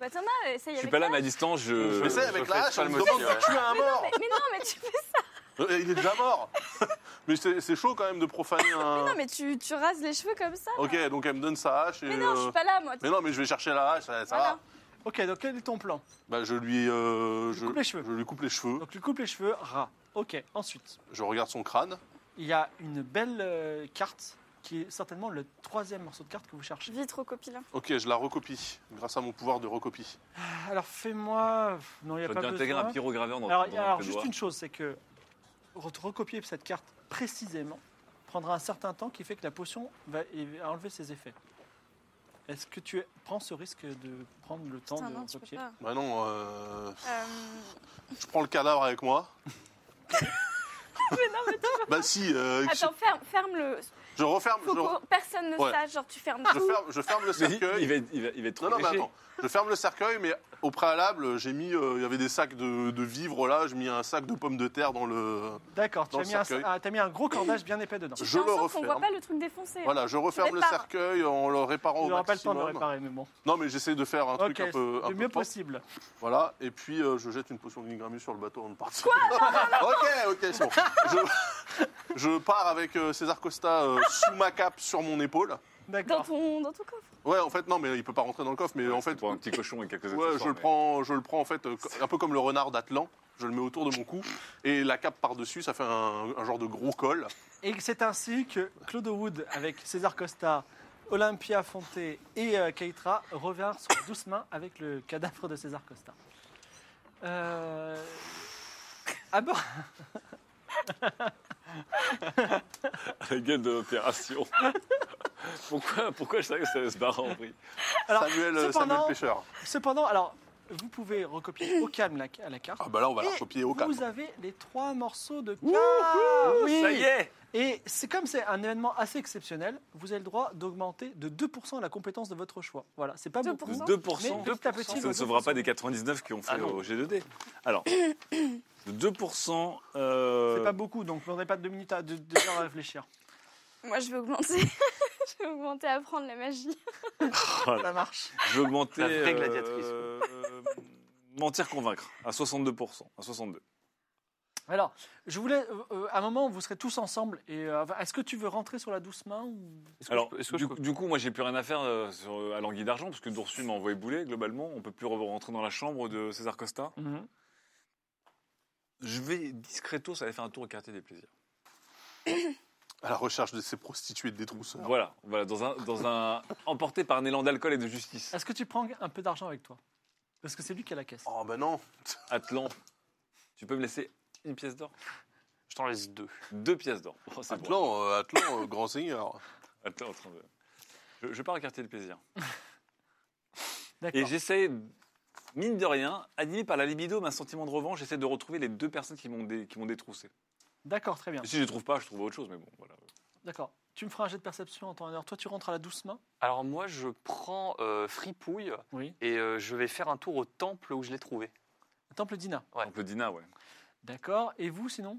Bah, t'en as, essaye Je suis avec pas là, la mais à distance, je. Je sais, je avec fais la hache, ça, elle me le demande motif, de tuer un mort. Mais, mais non, mais tu fais ça. Euh, Il est déjà mort *laughs* Mais c'est c'est chaud quand même de profaner un. Non, mais tu, tu rases les cheveux comme ça. Ok, donc elle me donne sa hache. Et Mais non, je euh, suis pas là, moi. mais non, mais je vais chercher la hache, ça, ça Voilà. va. Ok, donc quel est ton plan Bah, je lui, euh, Tu je, coupes les cheveux. je lui coupe les cheveux, Donc tu coupes les cheveux, rat. Ok, ensuite, je regarde son crâne. il y a une belle euh, carte qui est certainement le troisième morceau de carte que vous cherchez. Vitre au copilin. Ok, je la recopie, grâce à mon pouvoir de recopie. Alors fais-moi. Non, il n'y a J'aurais pas dû intégrer un besoin. pyrograveur dans Alors, dans alors tes juste doigts. une chose, c'est que re- recopier cette carte précisément prendra un certain temps qui fait que la potion va é- enlever ses effets. Est-ce que tu prends ce risque de prendre le temps Putain, de non, tu peux recopier pas. Bah non, euh, *laughs* Euh, je prends le cadavre avec moi. bah si, euh, *laughs* Attends, ferme, ferme le. je referme, je, Faut que personne ne Ouais. sache. Genre, tu fermes je tout. ferme, je ferme le Mais il, cercueil. il va, être- il, va, il va être trop Non, non, mais léger. attends. Je ferme le cercueil, mais au préalable, j'ai mis, euh, il y avait des sacs de, de vivres là, j'ai mis un sac de pommes de terre dans le. D'accord, tu Dans as le mis, un, cercueil. ah, t'as mis un gros cordage bien épais dedans. Tu je fais en le sorte qu'on voit referme. pas le truc défoncé. Voilà, je referme le répares. cercueil en le réparant Il au n'aura pas le temps maximum. de le réparer, mais bon. Non, mais j'essaie de faire un Ok, truc un peu. un le peu mieux propre. possible. Voilà, et puis euh, je jette une potion de Grammy sur le bateau avant de partir. *laughs* ok, ok, c'est bon. Je, je pars avec euh, César Costa euh, sous ma cape sur mon épaule. Dans D'accord. ton, dans ton coffre. Ouais, en fait, non, mais il peut pas rentrer dans le coffre, mais en fait, Pour un petit cochon et quelques ouais, je, le prends, je le prends en fait euh, co- un peu comme le renard d'Atlan. Je le mets autour de mon cou et la cape par-dessus, ça fait un, un genre de gros col. Et c'est ainsi que Claude Wood, avec César Costa, Olympia Fonté et euh, Keitra, revinrent sur douce main avec le cadavre de César Costa. Euh, À bord, La gueule de l'opération. *laughs* Pourquoi, pourquoi je savais que ça se barre en prix Alors, Samuel, euh, Samuel cependant- Pêcheur. Cependant, alors, vous pouvez recopier au calme la, à la carte. Ah bah là, on va la Et copier au calme. Vous avez les trois morceaux de carte. Ça y est Et c'est comme c'est un événement assez exceptionnel, vous avez le droit d'augmenter de 2% la compétence de votre choix. Voilà, c'est pas beaucoup. 2%. De 2%. Mais petit à petit, Ça ne le sauvera 2%. pas des 99 qui ont fait Ah non. au G2D. *coughs* Alors, de 2%. euh, C'est pas beaucoup, donc vous n'aurez pas de deux minutes à, de, deux heures à réfléchir. *laughs* Moi, je vais augmenter. *laughs* je vais augmenter à prendre la magie. Ça marche. Je vais augmenter. La vraie gladiatrice. euh, mentir, convaincre à 62%. À 62. Alors, je voulais, euh, euh, à un moment, vous serez tous ensemble. Et euh, est-ce que tu veux rentrer sur la douce main ou- Est-ce que Alors, je peux- est-ce que du, je peux- du coup, moi, j'ai plus rien à faire euh, sur- à l'anguille d'argent, parce que Dorsu m'a envoyé bouler, globalement. On peut plus re- rentrer dans la chambre de César Costa. Mhm. Je vais discretos aller faire un tour au quartier des plaisirs. À la recherche de ces prostituées des trousseurs. Voilà, voilà dans un, dans un, emporté par un élan d'alcool et de justice. Est-ce que tu prends un peu d'argent avec toi Parce que c'est lui qui a la caisse. Oh bah non. Atlan, tu peux me laisser une pièce d'or Je t'en laisse deux. Deux pièces d'or. Oh, c'est bon. Atlan, euh, Atlan, euh, grand seigneur. Atlan en train de- Je, je pars au quartier des plaisirs. Et D'accord. j'essaie, mine de rien, animé par la libido, mais un sentiment de revanche, j'essaie de retrouver les deux personnes qui m'ont dé- qui m'ont détroussé. D'accord, très bien. Et si je les trouve pas, je trouve autre chose, mais bon, voilà. D'accord. Tu me feras un jet de perception en temps et en heure. Toi, tu rentres à la douce main Alors moi, je prends euh, Fripouille Oui. et euh, je vais faire un tour au temple où je l'ai trouvé. Temple Dina. Ouais. Temple Dina, ouais. D'accord. Et vous, sinon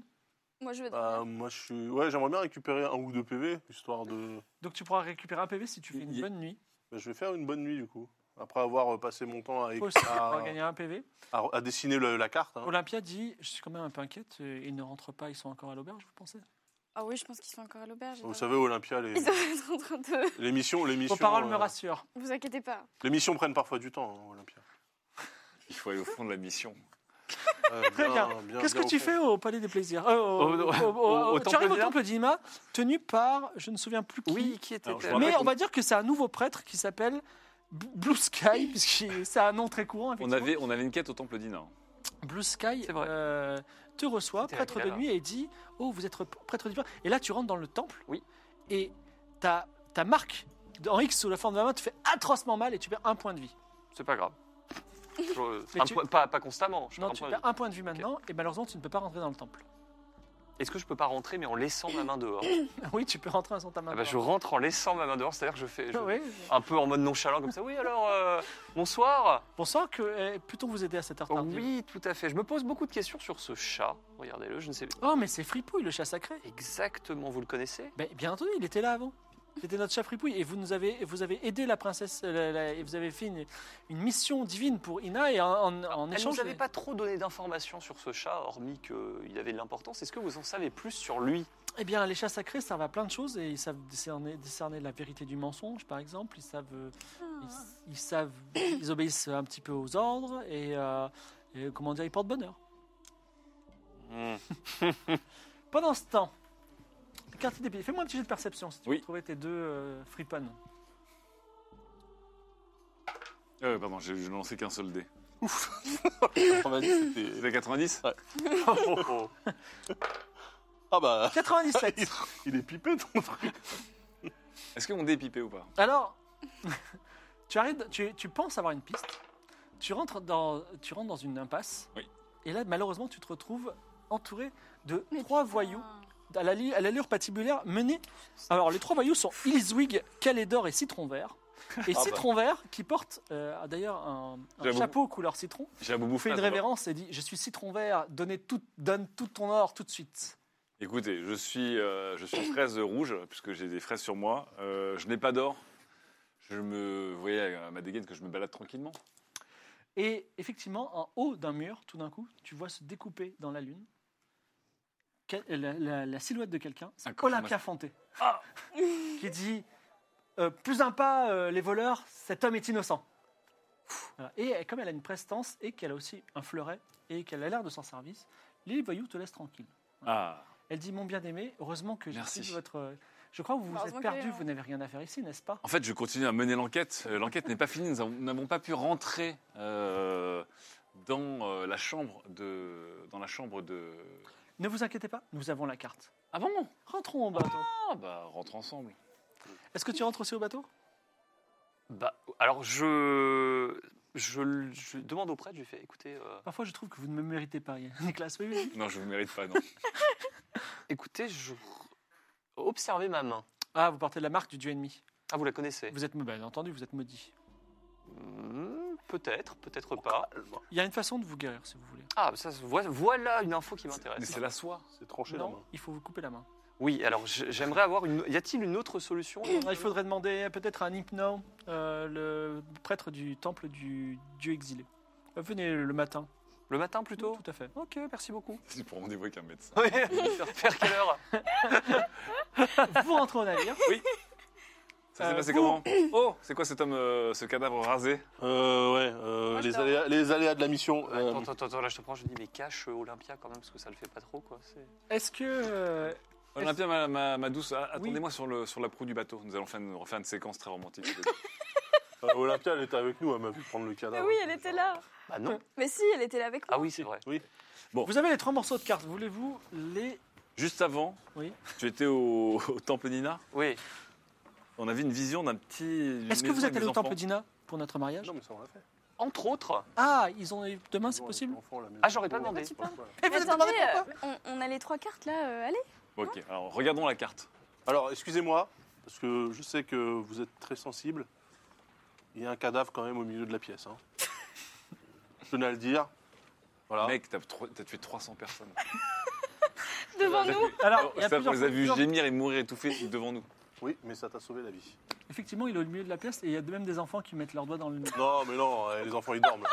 Moi, je vais. Bah, moi, je suis. Ouais, j'aimerais bien récupérer un ou deux PV, histoire de. Donc, tu pourras récupérer un PV si tu fais une Il- bonne nuit. Bah, je vais faire une bonne nuit, du coup. Après avoir euh, passé mon temps à, Toi aussi, tu pourras à, gagner un PV. à- à dessiner le- la carte. hein. Olympia dit Je suis quand même un peu inquiète. euh, Ils ne rentrent pas, ils sont encore à l'auberge, vous pensez Ah oui, je pense qu'ils sont encore à l'auberge. Vous savez, Olympia, les, Ils doivent être en train de. les missions. Les missions Vos paroles me euh, rassurent. Vous inquiétez pas. les missions prennent parfois du temps, hein, Olympia. *laughs* Il faut aller au fond de la mission. Euh, Très bien. Qu'est-ce bien que tu au fond. fais au Palais des Plaisirs Euh, au- Au- au- au- au- au Tu Temple arrives au Dina Temple Dina, tenu par, je ne me souviens plus qui. Oui, qui était Alors, je elle me Mais rappelle on va dire que c'est un nouveau prêtre qui s'appelle B- Blue Sky, puisque c'est un nom très courant. On effectivement. avait, on avait une quête au Temple Dina. Blue Sky C'est vrai. euh, te reçoit, C'était prêtre la de gala. nuit, et dit Oh, vous êtes p- prêtre divin. Et là, tu rentres dans le temple. Oui. Et ta, ta marque en X sous la forme de la main te fait atrocement mal et tu perds un point de vie. C'est *laughs* pas grave. Je- Mais un tu- point- pas, pas constamment. je non, prends tu un point de perds un point de vie maintenant, et malheureusement, tu ne peux pas rentrer dans le temple. *laughs* vie. Est-ce que je peux pas rentrer mais en laissant ma *coughs* main dehors oui, tu peux rentrer sans ta main. Ah bah, Je rentre en laissant ma main dehors, c'est-à-dire que je fais je- Ah oui. un peu en mode nonchalant comme ça. Oui, alors, euh, bonsoir. On sent que euh, peut-on vous aider à cette heure Oh, tardive oui, tout à fait. Je me pose beaucoup de questions sur ce chat. Regardez-le, je ne sais Oh, mais c'est Fripouille, le chat sacré. exactement, vous le connaissez Ben, bien entendu, il était là avant. C'était notre chat fripouille et vous nous avez, vous avez aidé la princesse euh, la- la- et vous avez fait une, une mission divine pour Ina et en, en- en Elle échange. nous avait pas trop donné d'informations sur ce chat, hormis qu'il avait de l'importance. Est-ce que vous en savez plus sur lui Eh bien, les chats sacrés servent à plein de choses et ils savent discerner, discerner la vérité du mensonge, par exemple. Ils savent, euh, ils, ils savent, ils obéissent un petit peu aux ordres et, euh, et, comment dire, ils portent bonheur. *laughs* Pendant ce temps, le quartier des pays. Fais-moi un petit jeu de perception si tu Oui. veux trouver tes deux euh, fripons. Euh, pardon, j'ai j'ai lancé qu'un seul dé. *laughs* C'était- C'était 90 Ah bah, 97. il est pipé ton truc. Est-ce qu'on dé est pipé ou pas Alors, *laughs* tu arrives, tu, tu penses avoir une piste, tu rentres dans, tu rentres dans une impasse, Oui. et là, malheureusement, tu te retrouves entouré de Mais trois putain. voyous Ah à la li- à l'allure patibulaire menés. Alors, les trois voyous sont Ilzwig, Calédor et Citron Vert. *laughs* Et bah. Citron Vert, qui porte euh, d'ailleurs un, un J'avoue. chapeau couleur citron, J'ai à bout fait une révérence et dit Je suis Citron Vert, donnez tout, donne tout ton or tout de suite. Écoutez, je suis, euh, je suis une fraise rouge, puisque j'ai des fraises sur moi. Euh, je n'ai pas d'or. Je me vous voyez à ma dégaine que je me balade tranquillement. Et effectivement, en haut d'un mur, tout d'un coup, tu vois se découper dans la lune quel- euh, la, la- la silhouette de quelqu'un, c'est Un cochon Olympia Fanté, qui dit euh, Plus un pas, euh, les voleurs, cet homme est innocent. Voilà. Et euh, comme elle a une prestance et qu'elle a aussi un fleuret et qu'elle a l'air de s'en service, les voyous te laissent tranquille. Ah, Elle dit Mon bien-aimé, heureusement que j'ai Merci. suivi votre. euh, Je crois que vous vous Heureusement êtes que- perdu, vous n'avez rien à faire ici, n'est-ce pas En fait, je continue à mener l'enquête. Euh, L'enquête n'est pas finie. Nous avons- nous n'avons pas pu rentrer euh, dans euh, la chambre de dans la chambre de. Ne vous inquiétez pas, nous avons la carte. Ah bon Rentrons au bateau. Ah bah rentre ensemble. Est-ce que tu rentres aussi au bateau Bah, alors je, je, je demande au prêtre, je lui fais écoutez, euh, Parfois, je trouve que vous ne me méritez pas rien. *laughs* Nicolas, oui, oui. Non, je ne vous mérite pas, non. écoutez, je observez ma main. Ah, vous portez la marque du dieu ennemi. Ah, vous la connaissez Vous êtes, bien entendu, vous êtes maudit. Hmm, Peut-être, peut-être pas. Il y a une façon de vous guérir, si vous voulez. Ah, ça, vo- voilà une info qui Mais m'intéresse. c'est la soie. C'est tranché la Non, main. il faut vous couper la main. Oui, alors je- j'aimerais avoir une. Y a-t-il une autre *coughs* solution Ah, Il faudrait demander peut-être à Nipno, euh, le prêtre du temple du dieu exilé. Euh, Venez le matin. Le matin plutôt Tout à fait. Ok, merci beaucoup. C'est pour rendez-vous avec un médecin. *laughs* Oui, vers quelle heure *laughs* Vous rentrez au navire. Ça s'est Euh, passé vous- comment Oh, c'est quoi cet homme, euh, ce cadavre rasé Euh, ouais, euh, Moi, je les, dors. aléas, les aléas de la mission. euh, attends, attends, attends, là je te prends, je dis mais cache euh, Olympia quand même, parce que ça le fait pas trop quoi. c'est- Est-ce que. euh, Olympia, ma, ma- ma douce, a- Oui. attendez-moi sur, le, sur la proue du bateau. Nous allons faire une, refaire une séquence très romantique. *laughs* euh, Olympia, elle était avec nous, elle m'a vu prendre le Mais cadavre. oui, elle était là. Bah non. Mais si, elle était là avec moi. Ah oui, c'est vrai. vous avez les trois morceaux de cartes. Voulez-vous les. Juste avant, Oui. tu étais au, au temple Nina. Oui. On avait une vision d'un petit. d'une Est-ce que maison vous avec êtes allé des au temple enfants. d'Ina pour notre mariage Non, mais ça, on l'a fait. Entre autres, Ah, ils ont. Demain, c'est possible Ah, j'aurais pas *laughs* demandé. Tu parles Et Ah, Mais vous êtes attendez, demandé pourquoi euh, on, on a les trois cartes là, euh, allez. Bon, Ok, alors regardons la carte. Alors, excusez-moi, parce que je sais que vous êtes très sensible. Il y a un cadavre quand même au milieu de la pièce. hein. je tenais à le dire. Ah. Voilà. Mec, t'as tro- t'as tué *laughs* 300 personnes. Devant Ça nous. fait- Alors, Ah, il y a Ça, on plusieurs les a vus plusieurs- gémir et mourir étouffés devant nous. Oui, mais ça t'a sauvé la vie. Effectivement, il est au milieu de la pièce et il y a même des enfants qui mettent leurs doigts dans le nez. Non, mais non, euh, les enfants ils *laughs* dorment.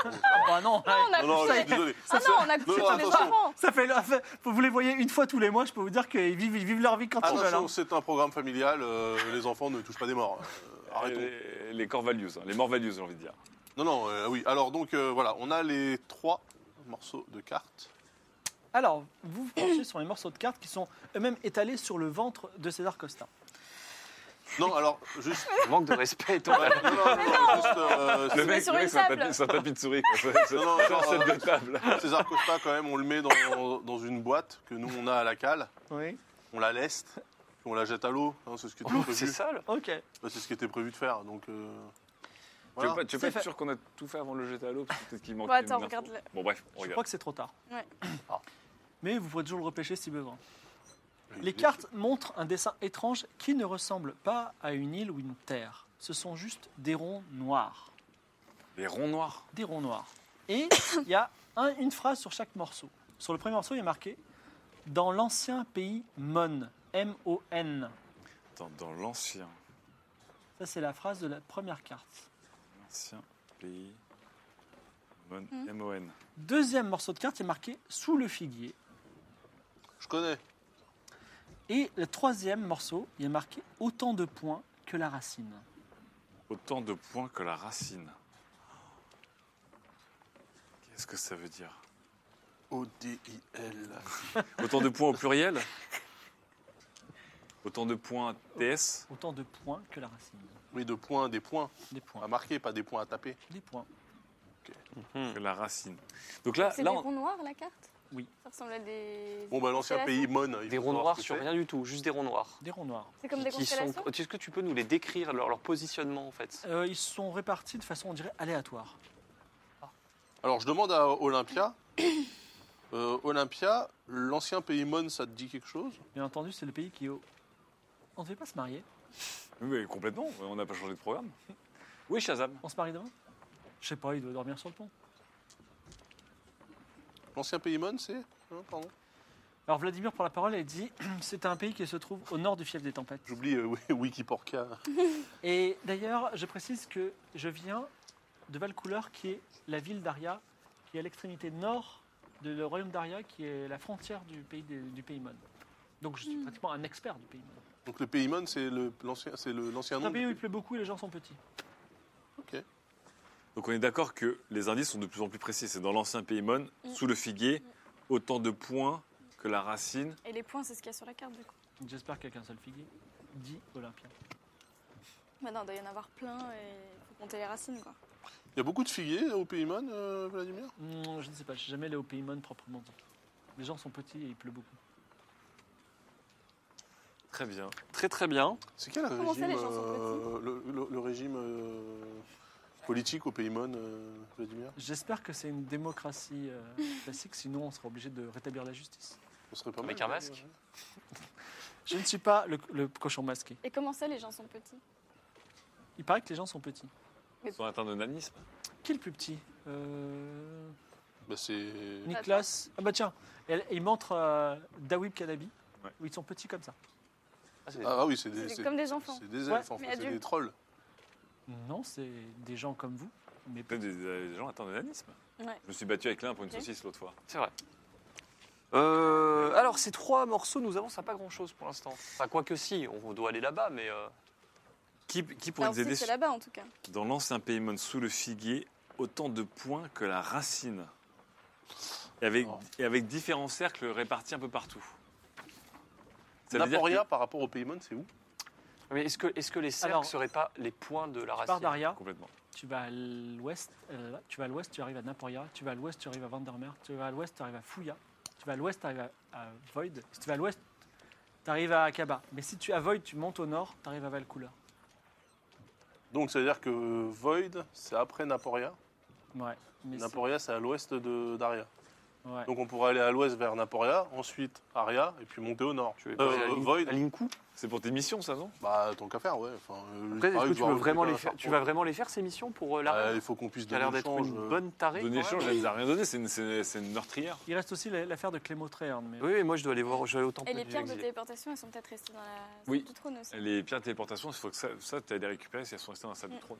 Ah non, on a non, non, je suis couché. désolé. Ah non, on a couché Non, les attention. enfants. Ça fait, ça fait- Vous les voyez une fois tous les mois, je peux vous dire qu'ils vivent, ils vivent leur vie quand Ah ils veulent. hein. Attention, c'est un programme familial. euh, les enfants ne touchent pas des morts. Euh, arrêtons. Les, les corps values, hein, les morts values, j'ai envie de dire. Non, non, euh, oui. Alors, donc, euh, voilà, on a les trois morceaux de cartes. Alors, vous vous penchez sur les morceaux de cartes qui sont eux-mêmes étalés sur le ventre de César Costa. Non, alors, *laughs* juste. manque de respect. toi. Ouais, *laughs* non, non, non, juste, Ah, euh, Le met mec, sur le une mec, c'est un table. tapis- c'est un tapis de souris. *laughs* quoi. C'est- Non, non, c'est- genre, Genre set euh, de table. César Costa, quand même, on le met dans, dans une boîte que nous, on a à la cale. Oui. On la laisse, puis on la jette à l'eau. hein, c'est ce qui était Oh, C'est prévu. ça là Ok. Bah, c'est ce qui était prévu de faire. Donc, euh, Tu veux voilà. pas, tu C'est veux pas être fait. sûr qu'on a tout fait avant de le jeter à l'eau parce que Peut-être qu'il manque. Bon, attends, une info. regarde-le. Bon, bref, on Je regarde. crois que c'est trop tard. Ouais. Ah. Mais vous pourrez toujours le repêcher si besoin. Il est- Les cartes montrent un dessin étrange qui ne ressemble pas à une île ou une terre. Ce sont juste des ronds noirs. Les ronds noirs. Des ronds noirs. Et il y a un- une phrase sur chaque morceau. Sur le premier morceau, il est marqué Dans l'ancien pays Mon. M-O-N. Dans, dans l'ancien, Ça, c'est la phrase de la première carte. l'ancien pays. Mon, Hmm. M-O-N. Deuxième morceau de carte est marqué sous le figuier. Je connais. Et le troisième morceau, il est marqué autant de points que la racine. Autant de points que la racine. Qu'est-ce que ça veut dire O-D-I-L. Autant de points au pluriel Autant de points TS Autant de points que la racine. Oui, de points, des points Des à points. marquer, pas des points à taper. Des points. que la racine. Donc là, C'est des là on- ronds noirs la carte Oui. Ça ressemble à des. Bon, bah, l'ancien constellations. pays Mon. il Des faut ronds savoir noirs ce que sur c'est. rien du tout, juste des ronds noirs. Des ronds noirs. C'est comme des Qui sont- constellations. Est-ce que tu peux nous les décrire, leur, leur positionnement en fait Euh, ils sont répartis de façon, on dirait, aléatoire. Alors, je demande à Olympia. *coughs* Euh, Olympia, l'ancien pays Mon, ça te dit quelque chose Bien entendu, c'est le pays qui est au... On ne devait pas se marier. Oui, mais complètement, on n'a pas changé de programme. Oui, Shazam. On se marie demain Je sais pas, il doit dormir sur le pont. L'ancien pays Mon, c'est Hein, Pardon. Alors Vladimir prend la parole et dit *clears throat* c'est un pays qui se trouve au nord du fief des tempêtes. J'oublie euh, *laughs* oui, Wikiporca. Et d'ailleurs, je précise que je viens de Valcouleur, qui est la ville d'Aria, qui est à l'extrémité nord de le royaume d'Aria, qui est la frontière du pays, des- du pays Mon. Donc je suis pratiquement un expert du pays Mon. Donc, le pays Mon, c'est le- l'ancien c'est le- l'ancien C'est nom. un pays où du- il pleut beaucoup et les gens sont petits. Ok. Donc on est d'accord que les indices sont de plus en plus précis. C'est dans l'ancien Paymon, Mm. sous le figuier, autant de points que la racine. Et les points, c'est ce qu'il y a sur la carte du coup. J'espère qu'il n'y a qu'un seul figuier, dit Olympia. Bah non, il doit y en avoir plein et faut compter les racines quoi. Il y a beaucoup de figuiers au pays Mon, euh, Vladimir Hmm, je ne sais pas, je suis jamais allé au pays Mon proprement dit. Les gens sont petits et il pleut beaucoup. Très bien. Très très bien. C'est quel Comment ça, régime, les gens sont euh, le, le- le régime euh, politique au Paymon, euh, Vladimir J'espère que c'est une démocratie euh, classique, sinon on sera obligé de rétablir la justice. On serait pas Avec mal, un ouais, masque ouais. Je ne suis pas le, le cochon masqué. Et comment ça, les gens sont petits Il paraît que les gens sont petits. Ils sont atteints de nanisme. Qui est le plus petit Euh, Bah, c'est. Nicolas. Ah bah tiens, elle- il montre euh, Dawib Kadabi, Ouais. où ils sont petits comme ça. Ah, c'est- Ah oui, c'est des. C'est c'est- comme des enfants. C'est des Ouais. elfes, en Mais fait, c'est adultes. des trolls. Non, c'est des gens comme vous. Mais Peut-être des, des gens atteints de nanisme. Ouais. Je me suis battu avec l'un pour une Ok. saucisse l'autre fois. C'est vrai. Euh, alors, ces trois morceaux nous avancent à pas grand chose pour l'instant. Enfin, quoique si, on doit aller là-bas, mais. euh, Qui, qui pourrait Là, on nous sait aider que c'est là-bas, en tout cas. Dans l'ancien Paymon sous le figuier, autant de points que la racine. Et avec, Oh. et avec différents cercles répartis un peu partout. Ça veut dire Naporia, par rapport au Paymon, c'est où Mais est-ce que, est que les cercles Alors- seraient pas les points de la tu racine pars d'Aria, que- Complètement. tu vas à l'ouest, euh, là, tu vas à l'ouest, tu arrives à Naporia, tu vas à l'ouest, tu arrives à Vandermeer, tu vas à l'ouest, tu arrives à Fouya, tu vas à l'ouest, tu arrives à, à Void, si tu vas à l'ouest, tu arrives à Akaba. Mais si tu à Void, tu montes au nord, tu arrives à Valcoula. Donc, c'est-à-dire que Void, c'est après Naporia. Ouais. Mais c'est- Naporia, c'est à l'ouest de- d'Aria. ouais. Donc, on pourrait aller à l'ouest vers Naporia, ensuite Aria, et puis monter au nord. Tu veux Euh, pas aller à euh, Lin- Void, à Linku C'est pour tes missions, ça, non bah, tant qu'à faire, ouais. Enfin, euh, Après, le est-ce travail, je que tu, dois veux avoir vraiment quelque les chose à faire, tu pour- vas vraiment les faire, ces missions, pour euh, la Euh, Il faut qu'on puisse Qui a donner l'air le d'être change. une euh, bonne tarée. Donner quand échange, même. elle nous a rien donné, c'est une, c'est- c'est une meurtrière. Il reste aussi la- l'affaire de Clément Tréherne, mais Oui, oui, moi je dois aller voir, je vais aller au temple Et les du pierres de exilé. téléportation, elles sont peut-être restées dans la salle Oui. du trône aussi. Les pierres de téléportation, il faut que ça, ça tu les récupérer si elles sont restées dans la salle du Mm. trône.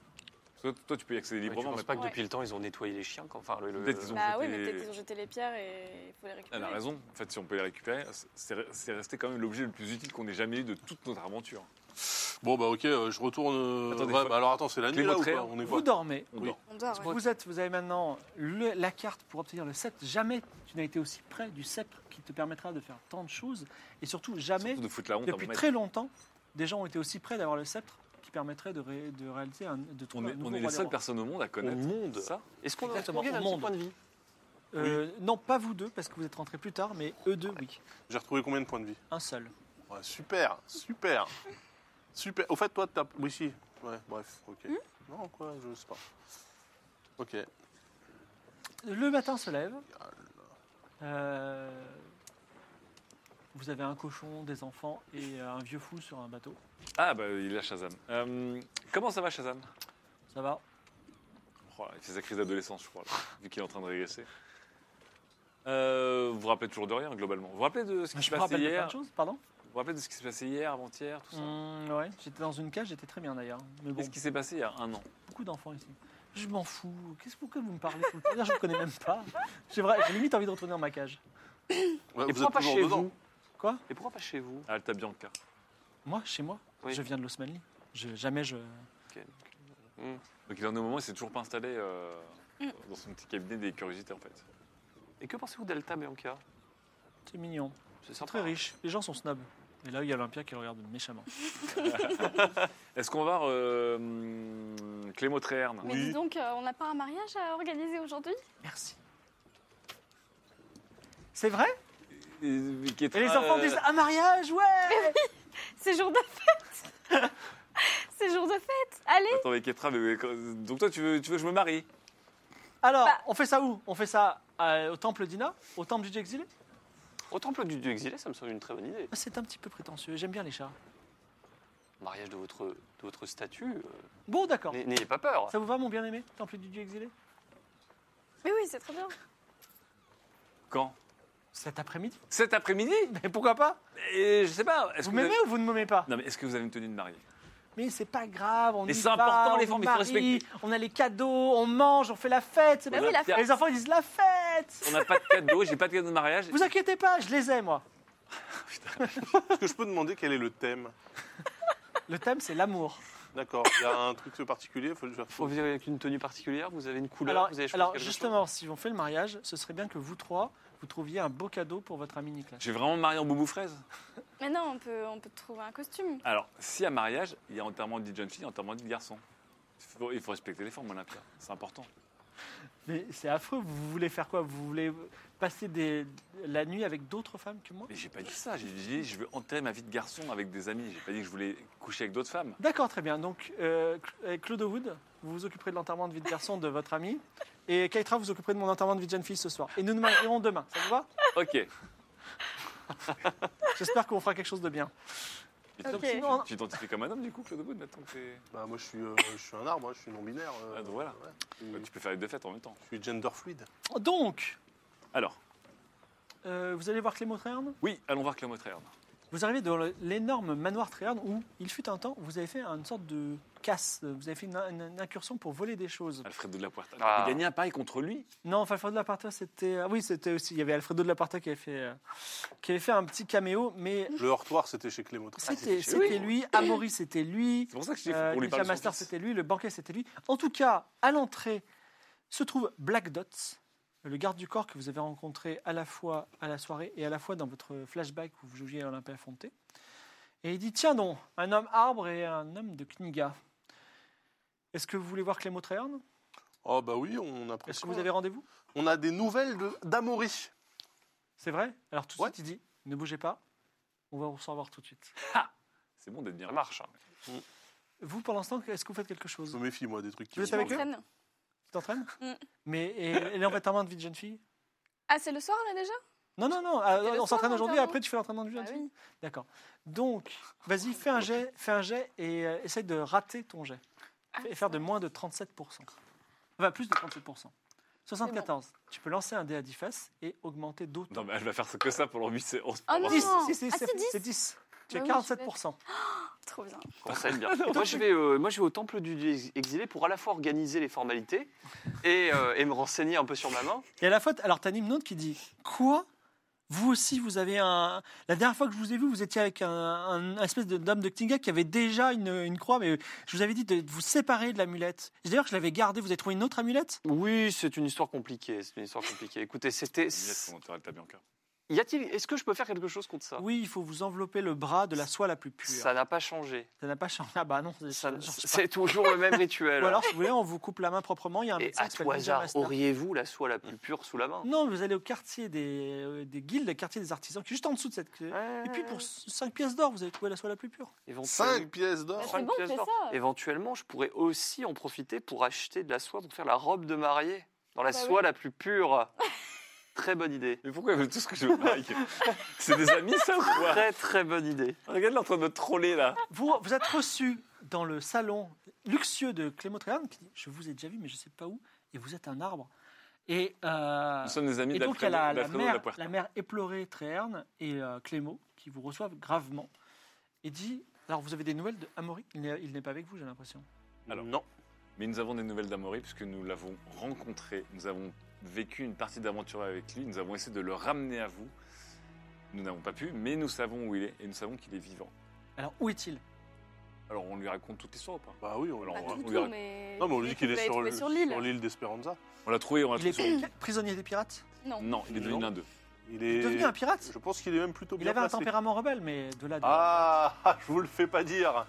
Parce que toi, toi, tu peux y accéder Ouais, tu librement. penses mais pas que Ouais. depuis le temps ils ont nettoyé les chiens quand- Enfin, le, le- Peut-être qu'ils ont- Bah jeté oui, mais peut-être les- qu'ils ont jeté les pierres et il faut les récupérer. Elle a raison. En fait, si on peut les récupérer, c'est- c'est resté quand même l'objet le plus utile qu'on ait jamais eu de toute notre aventure. Bon, bah, ok, euh, je retourne. euh, Attendez, ouais, faut- bah, alors, attends, c'est la nuit, Clément là, ou Tréhard. pas On est vous quoi dormez. On Oui. dort. On dort, ouais. Vous, êtes, vous avez maintenant le- la carte pour obtenir le sceptre. Jamais tu n'as été aussi près du sceptre qui te permettra de faire tant de choses. Et surtout, jamais, Surtout de foutre la honte à mon depuis maître. très longtemps, des gens ont été aussi près d'avoir le sceptre qui permettrait de, ré- de réaliser un, de On trouver est, un on nouveau est les roi des seules rois. personnes au monde à connaître monde. ça. Est-ce qu'on est Exactement, au un monde. petit point de vie Euh, Non, pas vous deux, parce que vous êtes rentrés plus tard, mais eux deux, oui. J'ai retrouvé combien de points de vie Un seul. Ouais, super, super, super. Au fait, toi, t'as. Oui, si. Ouais, bref, ok. Hmm Non, quoi, je sais pas. Ok. Le matin se lève. Euh, vous avez un cochon, des enfants et euh, un vieux fou sur un bateau. Ah, bah, il a Shazam. Euh, comment ça va, Shazam Ça va Oh là, Il fait sa crise d'adolescence, je crois, là, vu qu'il est en train de régresser. Euh, vous vous rappelez toujours de rien, globalement. Vous vous rappelez de ce qui Je s'est me passé rappelle de plein hier de choses, pardon Vous vous rappelez de ce qui s'est passé hier, avant-hier, tout ça Hum, Ouais, j'étais dans une cage, j'étais très bien d'ailleurs. Mais bon, Qu'est-ce qui s'est passé il y a un an beaucoup d'enfants ici. Je m'en fous. Qu'est-ce pourquoi vous me parlez tout le temps Je ne connais même *laughs* pas. J'ai vrai- j'ai limite envie de retourner dans ma cage. Ouais, Et pourquoi pas chez vous Quoi Et pourquoi pas chez vous à Alta Bianca Moi, chez moi, Oui. je viens de l'Osmanli. Je, jamais je. Hmm. Donc il en est au moment où il s'est toujours pas installé euh, Mmh. dans son petit cabinet des curiosités, en fait. Et que pensez-vous d'Alta Bianca C'est mignon. C'est C'est sympa, très hein. riche. Les gens sont snobs. Et là, il y a Olympia qui le regarde méchamment. Est-ce qu'on va voir euh, hum, Clément Tréherne Mais dis donc, euh, on n'a pas un mariage à organiser aujourd'hui Merci. C'est vrai Et- qui est Et les très- enfants disent un mariage, ouais C'est jour de fête *laughs* C'est jour de fête Allez Attends, mais Ketra, mais- mais quand- donc toi, tu veux, tu veux que je me marie Alors, Bah. on fait ça où On fait ça euh, au temple d'Ina Au temple du Dieu exilé Ah, Au temple du dieu exilé, ça me semble une très bonne idée. C'est un petit peu prétentieux. J'aime bien les chats. Mariage de votre, de votre statut, euh, Bon, d'accord. n'ayez- n'ayez pas peur. Ça vous va, mon bien-aimé Temple du Dieu exilé Mais oui, c'est très bien. Quand Cet après-midi Cet après-midi Mais pourquoi pas Et je sais pas. Vous Est-ce que vous m'aimez avez- ou vous ne m'aimez pas Non, mais est-ce que vous avez une tenue de mariée Mais c'est pas grave, on Mais y c'est va, important, on les se femmes, il faut marie, respecter. On a les cadeaux, on mange, on fait la fête. c'est Bah pas- oui, la Pierre, Et Les enfants ils disent la fête On n'a pas de cadeau, j'ai pas de cadeau de mariage. Vous inquiétez pas, je les ai moi. Est-ce que je peux demander quel est le thème Le thème c'est l'amour. D'accord, il y a un truc particulier, faut le faire. Faut vous avez avec une tenue particulière, vous avez une couleur, Alors, vous avez choisi alors, quelque chose justement, si on fait le mariage, ce serait bien que vous trois, vous trouviez un beau cadeau pour votre ami Nicolas. J'ai vraiment marié en boubou fraise Mais non, on peut, on peut trouver un costume. Alors, s'il y a mariage, il y a enterrement dit jeune fille, enterrement dit garçon. Il faut, il faut respecter les formes, Olympia. C'est important. Mais c'est affreux. Vous voulez faire quoi Vous voulez passer des- la nuit avec d'autres femmes que moi Mais j'ai pas dit ça, j'ai dit je veux enterrer ma vie de garçon avec des amis. J'ai pas dit que je voulais coucher avec d'autres femmes. D'accord, très bien. Donc, euh, Cl- euh, Claude Wood, vous vous occuperez de l'enterrement de vie de garçon de votre ami. Et Keitra, vous vous occuperez de mon enterrement de vie de jeune fille ce soir. Et nous nous marierons demain. Ça vous va Ok. J'espère qu'on fera quelque chose de bien. Mais Ok. Tu tu t'identifies comme un homme du coup, Claude Wood, maintenant que t'es. Bah, moi, je suis, euh, je suis un arbre, hein, je suis non-binaire. euh, Ah, donc voilà. ouais. Ouais, Tu peux faire les deux fêtes en même temps. Je suis gender fluide. Donc, Alors, euh, vous allez voir Clément Tréherne oui, allons voir Clément Tréherne. Vous arrivez dans le- l'énorme manoir Tréherne où, il fut un temps, vous avez fait une sorte de casse. Vous avez fait une, une- une incursion pour voler des choses. Alfred de la Puerta. Ah. Il a gagné un pari contre lui. Non, enfin, Alfredo de Laparta, c'était. ah oui, c'était aussi. Il y avait Alfredo de Laparta qui avait fait, euh, qui avait fait un petit caméo, mais Le heurtoir, c'était Ah, chez Clément. c'était c'était lui, Amaury, c'était lui, C'est pour ça que je dis euh, pour lui Ninja parler. de son Master, fils. c'était lui, le banquet, c'était lui. En tout cas, à l'entrée se trouve Black Dots, le garde du corps que vous avez rencontré à la fois à la soirée et à la fois dans votre flashback où vous jouiez à Olympia Fonté. Et il dit Tiens, non, un homme arbre et un homme de Kniga. Est-ce que vous voulez voir Clément Tréherne Oh, bah oui, on apprécie. Est-ce que vous avez rendez-vous On a des nouvelles de- d'Amaury. C'est vrai Alors tout de Ouais. suite, il dit Ne bougez pas, on va vous recevoir tout de suite. C'est bon d'être bien. Ça marche. hein. Vous, pour l'instant, est-ce que vous faites quelque Je chose me méfie, moi, des trucs qui Vous me êtes avec parlent. Entraîne. Tu t'entraînes Mm. Mais et, et l'entraînement de vie de jeune fille Ah, c'est le soir là déjà Non, non, non, euh, le on soir, s'entraîne aujourd'hui, l'entraînement. après tu fais l'entraînement de vie de Ah jeune fille. oui. D'accord. Donc, vas-y, fais un jet, fais un jet et euh, essaye de rater ton jet. Ah, et faire de moins de 37%. Enfin, plus de 37%. 74. Tu peux lancer un dé à 10 faces et augmenter d'autant. Non, mais elle va faire que ça pendant 8 séances. Oh non. Dix, non. si, si, Ah, c'est c'est 10. c'est 10. Tu Bah as oui, je suis 47%. Trop bien. On *laughs* s'aime bien. moi, je vais, euh, moi, je vais au temple du Dieu ex- exilé pour à la fois organiser les formalités et, euh, et me renseigner un peu sur ma main. Et à la faute, alors t'as Nimnode qui dit Quoi Vous aussi, vous avez un. La dernière fois que je vous ai vu, vous étiez avec un, un espèce de- d'homme de Ktinga qui avait déjà une, une croix, mais je vous avais dit de vous séparer de l'amulette. D'ailleurs, je l'avais gardée. Vous avez trouvé une autre amulette Oui, c'est une histoire compliquée. C'est une histoire compliquée. Écoutez, c'était. Y a-t-il Est-ce que je peux faire quelque chose contre ça Oui, il faut vous envelopper le bras de la soie la plus pure. Ça Ah. Ça n'a pas changé. n'a pas changé. Ah bah non, ça Ça- ne change pas. C'est toujours le même rituel. *laughs* Ou alors, si vous voulez, on vous coupe la main proprement. Il y a un et médecin à qui s'appelle tout Ninja hasard, Master. auriez-vous la soie la plus pure sous la main Non, vous allez au quartier des, euh, des guildes, le quartier des artisans, qui est juste en dessous de cette clé. Ouais, Et puis pour Ah. 5 pièces d'or, vous avez trouvé la soie la plus pure. éventuellement- 5 pièces d'or. Bah, cinq c'est bon, pièces fais d'or. ça. Éventuellement, je pourrais aussi en profiter pour acheter de la soie pour faire la robe de mariée dans la Bah soie oui. la plus pure. Très *laughs* bonne idée. Mais pourquoi ils veulent tout ce que je veux Mike C'est des amis ça ou quoi Très très bonne idée. Regarde, il est en train de me troller là. Vous, vous êtes reçu dans le salon luxueux de Clément Tréherne qui dit Je vous ai déjà vu, mais je ne sais pas où, et vous êtes un arbre. Et, euh, Nous sommes des amis et donc, il y a d'Alfredo la, la d'Alfredo de la mère, Puerta. la mère éplorée Tréherne et euh, Clément qui vous reçoivent gravement et dit Alors, vous avez des nouvelles de Amaury Il n'est il n'est pas avec vous, j'ai l'impression. Alors. Non. Mais nous avons des nouvelles d'Amaury puisque nous l'avons rencontré, nous avons vécu une partie d'aventure avec lui, nous avons essayé de le ramener à vous. Nous n'avons pas pu, mais nous savons où il est et nous savons qu'il est vivant. Alors, où est-il Alors on lui raconte toute l'histoire ou pas Bah oui, on Alors, Pas on- tout, on tout, verra. mais. Non, mais on lui mais dit qu'il vous est l'avez sur trouvé le- sur sur l'île. l'île d'Espéranza. On l'a trouvé, on l'a Il trouvé. sur- est *coughs* prisonnier des pirates Non. Non, il est devenu Non. l'un d'eux. Il Il est est devenu un pirate Je pense qu'il est même plutôt bien Il avait un placé. tempérament rebelle, mais de là. de- Ah, ah, *laughs* je vous le fais pas dire.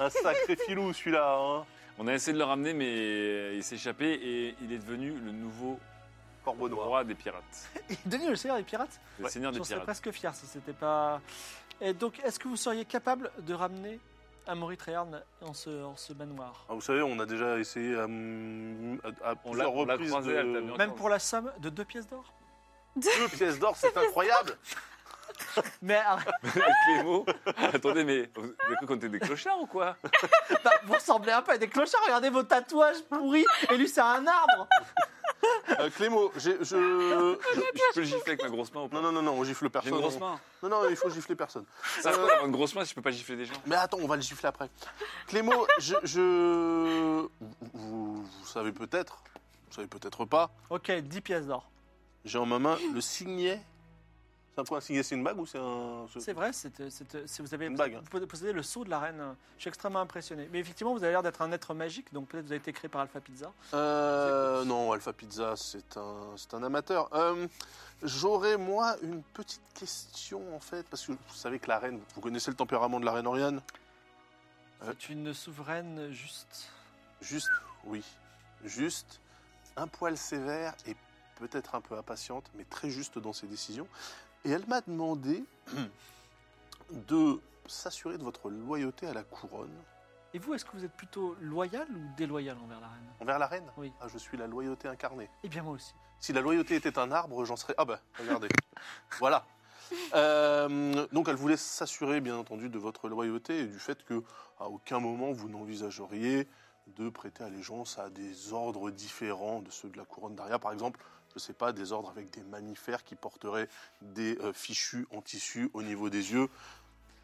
Un sacré filou celui-là. Hein. On a essayé de le ramener, mais il s'est échappé et il est devenu le nouveau Corbeau noir. roi des pirates. Il est devenu le seigneur des pirates Le seigneur des J'en serais pirates. presque fier si c'était pas. Et donc, est-ce que vous seriez capable de ramener Amaury Tréherne en ce, en ce manoir Ah, vous savez, on a déjà essayé à, mm, à, à On plusieurs l'a- on l'a reprises croisé, de- elle t'a bien- Même pour la somme de deux pièces d'or *laughs* Deux pièces d'or, c'est incroyable. Mais arrête, Clément, *laughs* attendez, mais vous avez cru qu'on était des clochards ou quoi bah, vous ressemblez un peu à des clochards, regardez vos tatouages pourris, et lui c'est un arbre Euh, Clément, j'ai- *laughs* je... Je peux le gifler avec ma grosse main ou pas Non, non, non, non, on gifle J'ai personne. une grosse main. Non, non, il faut gifler personne. Ça va Euh, d'avoir une grosse main si je peux pas gifler des gens. Mais attends, on va le gifler après. Clément, je... je... Vous, vous savez peut-être, vous savez peut-être pas, Ok, 10 pièces d'or. j'ai en ma main le signet. C'est un quoi un signet C'est une bague ou c'est un... C'est vrai, c'est- c'est- c'est- vous avez Une bague, hein. vous possédez le sceau de la reine. Je suis extrêmement impressionné. Mais effectivement, vous avez l'air d'être un être magique, donc peut-être vous avez été créé par Alpha Pizza. Euh, non, Alpha Pizza, c'est un, c'est un amateur. Euh, J'aurais, moi, une petite question, en fait, parce que vous savez que la reine, vous connaissez le tempérament de la reine Oriane Euh. C'est une souveraine juste. Juste, oui, juste, un poil sévère et peut-être un peu impatiente, mais très juste dans ses décisions. Et elle m'a demandé de s'assurer de votre loyauté à la couronne Et vous, est-ce que vous êtes plutôt loyal ou déloyal envers la reine envers la reine. Oui. Ah, je suis la loyauté incarnée. Eh bien, moi aussi. Si la loyauté était un arbre, j'en serais. Ah bah, regardez. *laughs* voilà. Euh, donc elle voulait s'assurer, bien entendu, de votre loyauté et du fait que à aucun moment vous n'envisageriez de prêter allégeance à des ordres différents de ceux de la couronne d'Aria, par exemple. Je sais pas, des ordres avec des mammifères qui porteraient des euh, fichus en tissu au niveau des yeux.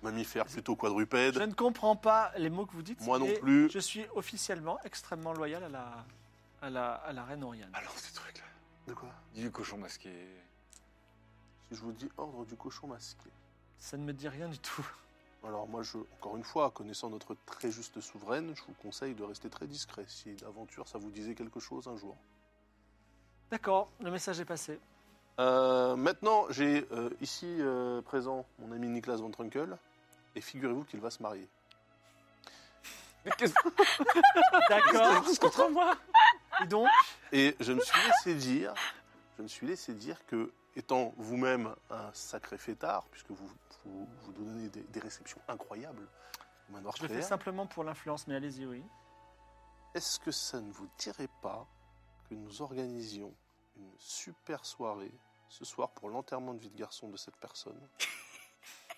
Mammifères plutôt quadrupèdes. Je ne comprends pas les mots que vous dites. Moi non et plus. Je suis officiellement extrêmement loyal à la, à la, à la reine Oriane. Alors, ces trucs-là. De quoi Du cochon masqué. Si je vous dis ordre du cochon masqué. Ça ne me dit rien du tout. Alors moi, je, encore une fois, connaissant notre très juste souveraine, je vous conseille de rester très discret si d'aventure ça vous disait quelque chose un jour. D'accord, le message est passé. Euh, maintenant, j'ai euh, ici euh, présent mon ami Niklas von Trunkel, et figurez-vous qu'il va se marier. Mais qu'est-ce que D'accord. *laughs* c'est contre moi Et donc, Et je me suis laissé dire, je me suis laissé dire que, étant vous-même un sacré fêtard, puisque vous vous, vous donnez des, des réceptions incroyables au manoir je le fais Schröder, simplement pour l'influence, mais allez-y, oui. Est-ce que ça ne vous dirait pas que nous organisions une super soirée ce soir pour l'enterrement de vie de garçon de cette personne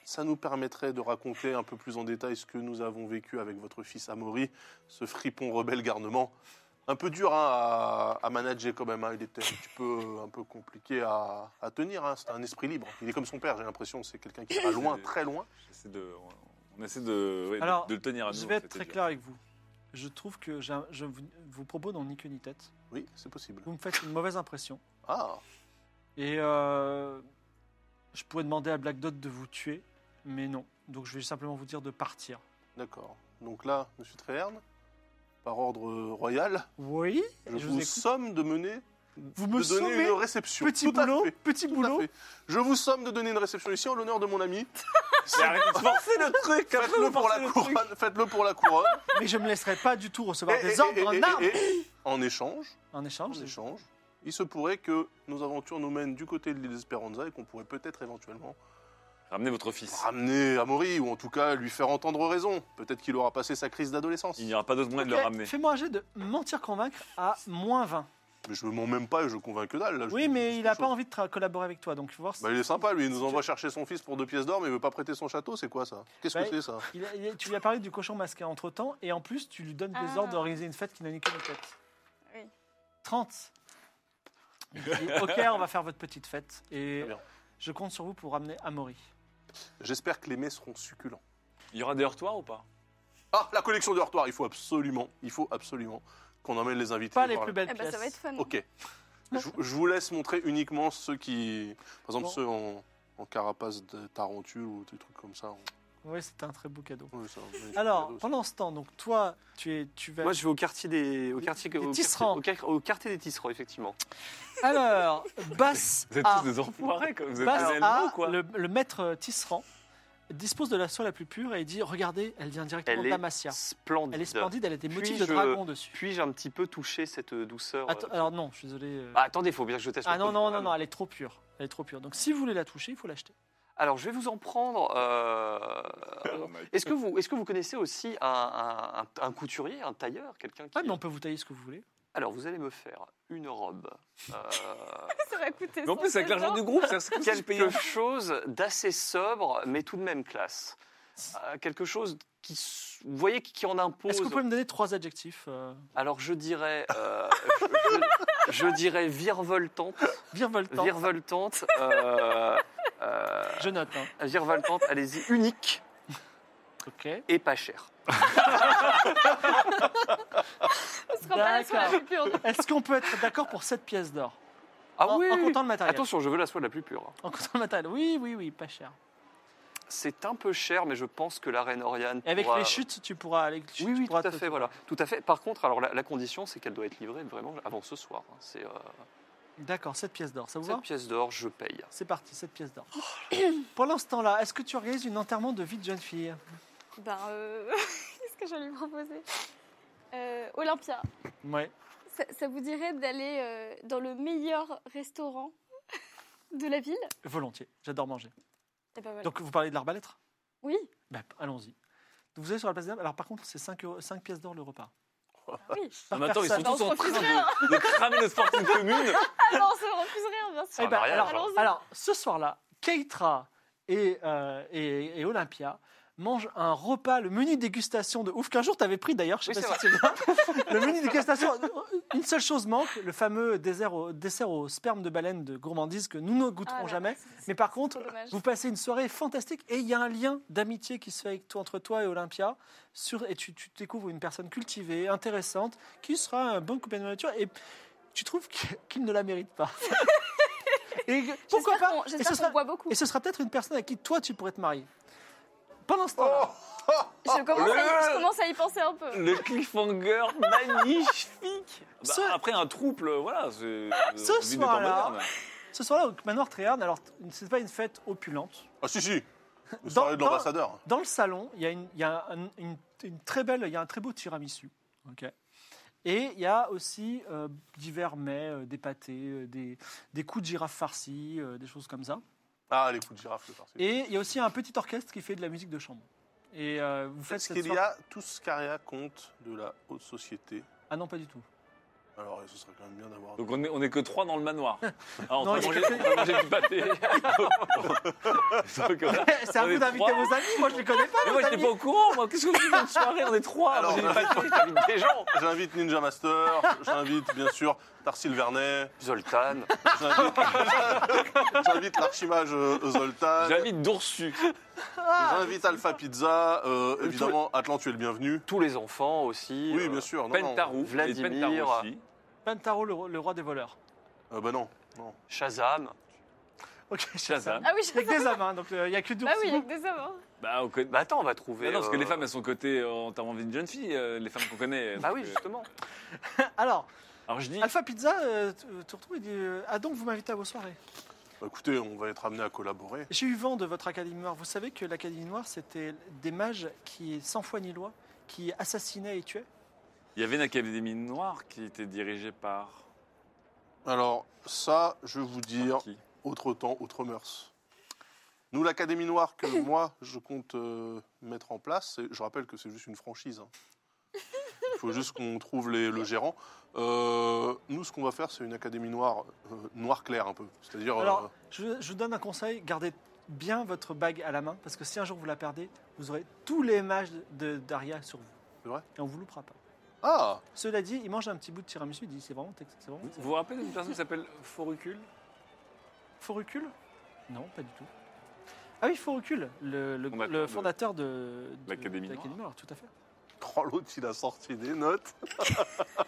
Ça nous permettrait de raconter un peu plus en détail ce que nous avons vécu avec votre fils Amaury, ce fripon rebelle garnement. Un peu dur hein, à, à manager quand même, hein. il était un petit peu, un peu compliqué à, à tenir, hein. c'est un esprit libre. Il est comme son père, j'ai l'impression, c'est quelqu'un qui va loin, très loin. J'essaie de- on- On essaie de, ouais, de- Alors, de le Ah tenir à nous. Je vais être très clair avec vous. Je trouve que j'ai un- je vous, vos propos n'ont ni queue ni tête. Oui, c'est possible. Vous me faites une mauvaise impression. Ah, Et euh, je pourrais demander à Black Dot de vous tuer, mais non. Donc je vais simplement vous dire de partir. d'accord. Donc là, monsieur Treherne, par ordre euh, royal, Oui Je je vous, vous écoute. somme de mener, Vous me de donner sommez une réception. Petit Tout à boulot, fait, petit tout à boulot. fait. Je vous somme de donner une réception ici en l'honneur de mon ami. *laughs* Mais arrêtez de forcer le truc après, Faites-le vous pour forcez la le truc. couronne. Faites-le pour la couronne. Mais je ne me laisserai pas du tout recevoir Et- et- des et- ordres et- d'un et- arbre. et- En échange, En en échange c'est- échange, il se pourrait que nos aventures nous mènent du côté de l'île Esperanza et qu'on pourrait peut-être éventuellement Ramenez votre fils. ramener Amaury ou en tout cas lui faire entendre raison. Peut-être qu'il aura passé sa crise d'adolescence. Il n'y aura pas d'autre moyen de le Ok, ramener. Fais-moi un jet de mentir convaincre à moins 20. Mais je me mens même pas et je convainc que dalle. là. Je Oui, dis mais des il n'a choses. pas envie de tra- collaborer avec toi, donc faut voir si- Bah, il est sympa, lui. Il nous envoie chercher son fils pour deux pièces d'or, mais il veut pas prêter son château. C'est quoi ça Qu'est-ce Bah, que c'est ça Il a- il a- tu lui as parlé du cochon masqué entre temps, et en plus, tu lui donnes des Ah. ordres d'organiser une fête qui n'a ni queue ni tête. Oui. 30. Il dit, ok, on va faire votre petite fête, et Très bien. je compte sur vous pour ramener Amaury. J'espère que les mets seront succulents. Il y aura des heurtoirs ou pas Ah, la collection de hortoirs, il faut absolument, il faut absolument qu'on emmène les invités. Pas les voir plus là. belles Eh ben, pièces. ça va être fun. Ok. je, je vous laisse montrer uniquement ceux qui, par exemple Bon. ceux en, en carapace de tarentule ou des trucs comme ça. Oui, c'était un très beau cadeau. Ouais, ça, *laughs* ouais, Alors, cadeau, ça. pendant ce temps, donc toi, tu es, tu vas. Moi, je vais au quartier des, au quartier, Des au Ben, quartier- tisserands. au quar- au quartier des tisserands, effectivement. Alors, Basse Vous êtes A, tous des enfoirés, quoi. Vous êtes Basse des A, animaux, quoi. Bah, le, le maître tisserand, dispose de la soie la plus pure et il dit Regardez, elle vient directement Elle est d'Amacia. Splendide. Elle est splendide, elle a des motifs de Puis-je- dragon dessus. Puis-je un petit peu toucher cette douceur Attends, euh, alors non, je suis désolé. euh, Ah, attendez, faut bien que je teste. Ah le non, produit, non, quand non, même. non, elle est trop pure. Elle est trop pure. Donc si vous voulez la toucher, il faut l'acheter. Alors, je vais vous en prendre. Oh euh, Est-ce que, vous, est que vous connaissez aussi un, un- un- un couturier, un tailleur, quelqu'un qui. Ah, mais on peut vous tailler ce que vous voulez. Alors, vous allez me faire une robe. euh, *laughs* Ça va coûter. Mais en plus, avec 100 l'argent du euros. groupe, c'est comme si je payais. quelque chose d'assez sobre, mais tout de même classe. Euh, quelque chose qui. s- Vous voyez, qui, qui en impose. Est-ce que vous pouvez me donner trois adjectifs euh, Alors, je dirais. euh, je, je- je dirais virevoltante. Virevoltant. Virevoltante. euh, euh, Je note. hein. virevoltante, allez-y, unique. Ok. et pas cher. Ce sera pas la soirée la plus pure. Est-ce qu'on peut être d'accord pour 7 pièces d'or Ah en, oui en comptant le matériel. Attention, je veux la soie la plus pure. hein. En comptant le matériel. Oui, oui, oui, pas cher. C'est un peu cher, mais je pense que la reine Oriane. Et avec pourra- les chutes, tu pourras. Avec les chutes, Oui, tu oui, tout pourras à te- fait, voilà. Tout à fait. Par contre, alors la, la condition, c'est qu'elle doit être livrée vraiment avant ce soir. hein. C'est euh, D'accord, 7 pièces d'or. Ça vous cette va pièce d'or, je paye. C'est parti, 7 pièces d'or. *clears throat* Pour l'instant là, est-ce que tu organises une enterrement de vie de jeune fille Bah, *laughs* Ben, euh, qu'est-ce que j'allais lui proposer Euh, Olympia. Ouais. Ça, ça vous dirait d'aller euh, dans le meilleur restaurant *laughs* de la ville Volontiers, j'adore manger. Eh ben voilà. Donc vous parlez de l'arbalète Oui, Ben, allons-y. Donc, Vous allez sur la place des Dames. Alors par contre, c'est 5, pièces d'or le repas. Ah. bah *laughs* oui. Par Mais attends, ils sont personne. Bah, on tous se en train refuse rien. de, de cramer notre fortune commune. Ah non, on se refuse rien, bien sûr. Eh ben, mariage, alors, hein. allons-y. alors, ce soir-là, Keitra et, euh, et, et Olympia mangent un repas, le menu dégustation de ouf, qu'un jour tu avais pris d'ailleurs, je sais Oui, pas si tu te souviens. *laughs* Le menu dégustation, une seule chose manque, le fameux dessert au, dessert au sperme de baleine de gourmandise que nous ne Ah goûterons là, jamais. c'est- c'est- Mais par contre, trop dommage. vous passez une soirée fantastique et il y a un lien d'amitié qui se fait avec toi, entre toi et Olympia. Sur, et tu, tu découvres une personne cultivée, intéressante, qui sera un bon compagnon de nature et tu trouves que- qu'il ne la mérite *laughs* pas. et que- pourquoi J'espère pas qu'on- et J'espère ce, qu'on sera, boit beaucoup. et ce sera peut-être une personne à qui toi tu pourrais te marier. Pendant ce temps-là, Oh Je commence, à y, Oh, le- Euh, je commence à y penser un peu. Le cliffhanger magnifique. Bah, Ce- Après un trouble, voilà. c'est- euh, Ce on vit des temps soir-là. modernes. ce soir-là au manoir Tréherne, alors c'est pas une fête opulente. Ah si, si. Vous Dans- parlez de dans- l'ambassadeur. Dans le salon, il y a, une, il y a un, une- une très belle, il y a un très beau tiramisu. Ok. Et il y a aussi euh, divers mets, euh, des pâtés, euh, des, des coups de girafe farcis, euh, des choses comme ça. Ah, les coups de girafe, le farci. Et il y a aussi un petit orchestre qui fait de la musique de chambre. Et euh, vous faites Est-ce cette qu'il y soirée- a tout ce qu'Aria compte de la haute société Ah non, pas du tout. Alors, ce serait quand même bien d'avoir... Donc on est, on est que trois dans le manoir. Ah, on Non, va il y a manger, quelques- on va manger du pâté. Donc, voilà. *laughs* C'est à On est vous d'inviter trois. vos amis, moi je les connais pas. Mais vos moi j'étais amis. pas au courant. moi. Qu'est-ce que vous dites une soirée On est trois. Alors, Alors, euh, des gens. J'invite Ninja Master, j'invite bien sûr Tarsil Vernet, Zoltan. *laughs* j'invite j'invite l'archimage euh, Zoltan, J'invite d'Oursu. j'invite Alpha Pizza, euh, Le évidemment Atlan, tu es le bienvenu. Tous les enfants aussi. Oui, euh, bien sûr. Non, non. Pentarou. Vladimir. Et Pentarou aussi. *laughs* Pentaro, le, roi- le roi des voleurs. Euh, bah non, non. Shazam. Ok, Shazam. Ah oui, Avec je... des hommes, hein, donc euh, il n'y a que deux. bah oui, avec des hommes. hein. Bah, on conna- Bah attends, on va trouver. Mais non, parce que euh, les femmes, elles sont cotées euh, en termes d'envie de jeune fille, euh, les femmes qu'on connaît. Bah Donc, oui, euh, justement. Alors, Alors je dis, Alpha Pizza, euh, tu tu retrouves, il dit euh, Ah donc vous m'invitez à vos soirées Bah, écoutez, on va être amené à collaborer. J'ai eu vent de votre Académie Noire. Vous savez que l'Académie Noire, c'était des mages qui, sans foi ni loi, qui assassinaient et tuaient il y avait une académie noire qui était dirigée par. Alors, ça, je vais vous dire, par qui autre temps, autre mœurs. Nous, l'Académie Noire que moi, je compte euh, mettre en place, c'est- je rappelle que c'est juste une franchise. hein. Il faut juste qu'on trouve les- le gérant. Euh, nous, ce qu'on va faire, c'est une Académie Noire euh, noir clair un peu. C'est-à-dire, Alors, euh, je, je vous donne un conseil gardez bien votre bague à la main, parce que si un jour vous la perdez, vous aurez tous les mages de- d'Aria sur vous. C'est vrai Et on vous loupera pas. ah, Cela dit, il mange un petit bout de tiramisu, il dit C'est vraiment. tex- C'est vraiment Vous vous vous rappelez d'une personne qui s'appelle Forucule Faux recul Non, pas du tout. Ah oui, faux recul, le, le- Fondateur le de- fondateur de, de- l'Académie de l'Académie Noire, tout à fait. oh, l'autre, il a sorti des notes.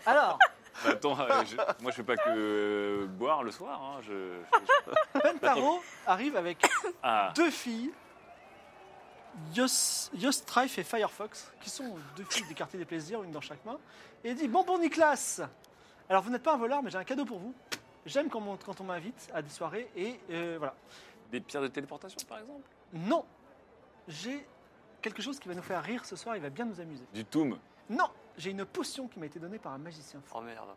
Alors, Bah, Attends, euh, je- moi je fais pas que euh, boire le soir. hein, je- je- Pentaro arrive avec Ah, deux filles, Yos- Yostrife et Firefox, qui sont deux filles du quartier des plaisirs, une dans chaque main, et il dit Bon, bon, Nicolas Alors, vous n'êtes pas un voleur, mais j'ai un cadeau pour vous. J'aime quand on, quand on m'invite à des soirées, et euh, voilà. des pierres de téléportation par exemple Non J'ai quelque chose qui va nous faire rire ce soir, il va bien nous amuser. Du Toum. Non J'ai une potion qui m'a été donnée par un magicien. Oh merde.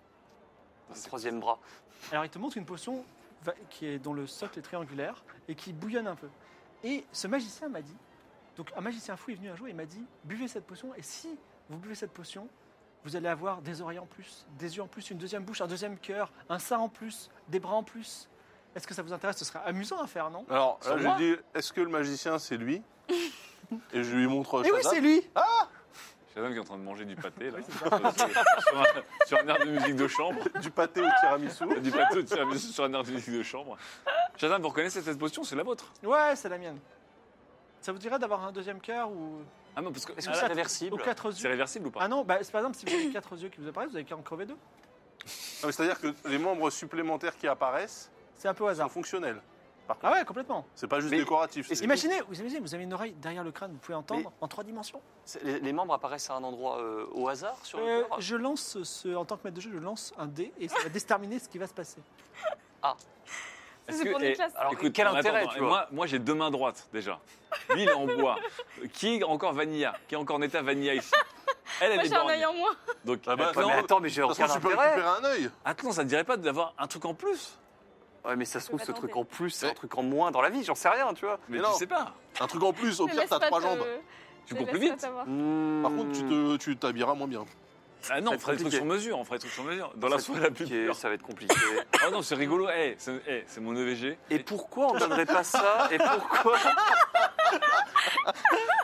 Le troisième bras. Alors il te montre une potion va- qui est dont le socle est triangulaire et qui bouillonne un peu. Et ce magicien m'a dit, donc un magicien fou est venu un jour, il m'a dit, buvez cette potion et si vous buvez cette potion, vous allez avoir des oreilles en plus, des yeux en plus, une deuxième bouche, un deuxième cœur, un sein en plus, des bras en plus. Est-ce que ça vous intéresse Ce serait amusant à faire, non Alors, Sur là, je moi lui dis, est-ce que le magicien, c'est lui Et je lui montre Eh oui, Shazam. c'est lui Shazam qui est en train de manger du pâté là. *laughs* sur, un, sur un air de musique de chambre. du pâté au tiramisu. Du pâté de tiramisu sur un air de musique de chambre. Shazam, vous reconnaissez cette potion C'est la vôtre. Ouais, c'est la mienne. Ça vous dirait d'avoir un deuxième cœur ou Ah non, parce que. Ah, Est-ce que là, c'est ça- aux réversible quatre C'est yeux réversible ou pas Ah non, bah, c'est par exemple si vous avez quatre yeux qui vous apparaissent, vous avez qu'à en crever deux. Non, mais C'est-à-dire que les membres supplémentaires qui apparaissent C'est un peu au sont hasard. fonctionnels. Par Ah contre, ouais, complètement. c'est pas juste Mais- décoratif. et c'est- Imaginez, vous imaginez, vous avez une oreille derrière le crâne, vous pouvez entendre en trois dimensions. C'est- les, les membres apparaissent à un endroit euh, au hasard sur le Euh, corps je lance ce, en tant que maître de jeu, je lance un dé et ça va déterminer ce qui va se passer. Ça, Est-ce C'est que- pour eh, Nicolas. Alors Écoute, quel non, mais intérêt attends, tu attends, vois Moi, moi j'ai deux mains droites déjà. Lui, il est en bois. Qui est encore Vanilla Qui est encore Neta Vanilla ici Elle, elle Moi, est j'ai un œil borgne. en moins. Donc, Ah bah, elle prend- mais attends, mais j'ai De toute aucun façon, tu peux intérêt. récupérer un œil. Attends, Ah, ça te dirait pas d'avoir un truc en plus Ouais, mais ça se trouve, pas ce truc tenter. en plus, c'est Mais- un truc en moins dans la vie, j'en sais rien, tu vois. Mais Mais non. tu sais pas. Un truc en plus, au Ne pire, laisse t'as pas trois te- jambes. Tu ne cours laisse plus pas vite. t'avoir. Hmm. Par contre, tu te- tu t'habilleras moins bien. Ah non, Ça va on être ferait des trucs compliqué. sur mesure, on ferait des trucs sur mesure. Dans la soirée la plus compliqué, pure. Ça va être compliqué. Oh non, c'est rigolo. Eh, c'est eh, c'est mon EVG. Et pourquoi on donnerait pas ça Et pourquoi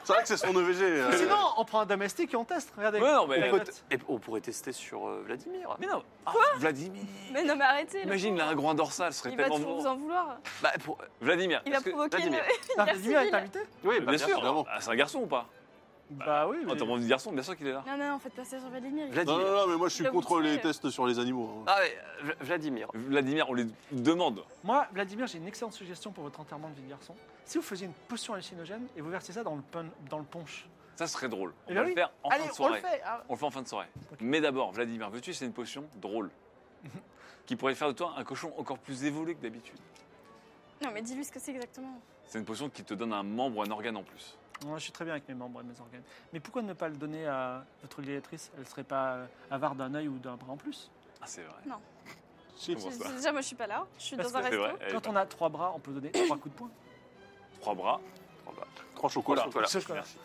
C'est vrai que c'est son *laughs* EVG. euh, Sinon, on prend un domestique et on teste. Regardez. Ouais, non, mais- On note. Et on pourrait tester sur euh, Vladimir. Mais non. Quoi Vladimir. Mais non, mais arrêtez. le Imagine, il a un grand dorsal, ce serait Il va tellement toujours vous bon. en vouloir. Bah, pour- Vladimir. Il va est-ce que- provoquer une, une Vladimir. Ah, guerre Vladimir est civile. invité Oui, bah, Bien sûr. évidemment. Ah, C'est un garçon ou pas Bah oui. Attends, mais- on dit garçon, bien sûr qu'il est là. Non, non, non, faites pas ça sur Vladimir. il- Non, Vladimir. non, non, mais moi je suis Le contre boucher. les tests sur les animaux. hein. Ah, ouais, euh, Vla- Vladimir. Vladimir, on les demande. Moi, Vladimir, j'ai une excellente suggestion pour votre enterrement de vie de garçon. Si vous faisiez une potion hallucinogène et vous versiez ça dans le, pun- dans le punch. Ça serait drôle. On Eh ben va oui. le faire en Allez, fin on de le soirée. fait. ah. On le fait en fin de soirée. Ok. Mais d'abord, Vladimir, veux-tu, c'est une potion drôle. qui pourrait faire de toi un cochon encore plus évolué que d'habitude. Non, mais dis-lui ce que c'est exactement. C'est une potion qui te donne un membre ou un organe en plus. Moi, je suis très bien avec mes membres et mes organes. Mais pourquoi ne pas le donner à votre liatrice Elle serait pas euh, avare d'un œil ou d'un bras en plus. Ah, c'est vrai. Non. Si. Comment ça Déjà, moi, je suis pas là. Je suis Parce dans un C'est resto. vrai. elle est Quand pas- on a trois bras, on peut donner trois coups de poing. Trois bras. Trois chocolats. Ah, Trois chocolats. Ce chocolat. Merci.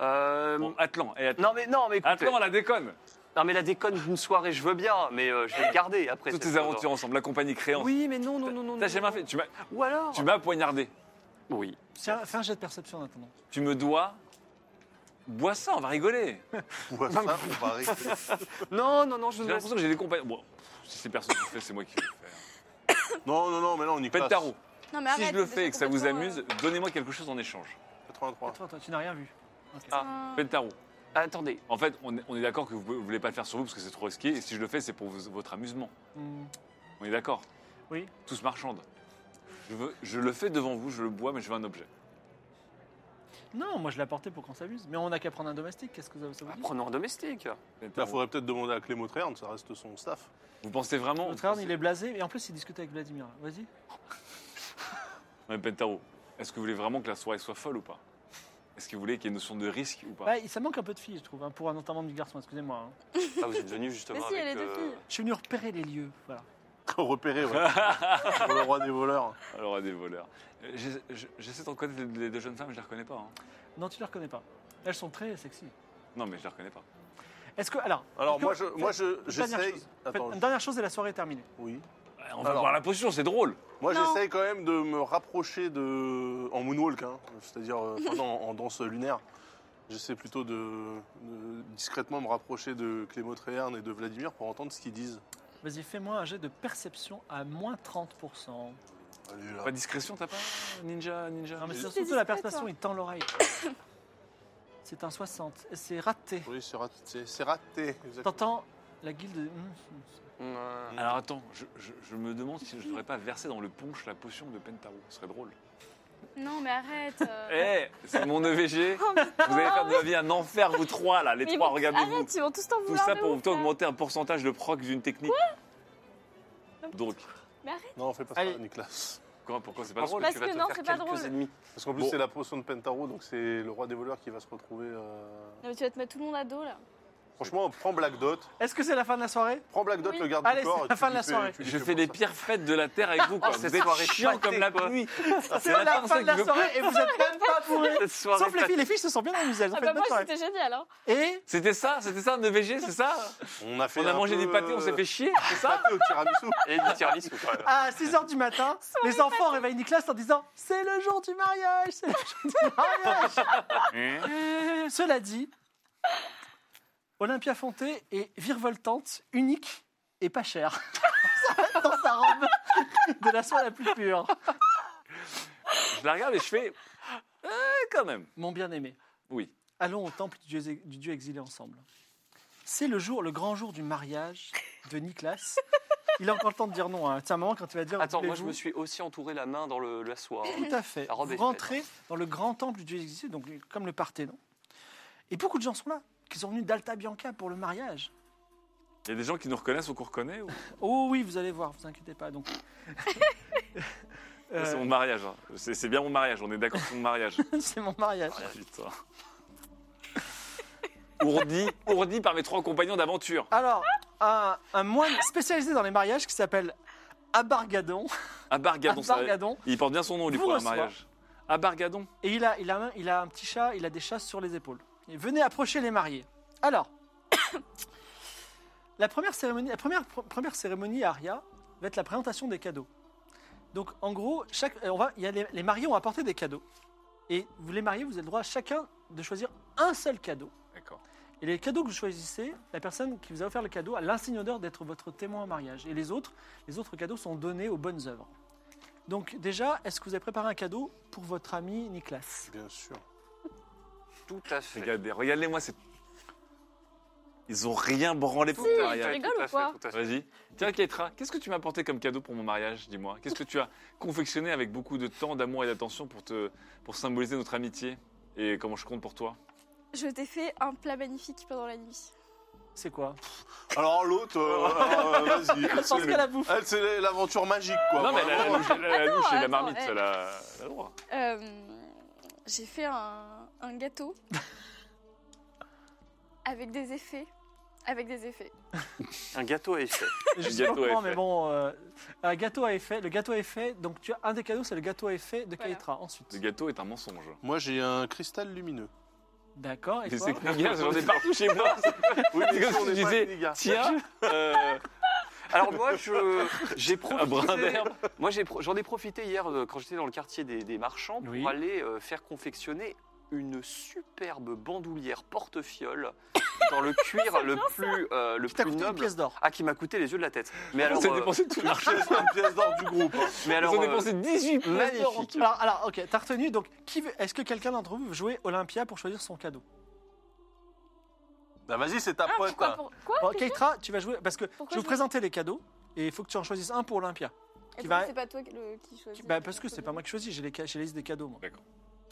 Euh, Bon, Atlan. eh, Atlan. Non, mais non, mais écoutez, Atlan, on la déconne. non, mais la déconne d'une soirée, je veux bien, mais euh, je vais le garder après. Toutes cette tes soirée. aventures ensemble, la compagnie créante. Oui, mais non, non, non, non. T'as non, jamais non. fait. Tu m'as, Ou alors tu m'as poignardé. Oui. Tiens, fais un jet de perception en attendant. Tu me dois. Bois ça, on va rigoler. Ah. Ouais, ça, on va arrêter. Non, non, non, je J'ai ne l'impression que j'ai des compagnons. Bon, pff, si c'est personne qui le fait, c'est moi qui vais le *laughs* faire. Non, non, non, mais là on y Faites classe. tarot. Non, mais arrête. si je le déjà, fais et que ça vous complètement, amuse, euh, donnez-moi quelque chose en échange. 83. Toi, toi, tu n'as rien vu. Ok. Ah. putain. Faites tarot. Attendez. En fait, on est, on est d'accord que vous ne voulez pas le faire sur vous parce que c'est trop risqué. Et si je le fais, c'est pour vous- votre amusement. Hmm. On est d'accord Oui. Tous marchandes. Je, veux, je le fais devant vous, je le bois, mais je veux un objet. Non, moi je l'ai apporté pour qu'on s'amuse. Mais on n'a qu'à prendre un domestique, qu'est-ce que ça ça vous Ah, dit Prenons un domestique. Faites Il tarot. faudrait peut-être demander à Clément Tréherne, ça reste son staff. *laughs* Vous pensez vraiment Le train, il est blasé et en plus il discute avec Vladimir. Vas-y. Ouais, faites tarot. Est-ce que vous voulez vraiment que la soirée soit folle ou pas Est-ce que vous voulez qu'il y ait une notion de risque ou pas Bah, ça manque un peu de filles, je trouve, hein, pour un enterrement du garçon, excusez-moi. hein. Ah, vous êtes venu justement. Mais si, il y a avec, les deux euh, filles. Je suis venu repérer les lieux. Voilà. Repéré, ouais. Pour le roi des voleurs. *laughs* Alors, à des voleurs. Euh, j'essa- je- J'essaie de reconnaître les- les deux jeunes femmes, je les reconnais pas. hein. Non, tu les reconnais pas. Elles sont très sexy. Non, mais je les reconnais pas. Est-ce que. Alors, Alors est-ce que- moi, je, moi, faites- je, faites dernière j'essaye. chose. Faites Attends, une dernière chose et la soirée est terminée. oui. Ouais, On va Alors. voir la position, c'est drôle. Moi, Non. j'essaye quand même de me rapprocher de en moonwalk, hein. c'est-à-dire euh, enfin, non, en danse lunaire. J'essaie plutôt de, de discrètement me rapprocher de Clément Tréherne et de Vladimir pour entendre ce qu'ils disent. Vas-y, fais-moi un jet de perception à moins 30%. Allez, là. Pas de discrétion, t'as pas Ninja, ninja. Non, mais J'ai- c'est C'est surtout la discret, perception, toi. il tend *coughs* l'oreille. C'est un 60. Et c'est raté. Oui, c'est raté. c'est- C'est raté. exactement. T'entends la guilde. Hum, hum. hum, Alors attends, je, je- je me demande si je devrais pas verser dans le punch la potion de Pentaro. Ce serait drôle. Non, mais arrête. euh. Eh, *laughs* c'est mon EVG. *laughs* Oh, putain. Vous allez faire de ma vie un enfer, vous trois là, Eh, les Mais trois, bon, regardez-vous. Arrête, ils vont tous t'en Tout vouloir. ça de pour ouf, là. augmenter un pourcentage de proc d'une technique. Donc, Mais arrête. Non, fais pas ça, Allez. Nicolas. quoi, pourquoi c'est pas Parce drôle que Parce tu vas que te non, faire c'est pas quelques drôle. ennemis. Parce qu'en plus, Bon. c'est la potion de Pentaro, donc c'est le roi des voleurs qui va se retrouver. euh, Non, mais tu vas te mettre tout le monde à dos, là. Franchement, prends Black Dot, Est-ce que c'est la fin de la soirée prends Black Dot, Oui. le garde Allez, du corps. c'est et la tu fin de lui la fais- soirée. tu lui Je fais fais pour les ça. pires fêtes de la Terre avec vous, quoi. Oh, cette vous êtes soirée chiant pâtée, comme la quoi. pluie. Ah, C'est la personne fin de la qui veut- soirée et vous êtes même pas bourrés. *laughs* Cette soirée Sauf les filles, les filles se sont bien amusées, elles ont Ah fait bah une bonne moi, soirée. c'était génial, hein. Et C'était ça, c'était ça un EVG, c'est ça On a, fait On a un mangé peu, des pâtés, on s'est euh, *laughs* fait chier, c'est ça pâté au tiramisu. Et du tiramisu, quand *laughs* même. à 6h du matin, les enfants réveillent Nicolas en disant C'est le jour du mariage C'est le jour du mariage *laughs* Euh, Cela dit, Olympia Fonté est virevoltante, unique et pas chère. *laughs* Dans sa robe de la soie la plus pure. Je la regarde et je fais. Euh, quand même. Mon bien-aimé, Oui. allons au temple du dieu, du dieu exilé ensemble. C'est le jour, le grand jour du mariage de Nicolas. Il a encore le temps de dire non. Hein. Tiens, maman, quand tu vas dire. Attends, moi, je voulez-vous me suis aussi entouré la main dans le, la soie. hein. Tout à fait. La robe Vous est rentrez dans le grand temple du Dieu existé, donc comme le Parthénon. Et beaucoup de gens sont là, qui sont venus d'Alta Bianca pour le mariage. Il y a des gens qui nous reconnaissent ou qu'on reconnaît ou... Oh oui, vous allez voir, vous inquiétez pas. Donc, Euh. C'est mon mariage. hein. C'est *laughs* c'est Ah, *laughs* bien mon mariage, on est d'accord sur mon mariage. C'est mon mariage. Ah, putain. ourdi, ourdi par mes trois compagnons d'aventure. Alors, un, un moine spécialisé dans les mariages qui s'appelle Abargadon, À Bargadon, ça- Abargadon Il porte bien son nom, lui, Vous pour un reçoit. mariage. À Bargadon. et il a, il, a, un- il a un petit chat, il a des chasses sur les épaules. Et venez approcher les mariés. Alors, *coughs* la première cérémonie, la première, pr- première cérémonie à Aria va être la présentation des cadeaux. Donc, en gros, chaque, euh, on va, il y a les, les mariés ont apporté des cadeaux. Et vous les mariés, vous avez le droit à chacun de choisir un seul cadeau. D'accord. Et les cadeaux que vous choisissez, la personne qui vous a offert le cadeau a l'insigne d'honneur d'être votre témoin au mariage. Et les autres, les autres cadeaux sont donnés aux bonnes œuvres. Donc déjà, est-ce que vous avez préparé un cadeau pour votre ami Nicolas Bien sûr. Tout à fait. Regardez, regardez-moi, c'est. Ils ont rien branlé pour Si, le tu mariage. rigoles ou quoi Vas-y. Tiens, Keitra, qu'est-ce que tu m'as apporté comme cadeau pour mon mariage, dis-moi Qu'est-ce que tu as confectionné avec beaucoup de temps, d'amour et d'attention pour, te, pour symboliser notre amitié Et comment je compte pour toi Je t'ai fait un plat magnifique pendant la nuit. C'est quoi *laughs* Alors *laughs* l'autre, euh, euh, vas-y. Je pense qu'elle a bouffé. Elle, c'est l'aventure magique, quoi. Non, mais elle a la Vraiment. louche, elle a la Bah, Attends, louche et la attends, marmite, eh. elle a elle a le droit. Euh, J'ai fait un, un *laughs* gâteau avec des effets. Avec des effets. Un gâteau à effet. Je Le sais pas gâteau à comment, effet. mais bon, euh, un gâteau à effet. Le gâteau à effet. Donc tu as un des cadeaux, c'est le gâteau à effet de Voilà. Kaitra. Le Ensuite. gâteau est un mensonge. Moi, j'ai un cristal lumineux. D'accord. Et Mais quoi c'est que les gars, j'en ai partout chez *laughs* moi. Oui, C'est comme si tu disais, tiens, euh, Alors moi, je- j'ai *laughs* profité. un brin d'herbe. Moi, j'ai pro- j'en ai profité hier euh, quand j'étais dans le quartier des, des marchands pour Oui. aller euh, faire confectionner une superbe bandoulière *laughs* porte-fiole dans le cuir le plus, euh, le Qui t'a plus coûté une noble. pièce d'or. Ah, qui m'a coûté les yeux de *laughs* la tête. Mais alors, On s'est euh, *laughs* dépensé tout l'argent. C'est une pièce d'or du groupe. hein. mais alors, Ils ont euh, dépensé 18 pièces d'or en magnifique. tout. Alors, alors, ok, t'as retenu. Donc, qui veut- est-ce que quelqu'un d'entre vous veut jouer Olympia pour choisir son cadeau Bah, vas-y, c'est ta pote. pourquoi hein. Ah, pour- Quoi Bon, Keitra, tu vas jouer parce que je Pourquoi vais vous je- présenter les cadeaux et il faut que tu en choisisses un pour Olympia. Et qui pourquoi va- C'est pas toi le- qui choisis. Bah, parce que c'est pas moi qui choisis, j'ai les, ca- j'ai les listes des cadeaux moi. D'accord.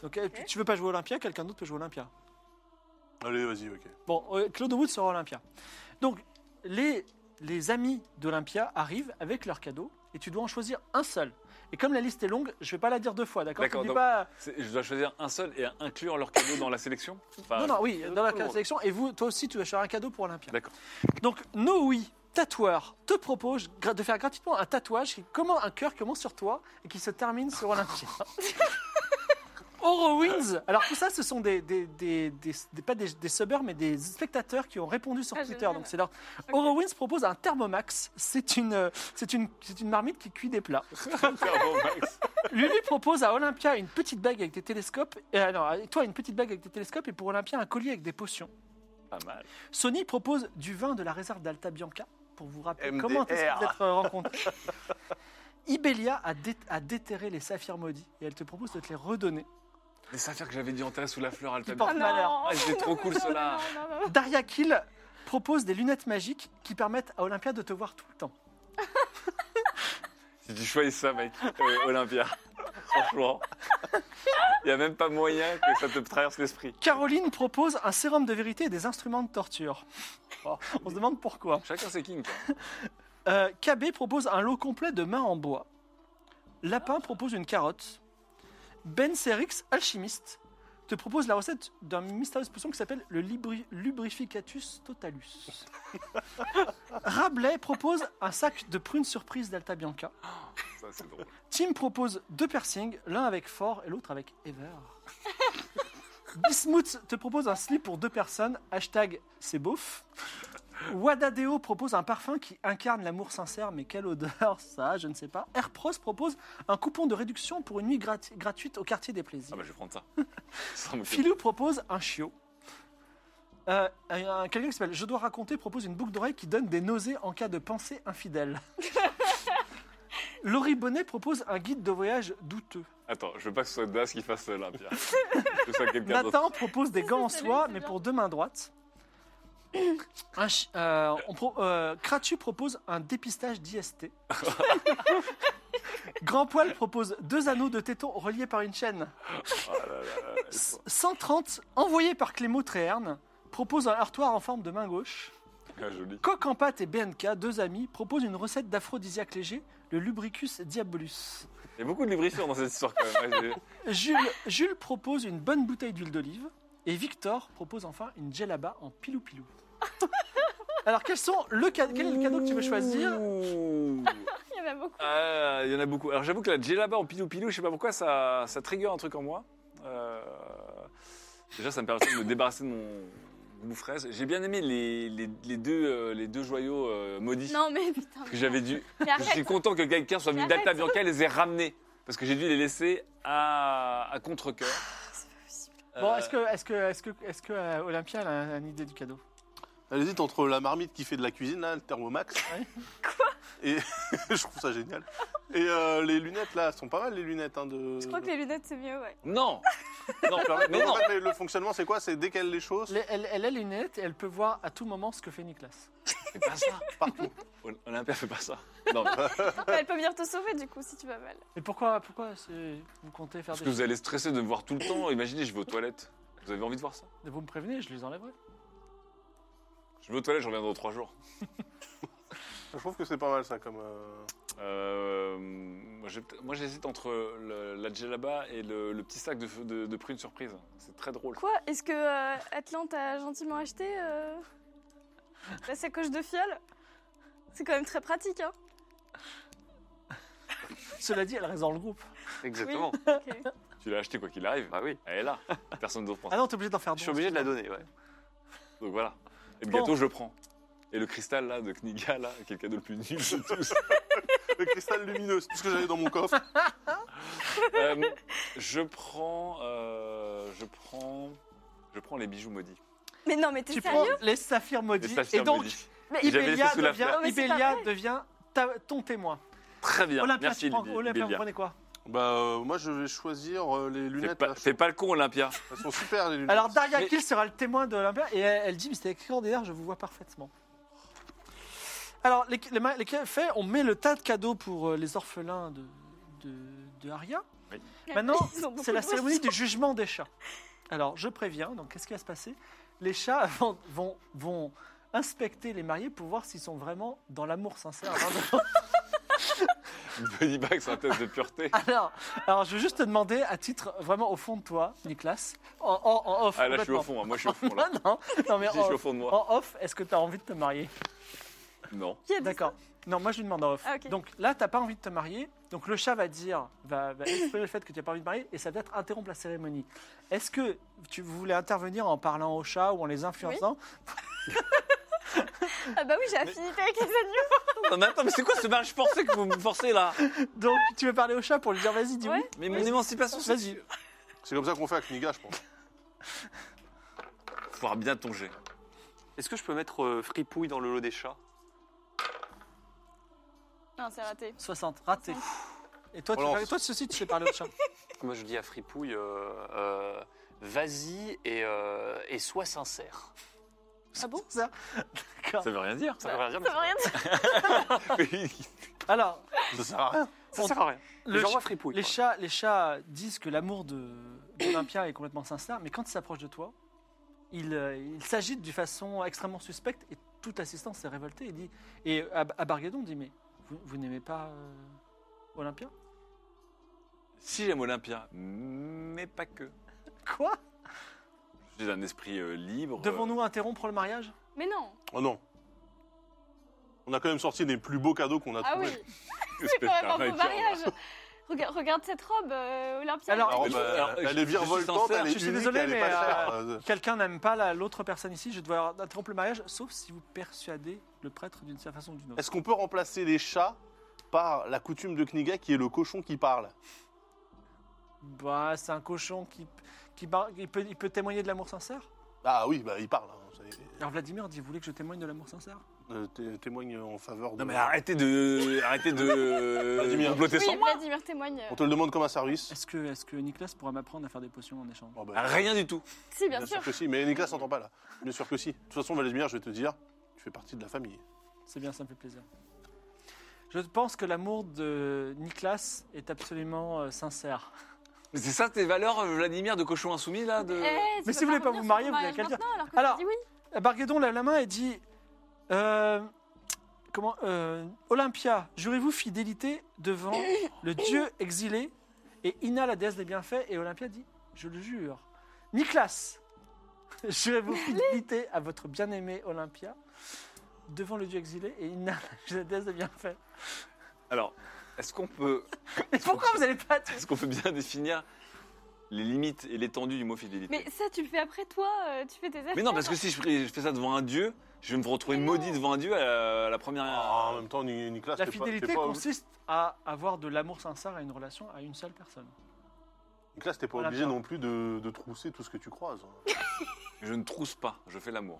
Donc euh, tu, tu veux pas jouer Olympia, quelqu'un d'autre peut jouer Olympia. Allez, vas-y, ok. Bon, euh, Claude Wood sera Olympia. Donc les, les amis d'Olympia arrivent avec leurs cadeaux et tu dois en choisir un seul. Et comme la liste est longue, je vais pas la dire deux fois, d'accord D'accord, Tu me dis donc- pas- C'est- Je dois choisir un seul et inclure leur cadeau dans la sélection Enfin, *laughs* Non, non, oui, dans Ah, euh, tout le la monde. sélection. Et vous, toi aussi, tu dois choisir un cadeau pour Olympia. D'accord. Donc Noé, tatoueur, te propose gra- de faire gratuitement un tatouage qui commence un cœur qui commence sur toi et qui se termine sur *laughs* Olympia. Horowitz. Alors tout ça, ce sont des, des, des- des- des- pas des, des subbers, mais des spectateurs qui ont répondu sur Ah, Twitter. génial. Donc c'est leur. Horowitz propose un Thermomax. C'est une, euh, c'est une, c'est une marmite qui cuit des plats. Bravo, Max. Lulu propose à Olympia une petite bague avec des télescopes. Et, euh, non, à toi une petite bague avec des télescopes et pour Olympia un collier avec des potions. Pas mal. Sony propose du vin de la réserve d'Alta Bianca pour vous rappeler MDR. comment est-ce que vous êtes euh, rencontrés. Ibelia a, dé- a déterré les saphirs maudits et elle te propose de te les redonner. Des affaires que j'avais dû enterrer sous la fleur Qui Altamir. porte malheur. Ah, c'était trop cool, cela. Non, non, non. Daria Kill propose des lunettes magiques qui permettent à Olympia de te voir tout le temps. Si tu choisis ça, mec, euh, Olympia, franchement, il n'y a même pas moyen que ça te traverse l'esprit. Caroline propose un sérum de vérité et des instruments de torture. *laughs* Oh, on se demande pourquoi. Chacun ses hein. kings. quoi. Euh, KB propose un lot complet de mains en bois. Lapin propose une carotte. Ben Serix, alchimiste, te propose la recette d'un mystérieuse potion qui s'appelle le libri- lubrificatus totalus. *laughs* Rabelais propose un sac de prunes surprise d'Alta Bianca. Ah, Ça, c'est drôle. Tim propose deux piercings, l'un avec Fort et l'autre avec *laughs* Ever. Bismuth te propose un slip pour deux personnes, hashtag c'est beauf. Wadadeo propose un parfum qui incarne l'amour sincère, mais quelle odeur ça, je ne sais pas. Airpros propose un coupon de réduction pour une nuit grat- gratuite au quartier des plaisirs. Ah, bah, je vais prendre ça. Ça me fait- Philou propose un chiot. Euh, un- un- Quelqu'un qui s'appelle Je dois raconter propose une boucle d'oreille qui donne des nausées en cas de pensée *laughs* infidèle. Laurie Bonnet propose un guide de voyage douteux. Attends, je veux pas que ce soit Das qui fasse l'Olympia. Je veux ça que quelqu'un d'autre. Nathan propose des gants en c'est soie, lui, c'est mais bien. pour deux mains droites. Un chi- euh, on pro- euh, Kratu propose un dépistage *laughs* d'IST. Grand Poil propose deux anneaux de téton reliés par une chaîne. Oh là là là là. 130, envoyé par Clément Tréherne, propose un heurtoir en forme de main gauche. Ah, joli. Coq en pâte et BNK, deux amis, proposent une recette d'aphrodisiaque léger, le lubricus diabolus. *laughs* Il y a beaucoup de lubrifiants dans cette histoire quand même. Ouais, j'ai- Jules, Jules propose une bonne bouteille d'huile d'olive. Et Victor propose enfin une djellaba en pilou-pilou. Alors, quels sont le ca- quel est le cadeau que tu veux choisir Ouh. Il y en *laughs* a beaucoup. Euh, Il y en a beaucoup. Alors j'avoue que la djellaba en pilou-pilou, je sais pas pourquoi, ça, ça trigger un truc en moi. Euh, déjà, ça me permet de me débarrasser de mon, de mon fraise. J'ai bien aimé les, les- les deux, euh, les deux joyaux euh, maudits Non, mais putain. que j'avais dû. Mais Je arrête. suis content que quelqu'un soit venu Mais arrête. d'Alta Bianca et les ait ramenés. Parce que j'ai dû les laisser à, à contre-coeur. Ah, Euh, c'est pas possible. Euh, Bon, est-ce que, est-ce que, est-ce que, est-ce que euh, Olympia elle a une idée du cadeau Elle hésite entre la marmite qui fait de la cuisine, là, le thermomax. Ouais. Et *laughs* je trouve ça génial. Et euh, les lunettes, là, sont pas mal, les lunettes. hein, de... Je crois que les lunettes, c'est mieux, ouais. Non Non, mais Mais non en fait, le fonctionnement, c'est quoi C'est dès qu'elle les choses elle, elle- elle a les lunettes et elle peut voir à tout moment ce que fait Nicolas. Fais pas ça *laughs* partout. Ol- Olympia, fais pas ça. Non, mais Elle peut venir te sauver, du coup, si tu vas mal. Mais pourquoi, pourquoi c'est- vous comptez faire parce des que choses vous allez stresser de me voir tout le temps. Imaginez, je vais aux toilettes. Vous avez envie de voir ça Vous me prévenez, je les enlèverai. Je vais aux toilettes, je reviens dans trois jours. Je trouve que c'est pas mal, ça, comme. euh, Euh, moi, j'ai peut- moi, j'hésite entre le- la djellaba et le, le petit sac de, f- de, de prunes surprise. C'est très drôle. Quoi Est-ce que euh, Atlante a gentiment acheté euh, la sacoche de fiole C'est quand même très pratique, hein Cela dit, elle reste dans le groupe. Exactement. Ok. Tu l'as acheté quoi qu'il arrive. Bah oui. Elle *laughs* est là. Personne d'autre prend. Ah non, t'es obligé d'en faire Je deux. suis obligé de la donner, ouais. Donc voilà. Et le Bon. gâteau, je le prends. Et le cristal là de Kniga là, qui est le cadeau le plus nul *laughs* de tous. Le cristal lumineux, c'est tout ce que j'avais dans mon coffre. Euh, je prends, euh, je prends, je prends les bijoux maudits. Mais non, mais t'es Tu prends sérieux les saphirs Les maudits. saphirs et donc, maudits. Mais J'avais Ibelia laissé sous la devient, fleur. Non, mais c'est Ibelia devient ta- ton témoin. Très bien. Olympia, Merci. tu prends- Lily- Olympia, vous Lilia. prenez quoi Bah, euh, moi, je vais choisir euh, les Fais lunettes. pas, là. fais pas le con, Olympia. Elles sont super, les lunettes. Alors, Daria Mais- Kill sera le témoin de Olympia et elle, elle dit Mais c'était extraordinaire, je vous vois parfaitement. Alors, les, les, ma- les faits, on met le tas de cadeaux pour euh, les orphelins de, de, de Aria. Maintenant, Ils ont beaucoup c'est la de cérémonie du jugement des chats. Alors, je préviens, donc qu'est-ce qui va se passer Les chats *laughs* vont, vont, vont inspecter les mariés pour voir s'ils sont vraiment dans l'amour sincère. Bunny Bag, c'est un test de pureté. Alors, alors, je veux juste te demander, à titre vraiment au fond de toi, Nicolas, en, en- en off. Ah là, je suis complètement. au fond. hein. Moi, je suis au fond là. non, non, non, mais *laughs* Je dis, je en, suis au fond de moi. en off, est-ce que tu as envie de te marier Non. Qui a dit D'accord. Non, moi je lui demande en off. Ah, ok. Donc là, t'as pas envie de te marier. Donc le chat va dire, va, va exprimer le fait que tu n'as pas envie de marier et ça va peut-être interrompre la cérémonie. Est-ce que tu voulais intervenir en parlant aux chats ou en les influençant ça Ah bah oui, j'ai affinité avec les animaux. Non, mais attends, mais c'est quoi ce mariage forcé que vous me forcez là Donc tu veux parler aux chats pour lui dire, vas-y, dis Ouais. Mais mon émancipation, c'est. Vas-y. C'est comme ça qu'on fait avec Niga, je pense. Faudra bien ton jet. Est-ce que je peux mettre euh, fripouille dans le lot des chats Non, c'est raté. 60, raté. Et toi, tu, Relance. parles- toi, ceci, tu sais parler aux chats. Moi, je dis à fripouille, euh, euh, vas-y et, euh, et sois sincère. Ah bon ça D'accord. Ça veut rien dire. Ça veut rien dire, mais Ça veut rien dire. Ah. Alors, Ça sert à rien. ça sert à rien. le J'envoie fripouille. Les quoi. chats, les chats disent que l'amour de d'Olympia est complètement sincère, mais quand ils s'approchent de toi, ils euh, ils s'agitent d'une façon extrêmement suspecte et toute assistance est révoltée. Et, dit, et à, à Barguedon dit Mais vous, vous n'aimez pas euh, Olympia Si j'aime Olympia, mais pas que. Quoi J'ai un esprit euh, libre. Devons-nous interrompre le mariage Mais non. Oh non. On a quand même sorti des plus beaux cadeaux qu'on a Ah oui, trouvés. euh, c'est quand même un beau hein. mariage. Regarde, regarde cette robe euh, Olympia. Alors, Alors, Mais bah, je- alors, elle je- est je suis virevoltante, sincère, elle est je suis unique, désolé, elle est mais, pas chère. euh, Euh, Quelqu'un n'aime pas la- l'autre personne ici, je vais devoir interrompre le mariage, sauf si vous persuadez le prêtre d'une certaine façon ou d'une autre. Est-ce qu'on peut remplacer les chats par la coutume de Kniga qui est le cochon qui parle Bah, c'est un cochon qui, qui, bar- il peut, il peut témoigner de l'amour sincère Ah oui, bah il parle. hein, ça y est. Alors Vladimir dit, vous voulez que je témoigne de l'amour sincère Euh, té- témoigne en faveur de. Non, mais arrêtez de. Arrêtez de. Vladimir. comploter oui, sans moi. Vladimir témoigne. euh, On te le demande comme un service. Est-ce que, est que Nicolas pourra m'apprendre à faire des potions en échange Oh, bah, Rien du tout. Si, bien, bien sûr. sûr que si, mais Nicolas s'entend pas là. Bien sûr que si. De toute façon, Vladimir, je vais te dire, tu fais partie de la famille. Euh, C'est bien, ça me fait plaisir. Je pense que l'amour de Nicolas est absolument euh, sincère. Mais c'est ça tes valeurs, euh, Vladimir, de cochon insoumis là de... Eh, tu Mais peux si vous voulez pas revenir vous sur marier, ton vous avez mariage qu'à le dire. maintenant, Alors, que Alors- tu dis oui. Euh, Barguedon lève la main et dit euh, comment, euh, Olympia, jurez-vous fidélité devant le dieu *laughs* exilé et Ina, la déesse des bienfaits Et Olympia dit Je le jure. Nicolas, Je vais vous quitter à votre bien-aimé Olympia devant le dieu exilé et une déesse de bienfait. Alors, est-ce qu'on peut, Mais pourquoi vous n'allez pas tuer est-ce qu'on peut bien définir les limites et l'étendue du mot fidélité Mais ça, tu le fais après toi, euh, tu fais tes affaires. Mais non, parce que si je fais je fais ça devant un dieu, je vais me retrouver maudit devant un dieu à la, à la première. Ah, en même temps, Ni- Nicolas, La t'es pas- t'es fidélité pas- consiste à avoir de l'amour sincère à une relation à une seule personne. Nicolas, t'es pas Voilà, obligé bien. non plus de, de trousser tout ce que tu croises. hein. Je ne trousse pas, je fais l'amour.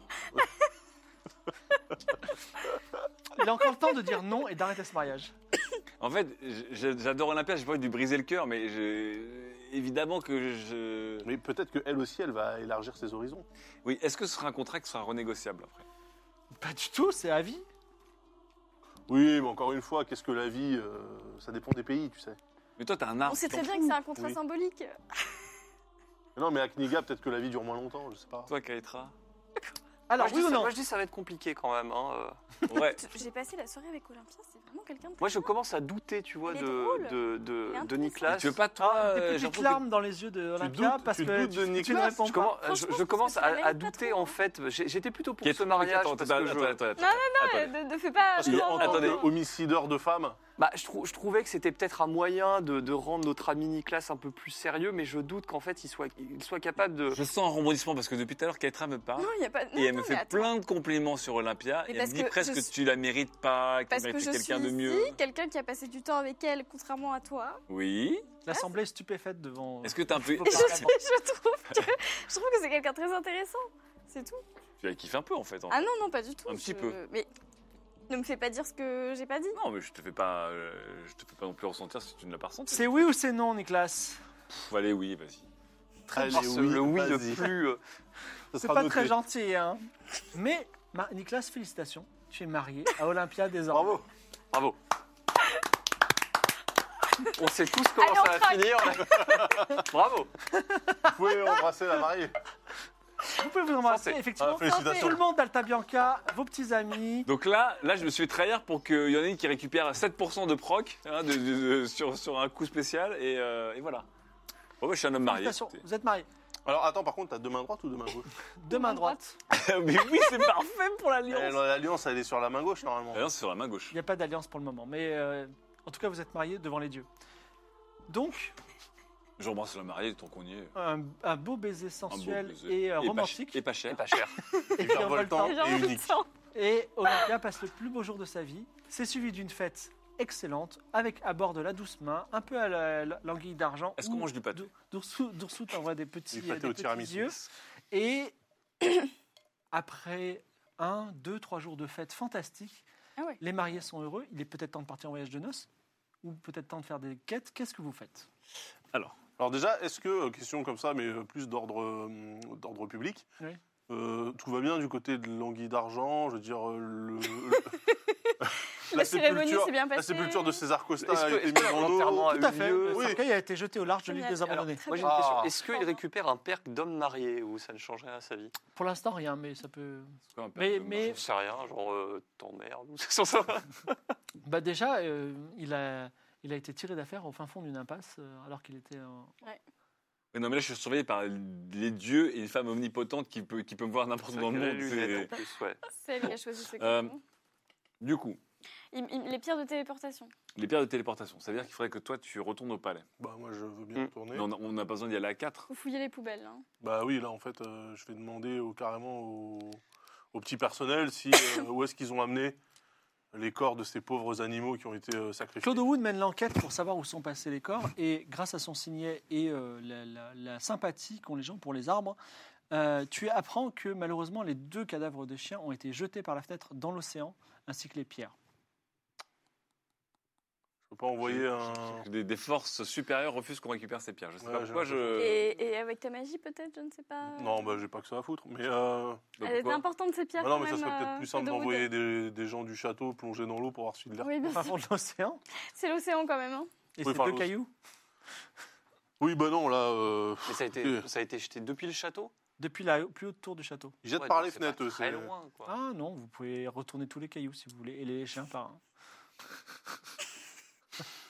Il a encore le temps de dire non et d'arrêter ce mariage. En fait, j- j'adore Olympia, j'ai pas envie de lui briser le cœur, mais je- évidemment que je. Mais peut-être qu'elle aussi, elle va élargir ses horizons. Oui, est-ce que ce sera un contrat qui sera renégociable après Pas du tout, c'est à vie. Oui, mais encore une fois, qu'est-ce que la vie euh, Ça dépend des pays, tu sais. Mais toi, t'as un arbre. On sait t'en très fous. bien que c'est un contrat Oui. symbolique. Mais non, mais à Kniga, peut-être que la vie dure moins longtemps, je sais pas. Toi, Kaitra. Alors, moi, je oui dis ou ça- non moi, je dis ça va être compliqué quand même. hein, euh. *laughs* Ouais. J'ai passé la soirée avec Olympia, c'est vraiment quelqu'un de. Moi, je commence à douter, tu vois, Il est de, de, drôle. de, Il est de intéressant. Mais Nicolas. tu veux pas, toi, Ah, Des euh, j'ai petites l'impression que- larmes dans les yeux de Olympia doutes- parce tu que doutes de tu, tu ne Nicolas, réponds Je, pas. commence- je- Franchement, je je pense commence que à, ça mérite à pas douter, trop, en hein. fait. J'ai- J'étais plutôt pour Qu'est- ce mariage. Attends, parce attends, que je- attends, attends, Non, attends. Euh, Ne ne fais pas. Parce que, non, en non, tant attendez. que non. homicideur de femmes, Bah, je, trou- je trouvais que c'était peut-être un moyen de, de rendre notre ami Nicolas un peu plus sérieux, mais je doute qu'en fait, il soit, il soit capable de. Je sens un rebondissement parce que depuis tout à l'heure, Kaitra me parle. Non, il n'y a pas. non, et elle me non, fait mais attends. plein de compliments sur Olympia. Mais et elle parce me dit que presque je que suis- tu la mérites pas, que tu Parce que mérites je suis quelqu'un de mieux. ici, quelqu'un qui a passé du temps avec elle, contrairement à *laughs* toi. Oui. L'assemblée est stupéfaite devant. Est-ce que t'as un peu. Je- *laughs* Et *laughs* je, Apparemment. je trouve que je trouve que c'est quelqu'un de très intéressant. C'est tout. Tu la kiffes un peu en fait. en Ah non non pas du tout. Un petit je- peu. Mais ne me fais pas dire ce que j'ai pas dit. Non, mais je te fais pas, euh, je te fais pas non plus ressentir si tu ne l'as pas ressenti. C'est oui ou c'est non, Nicolas Pff, allez, oui, vas-y. Allez, Ah, ce- oui, le oui le vas-y. plus. euh, ça C'est sera pas noté. très gentil, hein. Mais, Ma- Nicolas, félicitations. Tu es marié à Olympia désormais. Bravo. Bravo. On sait tous comment Allez, on ça va craque. finir. Bravo. Vous pouvez embrasser la mariée. Vous pouvez vous embrasser, Santé. effectivement. Ah, félicitations. Tout le monde d'Alta Bianca, vos petits amis. Donc là, là, je me suis fait trahir pour qu'il y en ait une qui récupère 7% de proc hein, de- de- de- sur, sur un coup spécial et, euh, et voilà. Bon, bah, je suis un homme marié. Félicitations, écoutez. vous êtes mariés. Alors attends, par contre, t'as deux mains droites ou deux mains gauches Deux mains droites. *laughs* mais oui, c'est parfait pour Eh, l'alliance. L'alliance, elle est sur la main gauche normalement. Euh, L'alliance, c'est sur la main gauche. Il n'y a pas d'alliance pour le moment. Mais euh, en tout cas, vous êtes mariés devant les dieux. Donc, J'embrasse la mariée, tant qu'on y est. un, un beau baiser Un beau sensuel baiser. et euh, pas- romantique. et pas cher. C'est pas cher. *laughs* Et Hyper puis un voltant. voltant. Et Genre, unique. putain. Et Olympia passe le plus beau jour de sa vie. C'est suivi d'une fête excellente avec à bord de la douce main, un peu à la- la- l'anguille d'argent. Est-ce qu'on où mange du pâté Dou- Doursou Doursou t'envoie des petits, Du euh, pâté des au petits tiramisu. yeux. Et *clears throat* après un, deux, trois jours de fête fantastiques, Ah ouais. les mariés sont heureux. Il est peut-être temps de partir en voyage de noces ou peut-être temps de faire des quêtes. Qu'est-ce que vous faites Alors déjà, est-ce que, euh, question comme ça, mais euh, plus d'ordre euh, d'ordre public, Oui. euh, tout va bien du côté de l'anguille d'argent, je veux dire, euh, le... le- La cérémonie sépulture- s'est bien La passée. sépulture de César Costa Est-ce a que- été est-ce que mise en l'enterrement eau. a eu lieu Le Ah, Oui. cercueil a été jeté au large de Très l'île bien. des Alors, abandonnés. très Moi, j'ai bien. une question. Ah. Est-ce qu'il récupère un perk d'homme marié ou ça ne change rien à sa vie Pour l'instant, rien, mais ça peut. C'est quoi un père Mais- de mais- Je sais rien, genre euh, t'emmerdes ou *laughs* c'est sans ça. Bah déjà, euh, il, a, il a été tiré d'affaire au fin fond d'une impasse euh, alors qu'il était. en- Mais non, mais là, je suis surveillé par les dieux et une femme omnipotente qui peut, qui peut me voir n'importe où dans le monde. lunettes c'est- en plus, ouais. Celle qui a choisi ce Euh, canon. Du coup, Il- il- Les pierres de téléportation. les pierres de téléportation, ça veut dire qu'il faudrait que toi, tu retournes au palais. Bah moi je veux Mm. bien retourner. Mais on a- on n'a pas besoin d'y aller à 4. Faut fouiller les poubelles. hein. Bah oui, là en fait, euh, je vais demander au, carrément au, au petit personnel si, euh, où est-ce qu'ils ont amené les corps de ces pauvres animaux qui ont été euh, sacrifiés. Claude Wood mène l'enquête pour savoir où sont passés les corps et grâce à son signet et euh, la, la- la sympathie qu'ont les gens pour les arbres, euh, tu apprends que malheureusement les deux cadavres de chiens ont été jetés par la fenêtre dans l'océan ainsi que les *laughs* pierres. Je peux pas envoyer un... Des, des forces supérieures refusent qu'on récupère ces pierres. Je sais Ouais, pas j'ai pourquoi je. l'impression. Et, euh, et avec ta magie peut-être, je ne sais pas. Non, bah j'ai pas que ça à foutre, mais... euh, Donc, Elle est pourquoi importante ces pierres. bah non, quand mais ça même, serait peut-être euh, plus simple de Wood. d'envoyer des, des gens du château plonger dans l'eau pour avoir celui de l'air. Oui, bien Au fin sûr. fond *laughs* de l'océan C'est l'océan quand même. hein. et Oui, ces enfin, deux l'oc- cailloux Oui, bah non, là, euh, Mais ça a, été, ça a été jeté depuis le château depuis la plus haute tour du château. ils jettent Ouais, par donc les c'est pas fenêtres. eux, Très c'est- loin, quoi. Ah non, vous pouvez retourner tous les cailloux si vous voulez et les chiens par un.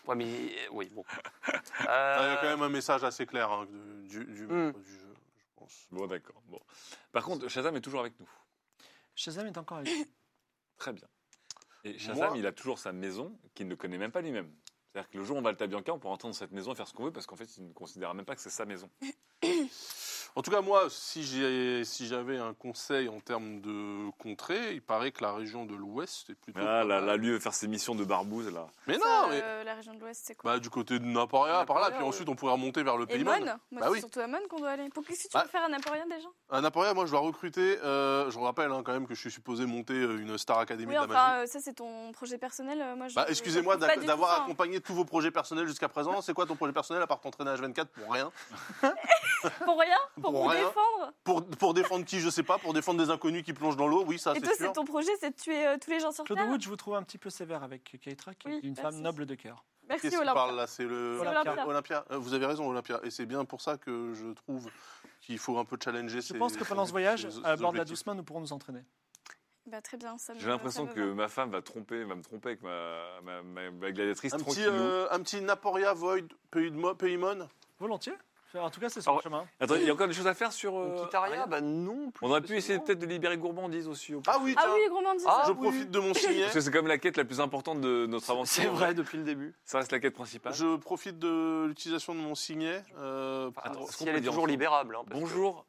Ouais, mais euh, *laughs* oui, bon. Ah, Il y a Euh, Mm. quand même un message assez clair hein, de- du, du Hmm. du jeu, je pense. Bon, d'accord. Bon. Par contre, Shazam est toujours avec nous. Shazam est encore avec *coughs* lui. Très bien. Et Shazam, Moi- il a toujours sa maison qu'il ne connaît même pas lui-même. C'est-à-dire que le jour où on va le Tabianca, on pourra entrer dans cette maison et faire ce qu'on veut parce qu'en fait, il ne considère même pas que c'est sa maison. En tout cas, moi, si j'ai- si j'avais un conseil en termes de contrée, il paraît que la région de l'Ouest est plutôt. Ah là là, lui veut faire ses missions de barbouze là. Mais Ça, non, mais. euh, La région de l'Ouest, c'est quoi Bah, du côté de Naporia, par là, Naporia, puis ouais. ensuite on pourrait remonter vers le Et Pays Mon Mon. Moi, Bah c'est oui. surtout à Mon qu'on doit aller. Pour qu'est-ce que tu Bah. veux faire à Naporien déjà À Ah, Naporia, moi je dois recruter, euh, je vous rappelle hein, quand même que je suis supposé monter euh, une Star Academy Oui, de la magie. enfin, euh, ça, c'est ton projet personnel. euh, Moi, je. Bah, excusez-moi je trouve pas d'ac- du d'avoir tout ça, hein. accompagné tous vos projets personnels jusqu'à présent. C'est quoi ton projet personnel à part t'entraîner à H24 pour rien hein. *laughs* Pour rien Pour, Pour vous rien. défendre pour, pour défendre qui, je sais pas, pour défendre des inconnus qui plongent dans l'eau, oui, ça Et c'est toi, sûr. c'est ton projet, c'est de tuer euh, tous les gens sur Claude Terre Wood, je vous trouve un petit peu sévère avec Keitra, qui Oui, est une merci. femme noble de cœur. Merci, Qu'est-ce qui parle Olympia. là C'est le C'est Olympia. Olympia. Euh, Vous avez raison, Olympia. Et c'est bien pour ça que je trouve qu'il faut un peu challenger. Je pense que pendant ce voyage, euh, à bord de la douce main, nous pourrons nous entraîner. Bah, très bien, ça me- J'ai l'impression ça me que va. ma femme va tromper, va me tromper avec ma, ma, ma- ma gladiatrice Un petit, tranquillou. euh, un petit Naporia Void Pays de Mo- Paymon. Volontiers. Enfin, En tout cas, c'est sur Ah le chemin. Attends, il y a encore des choses à faire sur. euh, Kitaria, Aria bah non plus. on aurait pu parce que essayer non. peut-être de libérer Gourmandise aussi. Au Ah oui, tiens, Ah oui, gourmandise. Ah, je oui. profite de mon signet. Parce que *laughs* c'est quand même la quête la plus importante de notre aventure. Ah, C'est vrai depuis le début. Ça reste la quête principale. Je profite de l'utilisation de mon signet. euh, pour- Enfin, Ah, attends, Est-ce qu'on si elle peut est dire toujours ensemble libérable. hein, parce que- Bonjour.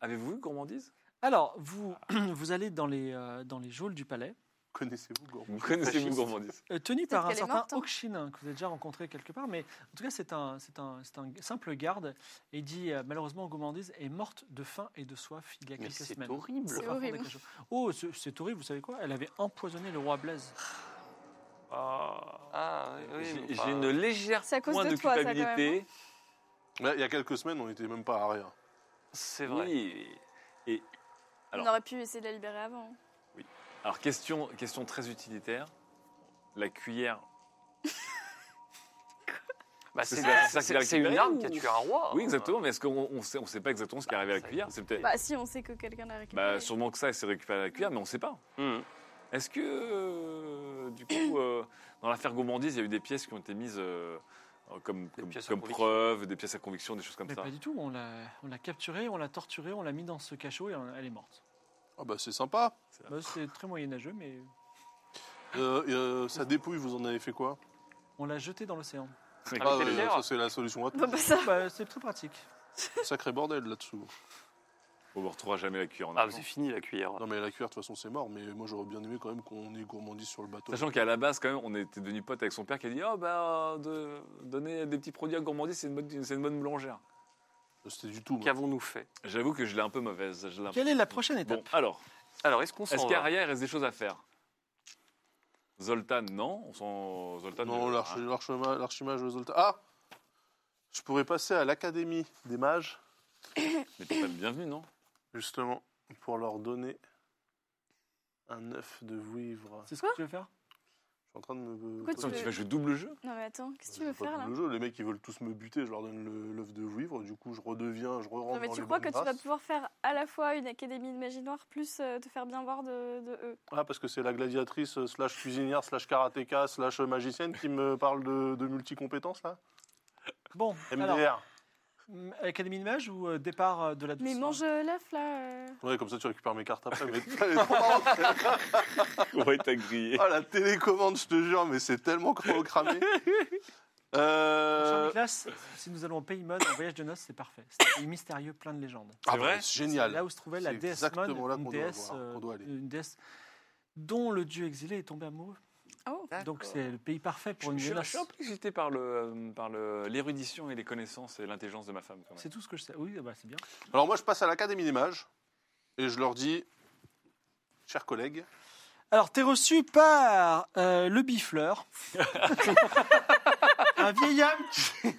Avez-vous vu Gourmandise Alors, vous, *clears throat* vous allez dans les, euh, dans les geôles du palais, *laughs* Connaissez-vous Gourmand Vous connaissez-vous Gourmandise euh, tenu par un qu'elle est certain morte, hein. Okshin, que vous avez déjà rencontré quelque part, mais en tout cas, c'est un, c'est un, c'est un simple garde. Et il dit euh, malheureusement, Gourmandise est morte de faim et de soif il y a Mais quelques c'est semaines. horrible. Au C'est fin fond des horrible. cachots. Oh, c'est- c'est horrible, vous savez quoi Elle avait empoisonné le roi Blaise. Ah, oui, oui, mais J'ai enfin, j'ai une légère C'est à cause point de de toi, ça, quand hein. culpabilité. Ouais, Il y a quelques semaines, on n'était même pas à rien. C'est vrai. Oui. Alors. On aurait pu essayer de la libérer avant. Alors, question, question très utilitaire. La cuillère. Bah, c'est C'est ça, c'est ça qu'il a c'est- c'est récupéré une arme ou- qui a tué un roi. Oui, hein. exactement, mais est-ce qu'on ne sait, on sait pas exactement ce qui est arrivé à la cuillère C'est peut-être. Bah, si, on sait que quelqu'un l'a récupérée. Bah, sûrement que ça, elle s'est récupérée à la cuillère, mais on ne sait pas. Mhm. Est-ce que, euh, du coup, euh, dans l'affaire Gourmandise, il y a eu des pièces qui ont été mises euh, comme, Des comme, pièces à comme conviction. preuves, des pièces à conviction, des choses comme Mais ça pas du tout, on l'a on l'a capturée, on l'a torturée, on l'a mis dans ce cachot et on- elle est morte. Ah bah c'est sympa. Bah, c'est très moyenâgeux, mais Euh, et, euh, sa dépouille, vous en avez fait quoi on l'a jetée dans l'océan. Avec Ah, les euh, pierres Ça c'est la solution à tout. Bah, bah, ça. Bah, c'est très pratique. Sacré bordel là-dessous. On ne retrouvera jamais la cuillère en Ah, argent. c'est fini la cuillère. Non mais la cuillère de toute façon c'est mort, mais moi j'aurais bien aimé quand même qu'on ait gourmandise sur le bateau. Sachant qu'à la base, quand même, on était devenus potes avec son père qui a dit Oh, bah, euh, de- donner des petits produits à Gourmandise, c'est une bonne, c'est une bonne boulangère. Euh, C'était du tout. moi. Qu'avons-nous fait J'avoue que je l'ai un peu mauvaise. je l'ai un peu- Quelle est la prochaine étape Bon, alors. Alors, est-ce qu'on s'en Est-ce va qu'Aria, il reste des choses à faire Zoltan, non On s'en- Zoltan, Non, euh, l'arch- hein. l'archema- l'archimage de Zoltan. Ah Je pourrais passer à l'Académie des mages, Mais t'es pas le bienvenu, non justement, pour leur donner un œuf de vouivre. Je C'est ce que tu veux faire suis en train de me... Pourquoi Attends, Tu tu veux- vas jouer double jeu *laughs* Non, mais attends, qu'est-ce que tu Je veux sais pas faire là tout le jeu. Les mecs, ils veulent tous me buter, je leur donne le- l'œuf de vouivre, du coup je redeviens, je re rentre Non, mais dans tu les crois que bonnes tu vas grâces. pouvoir faire à la fois une académie de magie noire plus euh, te faire bien voir de, de eux Ah, parce que c'est la gladiatrice euh, slash cuisinière slash karatéka slash euh, magicienne qui me parle de, de multicompétences, là Bon, alors, MDR. m- Académie de Mage ou euh, départ euh, de la douce Mais main mange euh, l'œuf *laughs* là. euh. Ouais, comme ça tu récupères mes cartes après. *laughs* Ah, Mais... Ouais, t'as grillé. *laughs* Ah, la télécommande, je te jure, mais c'est tellement cramé. Cher Euh... Nicolas, si nous allons au Pays Mode, en voyage de noces, c'est parfait. C'est un pays mystérieux, plein de légendes. Ah, vrai bah, C'est C'est là génial. où se trouvait la C'est déesse Mon, exactement là une qu'on doit déesse, voir, euh, qu'on doit aller. une déesse dont le dieu exilé est tombé amoureux. Oh, Donc c'est le pays parfait pour Je, une je- je jeunesse. suis un peu excité par le, euh, par le, l'érudition et les connaissances et l'intelligence de ma femme. Quand même. C'est tout ce que je sais. Oui, bah, c'est bien. Alors moi, je passe à l'Académie des mages et je leur dis, chers collègues, Alors, t'es reçu par euh, le bifleur. un, vieil homme qui,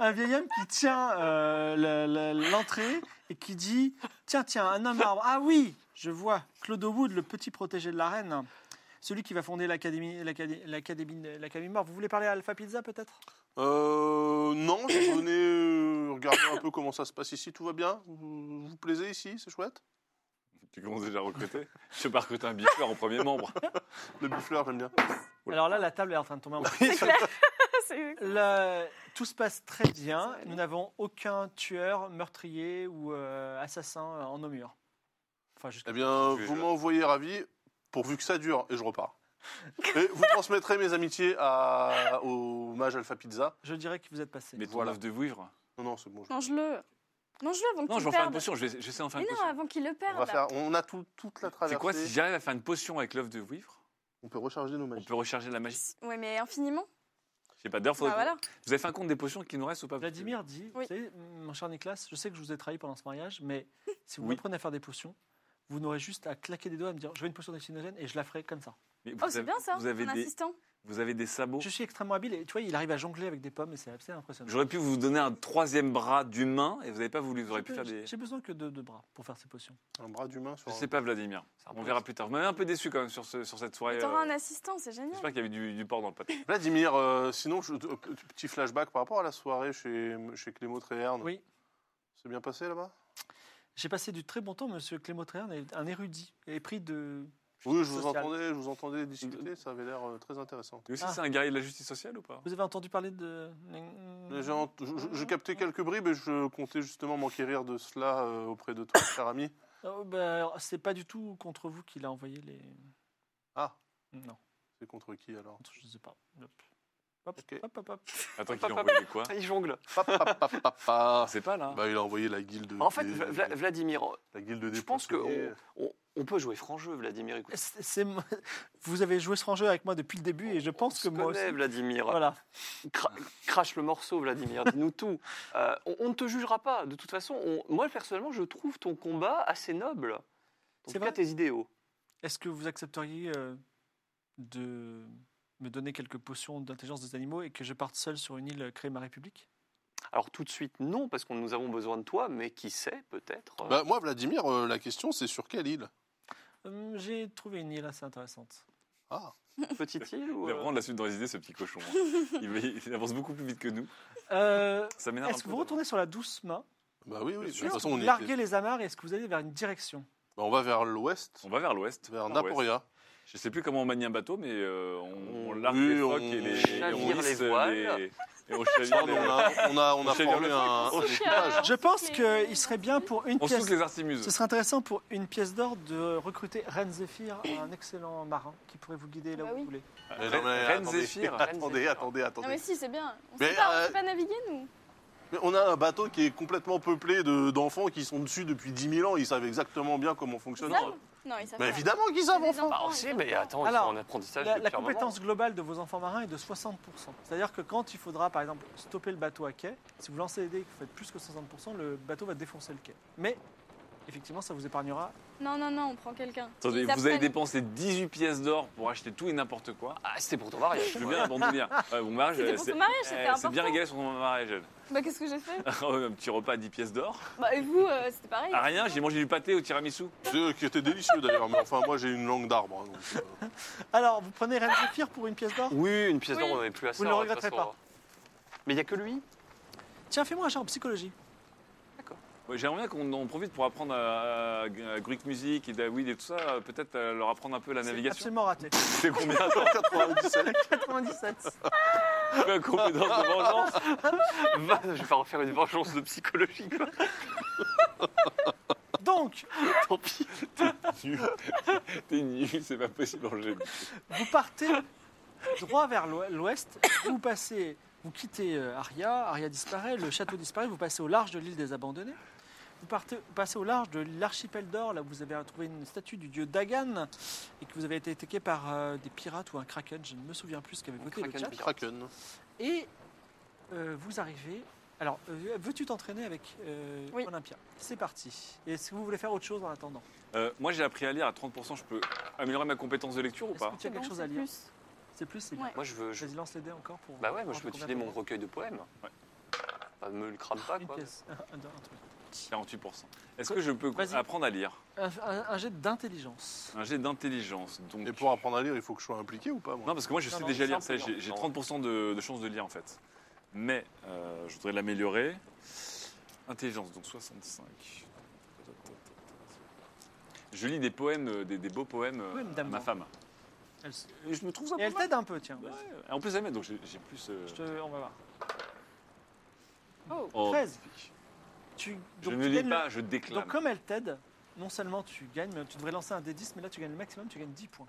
un vieil homme qui tient euh, la- la- l'entrée et qui dit Tiens, tiens, un homme arbre. Ah oui, je vois, Claude Wood, le petit protégé de la reine. Celui qui va fonder l'académie, l'académie, l'académie, l'académie mort. Vous voulez parler à Alpha Pizza peut-être euh, non, je venais euh, regarder un peu comment ça se passe ici, tout va bien Vous vous plaisez ici, c'est chouette Tu commences déjà à recruter *laughs* Je vais pas recruter un bifleur en premier membre. *laughs* Le buffleur, j'aime bien. *laughs* Oula. Alors là, la table est en train de tomber en c'est- Le- Tout se passe très bien. Ça va Nous aller. n'avons aucun tueur, meurtrier ou euh, assassin euh, en nos murs. Enfin, jusqu'à- Eh bien, Je- vous m'envoyez ravi, pourvu que ça dure, et je *laughs* repars. Et vous transmettrez mes amitiés à, au mage Alpha Pizza. Je dirais que vous êtes passé. Mais ton Voilà. œuf de vivre. Non, non, c'est bon. je- Mange-le. Mange-le avant Non, qu'il je le vais en faire une perde. potion. Je vais essayer d'en faire Mais une non, potion. avant qu'il le On, va perde. faire, on a tout- toute la traversée. C'est quoi si j'arrive à faire une potion avec l'œuf de vivre On peut recharger nos On magies. peut recharger de la magie. Ouais, mais infiniment. Je sais pas. D'ailleurs, Bah faudrait- voilà. vous avez fait un compte des potions qui nous restent ou pas Vladimir dit, Oui. vous savez, mon cher Nicolas, je sais que je vous ai trahi pendant ce mariage, mais si vous Oui. m'apprenez à faire des potions, vous n'aurez juste à claquer des doigts et me dire, je veux une potion hallucinogène et je la ferai comme ça. Mais vous Oh, c'est avez- bien ça, Vous avez un des, assistant. vous avez des Oh. sabots. Je suis extrêmement habile et tu vois, il arrive à jongler avec des pommes et c'est assez impressionnant. J'aurais pu vous donner un troisième bras d'humain et vous n'avez pas voulu. Vous auriez pu J'ai faire peu- des. J'ai besoin que de deux bras pour faire ces potions. Un bras d'humain sur Je sais pas, Vladimir. On verra plus tard. Vous m'avez un peu déçu quand même sur, ce- sur cette soirée. T'auras euh, un assistant, c'est génial. *laughs* J'espère qu'il y avait du, du porc dans le pot. Vladimir, euh, sinon, je- euh, petit flashback par rapport à la soirée chez, chez Clément Tréherne. Oui. C'est bien passé là-bas J'ai passé du très bon temps, monsieur Clément Tréherne est un érudit, épris de. Oui, je vous Social. entendais, je vous entendais discuter, ça avait l'air euh, très intéressant. Et aussi, Ah. c'est un guerrier de la justice sociale ou pas Vous avez entendu parler de. Mm. Mais j'ai ent- je- je- J'ai capté quelques bribes et je comptais justement m'enquérir de cela euh, auprès de toi, cher ami. Oh, bah, alors, c'est pas du tout contre vous qu'il a envoyé les. Ah. Non, C'est contre qui alors contre- je sais pas. Hop. Hop, Ok. hop, hop, hop. Attends, Hop, qu'il hop, envoyait des quoi Ah, Ah, Il jongle. Pa, pa, pa, pa, pa. C'est pas là. hein. Bah, il a envoyé la guilde. Euh, En fait, des- Vla- Vla- Vladimir, la guilde des. je pense que poissonniers. on, on- on peut jouer franc jeu, Vladimir. Écoute, *laughs* C'est- c'est mo- *laughs* Vous avez joué ce jeu avec moi depuis le début et je pense que on se moi connaît, aussi. Vladimir. Voilà. Cra- crache le morceau, Vladimir. Dis-nous tout. Euh, on, on ne te jugera pas. De toute façon, on- moi personnellement, je trouve ton combat assez noble. En C'est tout vrai cas, tes idéaux. Est-ce que vous accepteriez euh, de me donner quelques potions d'intelligence des animaux et que je parte seul sur une île euh, créée ma république Alors tout de suite, non, parce que nous avons besoin de toi, mais qui sait, peut-être. euh, Bah, moi, Vladimir, euh, la question c'est sur quelle île Hum, J'ai trouvé une île assez intéressante. Ah, petite île *laughs* Il ou, a euh, vraiment de la suite dans les idées, ce petit cochon. hein. il, va- il avance beaucoup plus vite que nous. Euh, Ça m'énerve. un est-ce que peu, vous là. retournez sur la douce main bah oui, oui. De Bien toute sûr. façon, on, est- Larguez les amarres et est-ce que vous allez vers une direction bah, on va vers l'ouest, On va vers l'ouest. vers Par l'ouest. Naporia. Je sais plus comment on manie un bateau, mais euh, on, on largue Oui, les phoques on et les, et on chavire lisse les voiles. et on chavire Pardon, les- on a, on a, on a On fait formé le- un, un équipage. Ah, Je pense qu'il serait bien pour une On pièce. souque les Ce artimuses. serait intéressant pour une pièce d'or de recruter Ren Zephyr, un excellent marin qui pourrait vous guider là Bah où oui. vous voulez. Mais non, mais Reine *laughs* attendez, Zéphyr. Attendez, attendez, Non, attendez. mais si, c'est bien. On Mais, sait pas, on euh, sait pas naviguer, nous. Mais on a un bateau qui est complètement peuplé de- d'enfants qui sont dessus depuis 10 000 ans. Ils savent exactement bien comment Ils fonctionne. savent Non, ils Mais savent pas. Bah, évidemment qu'ils savent, C'est des enfants. Bah, enfants, ils aussi, savent mais pas. attends, ils Alors, sont en apprentissage La, depuis la un moment. compétence globale de vos enfants marins est de 60%. C'est-à-dire que quand il faudra, par exemple, stopper le bateau à quai, si vous lancez les dés et que vous faites plus que 60%, le bateau va défoncer le quai. Mais, effectivement, ça vous épargnera. Non, non, non, on prend quelqu'un. Attendez, Ils vous avez apprennent. dépensé 18 pièces d'or pour acheter tout et n'importe quoi. Ah, c'était pour ton mariage. Je veux bien abandonner. Ouais, mon mariage, C'était euh, pour c'est ton mariage, euh, c'était c'est bien important. régalé sur mon mariage. *laughs* elle. Bah, qu'est-ce que j'ai fait *laughs* un petit repas à 10 pièces d'or. Bah, et vous, euh, c'était pareil. Ah, rien, j'ai mangé du pâté au tiramisu. C'est- euh, Qui était délicieux d'ailleurs, mais enfin, moi j'ai une langue d'arbre. hein, donc, euh, Alors, vous prenez Ren Zephyr pour une pièce d'or Oui, une pièce d'or, Oui. on n'en est plus à ça. Vous ne le de toute regretterez façon. pas. Mais il n'y a que lui. *laughs* Tiens, fais-moi un jet en psychologie. Ouais, J'aimerais bien qu'on en profite pour apprendre à, à, à Greek Music et David et tout ça. euh, Peut-être euh, leur apprendre un peu la C'est navigation. Absolument raté. C'est combien d'or 97. 97. Fais un compétence de vengeance Va, je vais pas refaire une vengeance de psychologie. *laughs* quoi. Donc, Tant pis. Nul. T'es nul, c'est pas possible en jeu. vous partez droit vers l'ou- l'ouest, vous passez, vous quittez euh, Aria, Aria disparaît, le château disparaît, vous passez au large de l'île des abandonnés, vous partez, vous passez au large de l'archipel d'or, là où vous avez trouvé une statue du dieu Dagan et que vous avez été attaqué par euh, des pirates ou un kraken, je ne me souviens plus ce qu'avait voté le kraken, chat. oui. euh, Kraken. Et euh, vous arrivez. Alors, euh, veux-tu t'entraîner avec euh, Oui. Olympia C'est parti. Et est-ce que vous voulez faire autre chose en attendant Euh, moi j'ai appris à lire à 30%, je peux améliorer ma compétence de lecture ou Est-ce pas que tu as Bon, quelque chose c'est à lire plus. C'est plus, c'est Ouais. bien. Moi, je veux. je- Vas-y, lance les dés encore pour. Bah ouais, moi, je pour peux combien filer de mon points recueil de poèmes. Ouais. Bah, me le crame pas, Une quoi. pièce. Un, un- un truc. 48%. Est-ce que je peux Vas-y. apprendre à lire Un- un- un jet d'intelligence. Un jet d'intelligence. Donc... Et pour apprendre à lire, il faut que je sois impliqué ou pas moi Non, parce que moi je Non, sais non, déjà c'est lire, un peu ça, j'ai lent. j'ai Non. 30% de, de chance de lire en fait. Mais euh, je voudrais l'améliorer. Intelligence, donc 65. Je lis des poèmes, euh, des, des beaux poèmes euh, Poème à d'amour. ma femme. Elle s- Et Et je me trouve ça pas elle mal. t'aide un peu, tiens. Ouais, En plus, elle m'aide, donc j'ai j'ai plus. euh, Je te- on va voir. oh, 13. Tu, Je donc ne tu lis gagnes le- pas, je déclame. Donc, comme elle t'aide, non seulement tu gagnes, mais tu devrais lancer un D10, mais là tu gagnes le maximum, tu gagnes 10 points.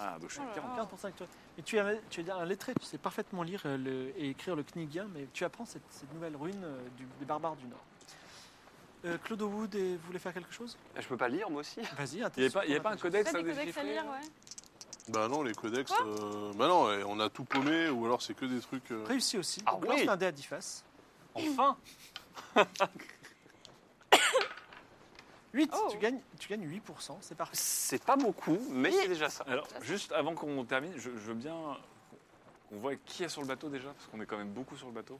Ah, donc je suis Oh là à 40. là. 40% avec toi. Et tu es, un- tu es un lettré, tu sais parfaitement lire euh, le- et écrire le knigien, mais tu apprends cette, cette nouvelle rune euh, du- des barbares du Nord. Euh, Claude Wood, et vous voulez faire quelque chose Je peux pas lire, moi aussi. Vas-y, un test Il n'y avait sur pas, il y avait pas un ton codex Pas à des codex à déchiffrer lire, là ouais. Bah non, les codex. euh, bah non, ouais, on a tout paumé ou alors c'est que des trucs. euh, Réussi aussi. Ah Donc oui. lance un dé à 10 faces. Enfin 8, Oh. tu, gagnes, tu gagnes 8%, c'est parfait. C'est pas beaucoup, mais c'est déjà ça. Alors, juste avant qu'on termine, je, je veux bien qu'on voit qui est sur le bateau déjà, parce qu'on est quand même beaucoup sur le bateau.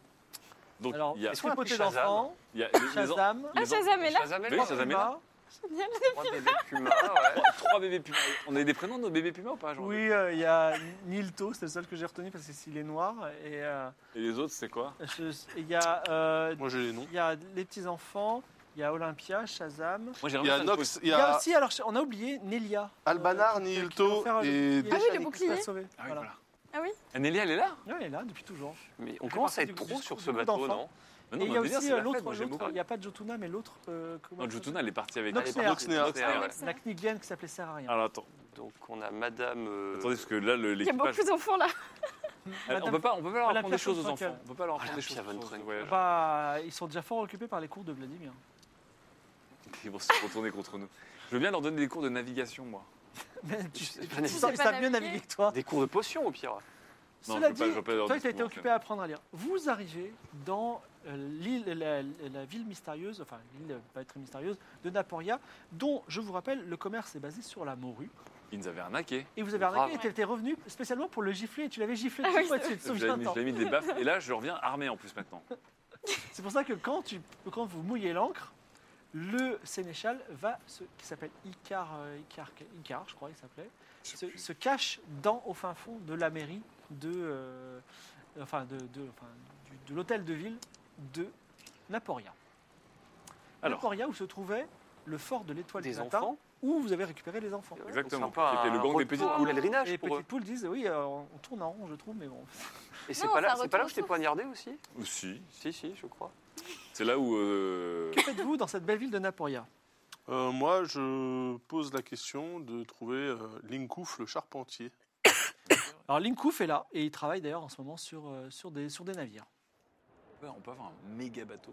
Donc, Alors, il y a, est-ce qu'on Soit peut Shazam. d'enfants, il *laughs* y a les- les en- Shazam, les Ah, en- Shazam est là Shazam est Oui, là, Shazam est là. Emma. Trois bébés Puma, ouais. Trois bébés pumas. On a des prénoms de nos bébés pumas ou pas Jean Oui, euh, il y a Nilto, c'est le seul que j'ai retenu parce que s'il est noir. Et euh, Et les autres, c'est quoi je- et il y, a, euh, Moi j'ai les noms. il y a les petits-enfants, il y a Olympia, Shazam. Moi, j'ai Il y a vraiment fait Nox, Il il y y a a aussi, alors on a oublié Nelia. euh, Albanar, qui- qui Nihilto doit faire et- bouclier. Ah oui, le bouclier. Qui se fait sauver. Ah oui, Voilà. voilà. Ah oui Ah, Nelly, elle est là Ouais, elle est là depuis toujours. Mais on fait commence à partie être du- trop du- sur du ce groupe bateau, d'enfants. non Mais et il y a mais délire, aussi c'est euh, la fête, l'autre, moi, j'aime l'autre, beaucoup. il n'y a pas de Jotuna, mais l'autre. euh, comment Non, elle Jotuna, s'appelle elle est partie avec. Nox elle est Néa. partie- Nox Néa. Nox Néa, ouais. Euh, La Knigienne qui s'appelait Serre à rien. Alors, attends. Donc on a Madame. euh, Attendez, parce que là, le- Il y a l'équipage. beaucoup d'enfants là. Alors, On Madame- peut pas, on peut pas leur Olympia apprendre des choses aux von Trunkel. enfants. On peut pas leur apprendre des Olympia choses. von sur ce Trunkel. voyage. Bah, ils sont déjà fort occupés par les cours de Vladimir. *laughs* Ils vont se retourner contre nous. Je veux bien leur donner des cours de navigation, moi. Mais tu, sais pas tu naviguer. sens- Je sais ils pas savent mieux naviguer. naviguer que toi. Des cours de potions au pire. Non, Cela je dit, peux pas- je peux pas leur toi dire qui as ce été qu'on va occupé faire. à apprendre à lire, vous arrivez dans euh, l'île, la, la ville mystérieuse, enfin l'île euh, pas très mystérieuse, de Naporia, dont je vous rappelle le commerce est basé sur la morue. Ils nous avaient arnaqué. Et vous avez Grave. arnaqué, et tu étais revenu spécialement pour le gifler, et tu l'avais giflé Ah deux oui, fois, c'est tu te Je souviens l'avais mis, tant. je l'avais mis des baffes. Et là, je reviens armé en plus maintenant. C'est pour ça que quand, tu, quand vous mouillez l'encre, le sénéchal va, se, qui s'appelle Icar, euh, Icar, Icar, je crois qu'il s'appelait, Je sais se, plus. se cache dans, au fin fond de la mairie de, euh, enfin de, de- enfin, du- de l'hôtel de ville de Naporia. Alors. Naporia où se trouvait le fort de l'étoile du Des matin enfants. où vous avez récupéré les enfants. Exactement. Donc, sympa, C'était le gang un des retour petites à poules. l'airinage Et les pour eux. petites poules disent oui, euh, on tourne en rond, je trouve, mais bon. Et c'est Non, pas là, ça c'est pas là où retourne je t'ai sur- poignardé aussi Si, Si, si, je crois. c'est là où. euh, Que faites-vous dans cette belle ville de Naporia Euh, moi, je pose la question de trouver euh, Linkouf le charpentier. Alors Linkouf est là et il travaille d'ailleurs en ce moment sur, euh, sur, des, sur des navires. Ouais, on peut avoir un méga bateau.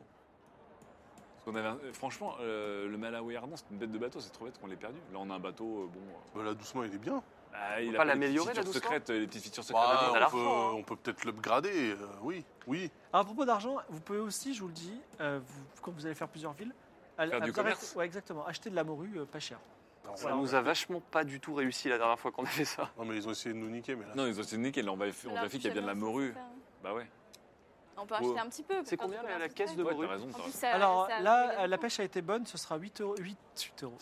Parce qu'on avait un- euh, Franchement, euh, le Malawi Ardent, c'est une bête de bateau, c'est trop bête qu'on l'ait perdu. Là, on a un bateau, euh, bon. euh, Bah, là, doucement, il est bien. ah, il peut a pas les l'améliorer, petites là, features secrètes, euh, Les petites features secrètes. Bah, on a on, la peut, fin, hein. on peut peut-être l'upgrader. euh, oui, oui. À propos d'argent, vous pouvez aussi, je vous le dis, euh, vous- quand vous allez faire plusieurs villes, à- Faire à- du vous arrêtez- commerce. ouais, exactement, acheter de la morue euh, pas cher. Ça nous a vachement pas du tout réussi la dernière fois qu'on a fait ça. Non, mais ils ont essayé de nous niquer, mais là. Non, ils ont été nickel, là, on va- on vérifie qu'il y a bien de la morue. Bah ouais, On peut acheter un petit peu. pour C'est faire du combien la, commerce la de caisse de taille. ouais morue t'as raison. En t'as plus, raison. ça- Alors ça- là, euh, la pêche a été bonne, ce sera 8 euros, 8, 8 euros,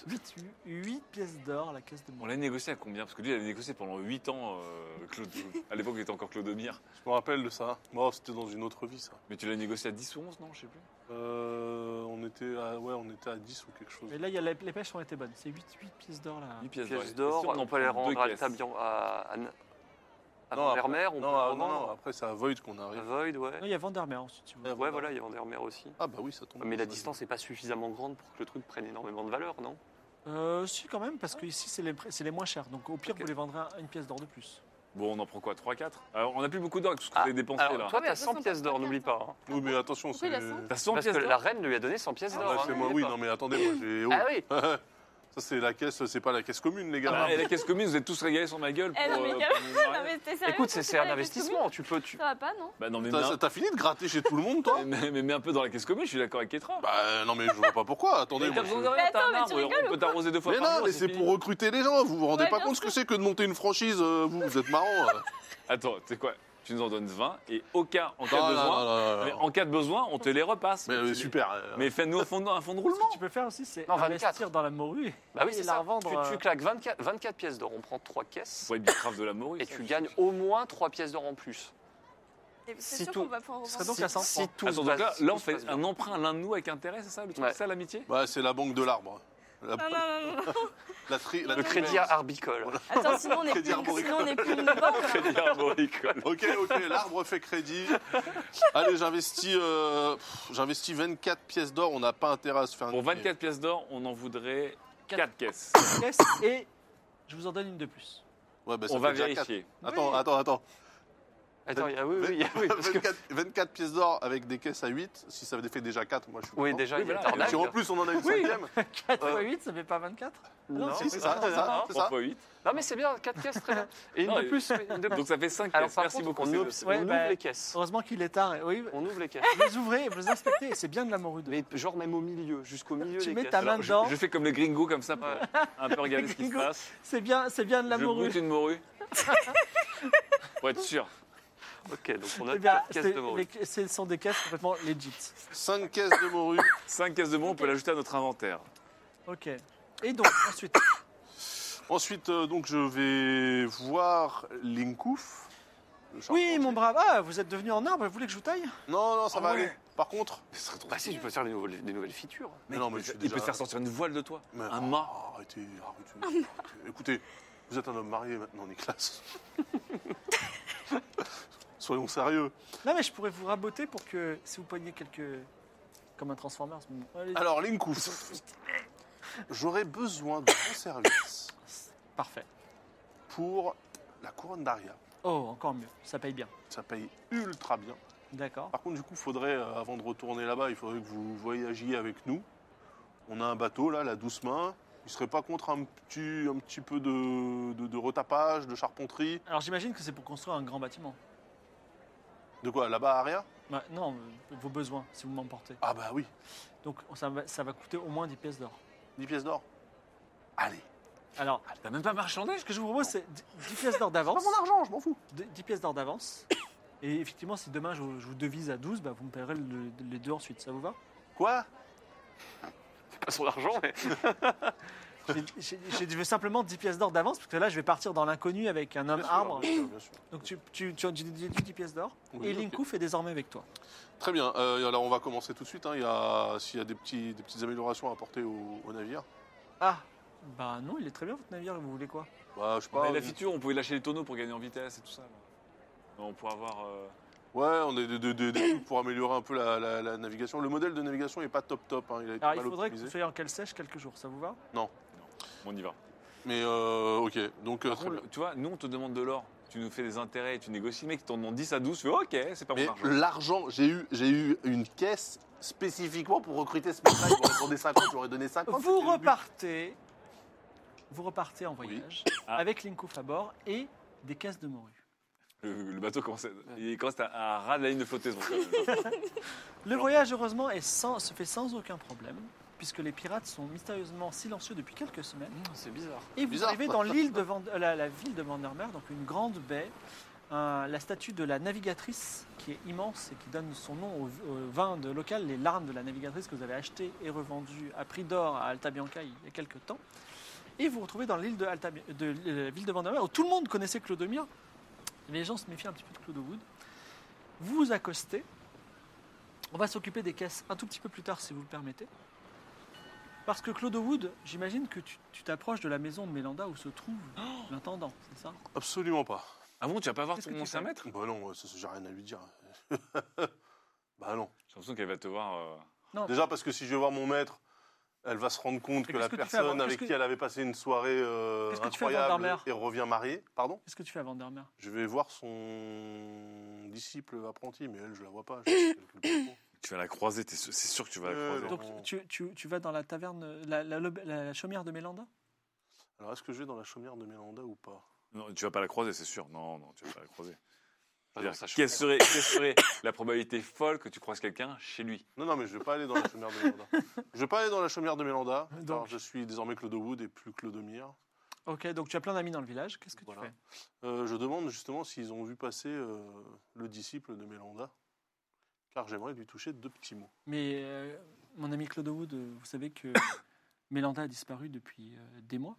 8, pièces d'or la caisse de On morue. l'a négocié à combien Parce que lui, il avait négocié pendant 8 ans, euh, Claude. à l'époque, il était encore Claude Omir. Je me rappelle de ça. Bon, c'était dans une autre vie, ça. Mais tu l'as négocié à 10 ou 11, non Je sais plus. Euh, on, était à, ouais, on était à 10 ou quelque chose. Mais là, il y a la- les pêches ont été bonnes, c'est 8, pièces d'or là. 8 pièces, Pièces d'or. Et si d'or, on en peut les prend deux rendre à caisses Tabian, à, à, à Non, après- Vandermeer, on peut non, ah, les non, non, rendre après, c'est à Void qu'on à arrive. Void, ouais. Non, il y a Vandermeer ensuite, si vous voulez. Ouais, voilà, il y a Vandermeer aussi. Ah, bah oui, ça tombe. Mais la bien. distance n'est pas suffisamment grande pour que le truc prenne énormément de valeur, non Euh, si, quand même, parce que ici, c'est les, prix- c'est les moins chers. Donc, au pire, Ok. vous les vendrez à une pièce d'or de plus. Bon, on en prend quoi 3, 4 Alors, on n'a plus beaucoup d'or avec tout ce qu'on Ah, a dépensé Alors, là. toi, Ouais, t'as mais 100 pièces d'or, n'oublie pas. hein. Oui, mais attention, c'est. Pourquoi il a cent T'as 100 Parce pièces que la d'or reine lui a donné 100 pièces Ah, d'or. bah, hein, c'est moi, n'oublie oui, pas. non, mais attendez, moi, j'ai. oh. Ah oui *laughs* Ça, c'est la caisse, c'est pas la caisse commune, les gars. Ah, et la caisse commune, vous êtes tous régalés sur ma gueule. Pour, Eh non, mais euh, gars, pour mon Non, mariage. mais t'es sérieux, Écoute, toi, c'est tu c'est fais un la caisse investissement, tu peux... Tu... commune Ça va pas, non *laughs* Bah non, mais mets, T'as un- t'as fini de gratter chez tout le *laughs* monde, toi mais- mais mets un peu dans la caisse commune, je suis d'accord avec Ketra. Bah, non, mais je vois pas pourquoi. Attendez, Mais t'as moi, besoin je- de rien, Mais t'as un attends, mais tu arbre, rigoles on peut t'arroser deux fois Mais par non, jour, mais c'est fini. pour recruter les gens. Vous vous rendez Ouais, pas bien compte ce que c'est que de monter une franchise euh, Vous, vous êtes marrant. *laughs* Attends, tu sais quoi Tu nous en donnes 20 et au cas, en cas Non, de non, besoin, non, non, non, mais non. en cas de besoin, on te les repasse. Mais, euh, Tu les- super. euh, Mais fais-nous un fond de- un fond de Ce que roulement. tu peux faire aussi, c'est Non, 24. investir dans la morue. Bah oui, Et c'est la ça. revendre, Tu- euh. Tu, claques 24, 24 pièces d'or, on prend 3 caisses, Pour être du craft de la morue. et ça. tu gagnes au moins 3 pièces d'or en plus. Et Si C'est sûr tout- qu'on va pouvoir Ce serait revendre. donc Si- à 100 si francs. tout Attends, se donc passe- là, si là, tout on se fait passe bien. un emprunt l'un de nous avec intérêt, c'est ça le truc Ouais. C'est ça *laughs* l'amitié Bah, c'est la banque de l'arbre. La, Non, non, non, non. la tri- la Le tri- crédit à arbicole. Attends, sinon on n'est plus, Crédit arboricole. sinon on n'est plus une banque. hein. Crédit arboricole. Ok, ok, l'arbre *laughs* fait crédit. Allez, j'investis euh, pff, j'investis 24 pièces d'or. On n'a pas intérêt à se faire. Pour niquer. 24 pièces d'or, on en voudrait Quatre caisses. caisses et je vous en donne une de plus. Ouais, bah, ça On fait va déjà vérifier. quatre. Attends, attends, attends. Attends, il y a- oui, oui, il y a- oui, *laughs* parce que- 24, 24 pièces d'or avec des caisses à 8, si ça fait déjà 4, moi je suis oui, content. déjà, Oui, il y a voilà. Et Tarnac. puis en plus, on en a une cinquième. 4 Euh, x 8, ça fait pas 24 Non, si, c'est ça, c'est ça, Ah, c'est ça. 3 fois 8. Non, mais c'est bien, 4 caisses, très bien. Et une Non, de et- plus, oui, une de plus. Donc ça fait 5 Alors, caisses. par Merci contre, beaucoup. on, c'est- ob- c'est- on Ouais, ouvre bah- les caisses. Heureusement qu'il est tard. Oui, On ouvre les caisses. vous les ouvrez, vous les inspectez, et c'est bien de la morue. *laughs* Mais genre même au milieu, jusqu'au milieu Tu des mets caisses. ta main Alors, je, dedans, je fais comme le gringo, comme ça, pour Ouais. un peu regarder ce qui se Gringo. passe. c'est bien, c'est bien de la je morue. goûte une morue. pour être sûr. Ok, donc *laughs* on Eh a bien, 4 caisses c'est- de morue. les- ce sont des caisses complètement legit. 5 caisses de morue. 5 caisses de bon, on peut l'ajouter à notre inventaire. Ok. Et donc, *coughs* ensuite, Ensuite, euh, donc, je vais voir Linkouf. le oui, charpentier. mon brave, ah, vous êtes devenu en arbre, vous voulez que je vous taille Non, non, ça Ah va ouais. aller. Par contre. Bah si, tu peux faire des nouveaux- des nouvelles features. Mais non, mais je euh, suis il déjà- peut te faire sortir une voile de toi. Mais- Un mât. Oh, arrêtez, arrêtez. Écoutez, vous êtes un homme marié maintenant, Nicolas. Soyons sérieux. Non, mais je pourrais vous raboter pour que si vous poignez quelques. comme un transformer en ce moment. Allez, Alors, Linkouf. J'aurais besoin de vos services Parfait. pour la couronne d'Aria. Oh, encore mieux, ça paye bien. Ça paye ultra bien. D'accord. Par contre, du coup, faudrait, euh, avant de retourner là-bas, il faudrait que vous voyagiez avec nous. On a un bateau, là, la douce main. Il serait pas contre un petit, un petit peu de, de- de retapage, de charpenterie Alors j'imagine que c'est pour construire un grand bâtiment. De quoi Là-bas, à rien Ouais, non, euh, vos besoins, si vous m'emportez. Ah bah oui, Donc ça va, ça va coûter au moins 10 pièces d'or. 10 pièces d'or. Allez. Alors, T'as même pas marchandé ce que je vous propose, c'est 10 10 pièces d'or d'avance. Mon argent, je m'en fous. 10 10 pièces d'or d'avance. Et effectivement, si demain je, vous je vous devise à 12, bah, vous me paierez le- les deux ensuite, ça vous va Quoi *laughs* Pas son argent, mais... J'ai- j'ai- j'ai- Je veux simplement 10 pièces d'or d'avance, parce que là, je vais partir dans l'inconnu avec un homme Bien sûr, arbre. bien sûr, bien sûr. Donc tu, tu, tu as dit 10 pièces d'or. Oui, et ok. Linkouf est désormais avec toi. Très bien. Euh, alors, on va commencer tout de suite. hein. Il y a- S'il y a des, petits, des petites améliorations à apporter au, au navire. Ah Bah non, il est très bien votre navire, vous voulez quoi Bah, je sais On pas. avait la une- feature, on pouvait lâcher les tonneaux pour gagner en vitesse et tout ça. là. Non, on pourrait avoir. euh, Ouais, on est des- des- des- des trucs pour améliorer un peu la, la- la navigation. Le modèle de navigation n'est pas top top. hein. Il a été Alors il mal faudrait que optimisé. vous soyez en cale sèche quelques jours, ça vous va On y va. Mais euh, ok, donc euh, Par très contre, bien. tu vois, nous, on te demande de l'or. Tu nous fais des intérêts, tu négocies, mec, ils t'en demandent 10 à 12. Tu fais, ok, c'est pas mon Mais argent. l'argent, j'ai eu, j'ai eu une caisse spécifiquement pour recruter ce mec-là. Il m'aurait demandé 50, j'aurais donné 50. Vous c'était le but. repartez. Vous repartez en voyage Ah. avec Linkouf à bord et des caisses de morue. Le, le bateau commence à, il commence à, à ras de la ligne de flottaison. quand *laughs* même. Le voyage, heureusement, est sans- se fait sans aucun problème, puisque les pirates sont mystérieusement silencieux depuis quelques semaines. Oh, C'est bizarre. Et vous Bizarre. arrivez dans l'île de Van- euh, la, la ville de Vandermeer, donc une grande baie. Un- la statue de la navigatrice qui est immense et qui donne son nom au, au vin de local, les larmes de la navigatrice que vous avez achetées et revendues à prix d'or à Alta Bianca il y a quelques temps. Et vous vous retrouvez dans l'île de, Alta- de l'- la ville de Vandermeer où tout le monde connaissait Clodomir. Les gens se méfient un petit peu de Claude Wood. Vous vous accostez. On va s'occuper des caisses un tout petit peu plus tard si vous le permettez. Parce que Claude Wood, j'imagine que tu tu t'approches de la maison de Mélanda où se trouve l'intendant, c'est ça Absolument pas. ah bon, tu vas pas voir Qu'est-ce ton que tu ancien fais maître Bah non, euh, ça, ça, j'ai rien à lui dire. *laughs* bah non. J'ai l'impression qu'elle va te voir. euh, Déjà parce que si je vais voir mon maître, elle va se rendre compte Et que la qu'est-ce que tu fais personne avant- avec qu'est-ce qui que- elle avait passé une soirée euh, Qu'est-ce que tu fais avant incroyable Vandermeer et revient mariée. Pardon Qu'est-ce que tu fais à Vandermeer Je vais voir son disciple apprenti, mais elle, je la vois pas. je sais qu'elle fait le parcours. Tu vas la croiser, t'es sûr- c'est sûr que tu vas la Euh, croiser. non. Donc tu, tu- tu vas dans la taverne, la, la lobe- la chaumière de Mélanda Alors est-ce que je vais dans la chaumière de Mélanda ou pas Non, tu vas pas la croiser, c'est sûr. Non, non, tu vas pas la croiser. Ah Je veux non, dire, ça, je quelle, comprends. serait, quelle serait la probabilité folle que tu croises quelqu'un chez lui Non, non, mais je vais pas aller dans la chaumière de Mélanda. Je vais pas aller dans la chaumière *laughs* de Mélanda. Donc. Alors, je suis désormais Claude Wood et plus Claude Mire. Ok, donc tu as plein d'amis dans le village, qu'est-ce que Voilà. tu fais Euh, je demande justement s'ils ont vu passer euh, le disciple de Mélanda, car j'aimerais lui toucher deux petits mots. Mais euh, mon ami Claude Wood, euh, vous savez *coughs* que Mélanda a disparu depuis euh, des mois.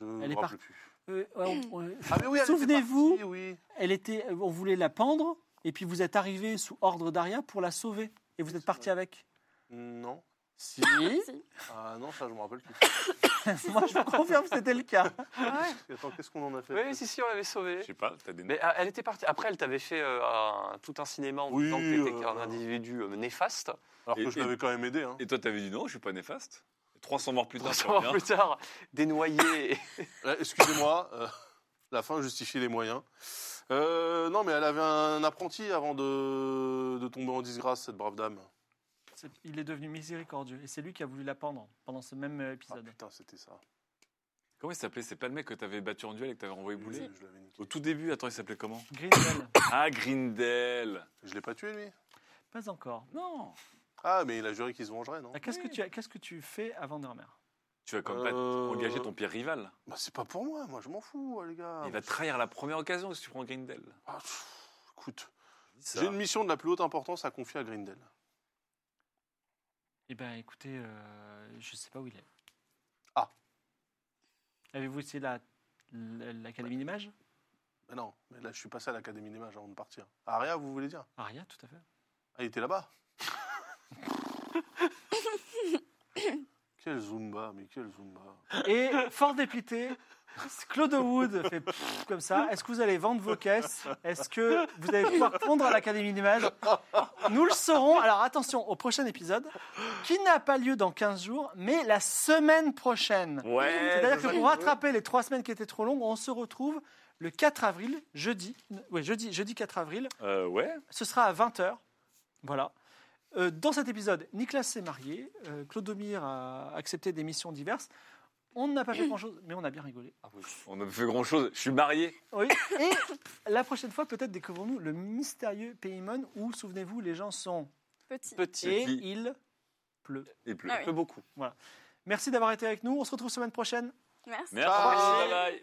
Je ne Elle est me rappelle plus. Euh, ouais, on- on- *coughs* Ah, mais oui, elle était Souvenez-vous- partie, oui. elle était, euh, on voulait la pendre, et puis vous êtes arrivé sous ordre d'Aria pour la sauver, et vous êtes parti avec. Non. Si. Si. Ah non, ça, je me *laughs* rappelle plus. *laughs* Moi, je vous confirme, que c'était le cas. Attends, qu'est-ce qu'on en a fait *laughs* Oui, si, si, on l'avait sauvé. Je sais pas, t'as des Mais euh, elle était partie. Après, elle t'avait fait euh, un- tout un cinéma en Oui, disant que t'étais euh, un individu euh, néfaste. Alors Et- que je et- l'avais quand même aidé. hein. Et toi, t'avais dit non, je suis pas néfaste. 300 morts plus tard, c'est Trois bien. mois plus tard, dénoyé. et- Euh, Excusez-moi, euh, *laughs* la fin justifie les moyens. Euh, non, mais elle avait un apprenti avant de, de tomber en disgrâce, cette brave dame. C'est- Il est devenu miséricordieux et c'est lui qui a voulu la pendre pendant ce même euh, Ah, épisode. putain, c'était ça. Comment il s'appelait C'est pas le mec que t'avais battu en duel et que t'avais envoyé Je bouler l'ai- je l'avais niqué. Au tout début, attends, il s'appelait comment Grindel, Ah, Grindel Je l'ai pas tué, lui. pas encore. Non Ah, mais il a juré qu'il se vengerait, non Ah, Qu'est-ce que tu as- qu'est-ce que tu fais avant Vandermeer Tu vas quand même Euh, pas engager ton pire rival. bah, C'est pas pour moi, moi je m'en fous, les gars. Il va te trahir à la première occasion si tu prends Grindel. Ah, pff, écoute, Ça. j'ai une mission de la plus haute importance à confier à Grindel. Eh ben, écoutez, euh, je sais pas où il est. Ah. Avez-vous essayé la- la- l'académie des mages Mais non, mais là je suis passé à l'Académie des Mages avant de partir. Aria, vous voulez dire Aria, tout à fait. Ah, il *laughs* était là-bas Quel Zumba, mais quel Zumba. Et fort dépité, Claude Wood fait pfff comme ça. Est-ce que vous allez vendre vos caisses Est-ce que vous allez pouvoir répondre à l'Académie des Mages Nous le saurons. Alors attention, au prochain épisode, qui n'a pas lieu dans 15 jours, mais la semaine prochaine. Ouais C'est-à-dire c'est que ça. pour rattraper les trois semaines qui étaient trop longues, on se retrouve le 4 avril, jeudi. Oui, jeudi, jeudi 4 avril. Euh, ouais. Ce sera à 20h. Voilà. Euh, dans cet épisode, Nicolas s'est marié, euh, Claude Domir a accepté des missions diverses. On n'a pas fait grand-chose, mais on a bien rigolé. On ne fait grand chose. Je suis marié. Oui. Et la prochaine fois, peut-être découvrons-nous le mystérieux Paymon où, souvenez-vous, les gens sont hein. Petit. Petit. et qui- il pleut. Et plus. Ah oui. Peu beaucoup. Merci d'avoir été avec nous. On se retrouve semaine prochaine. Merci. Merci. Ciao. Bye bye.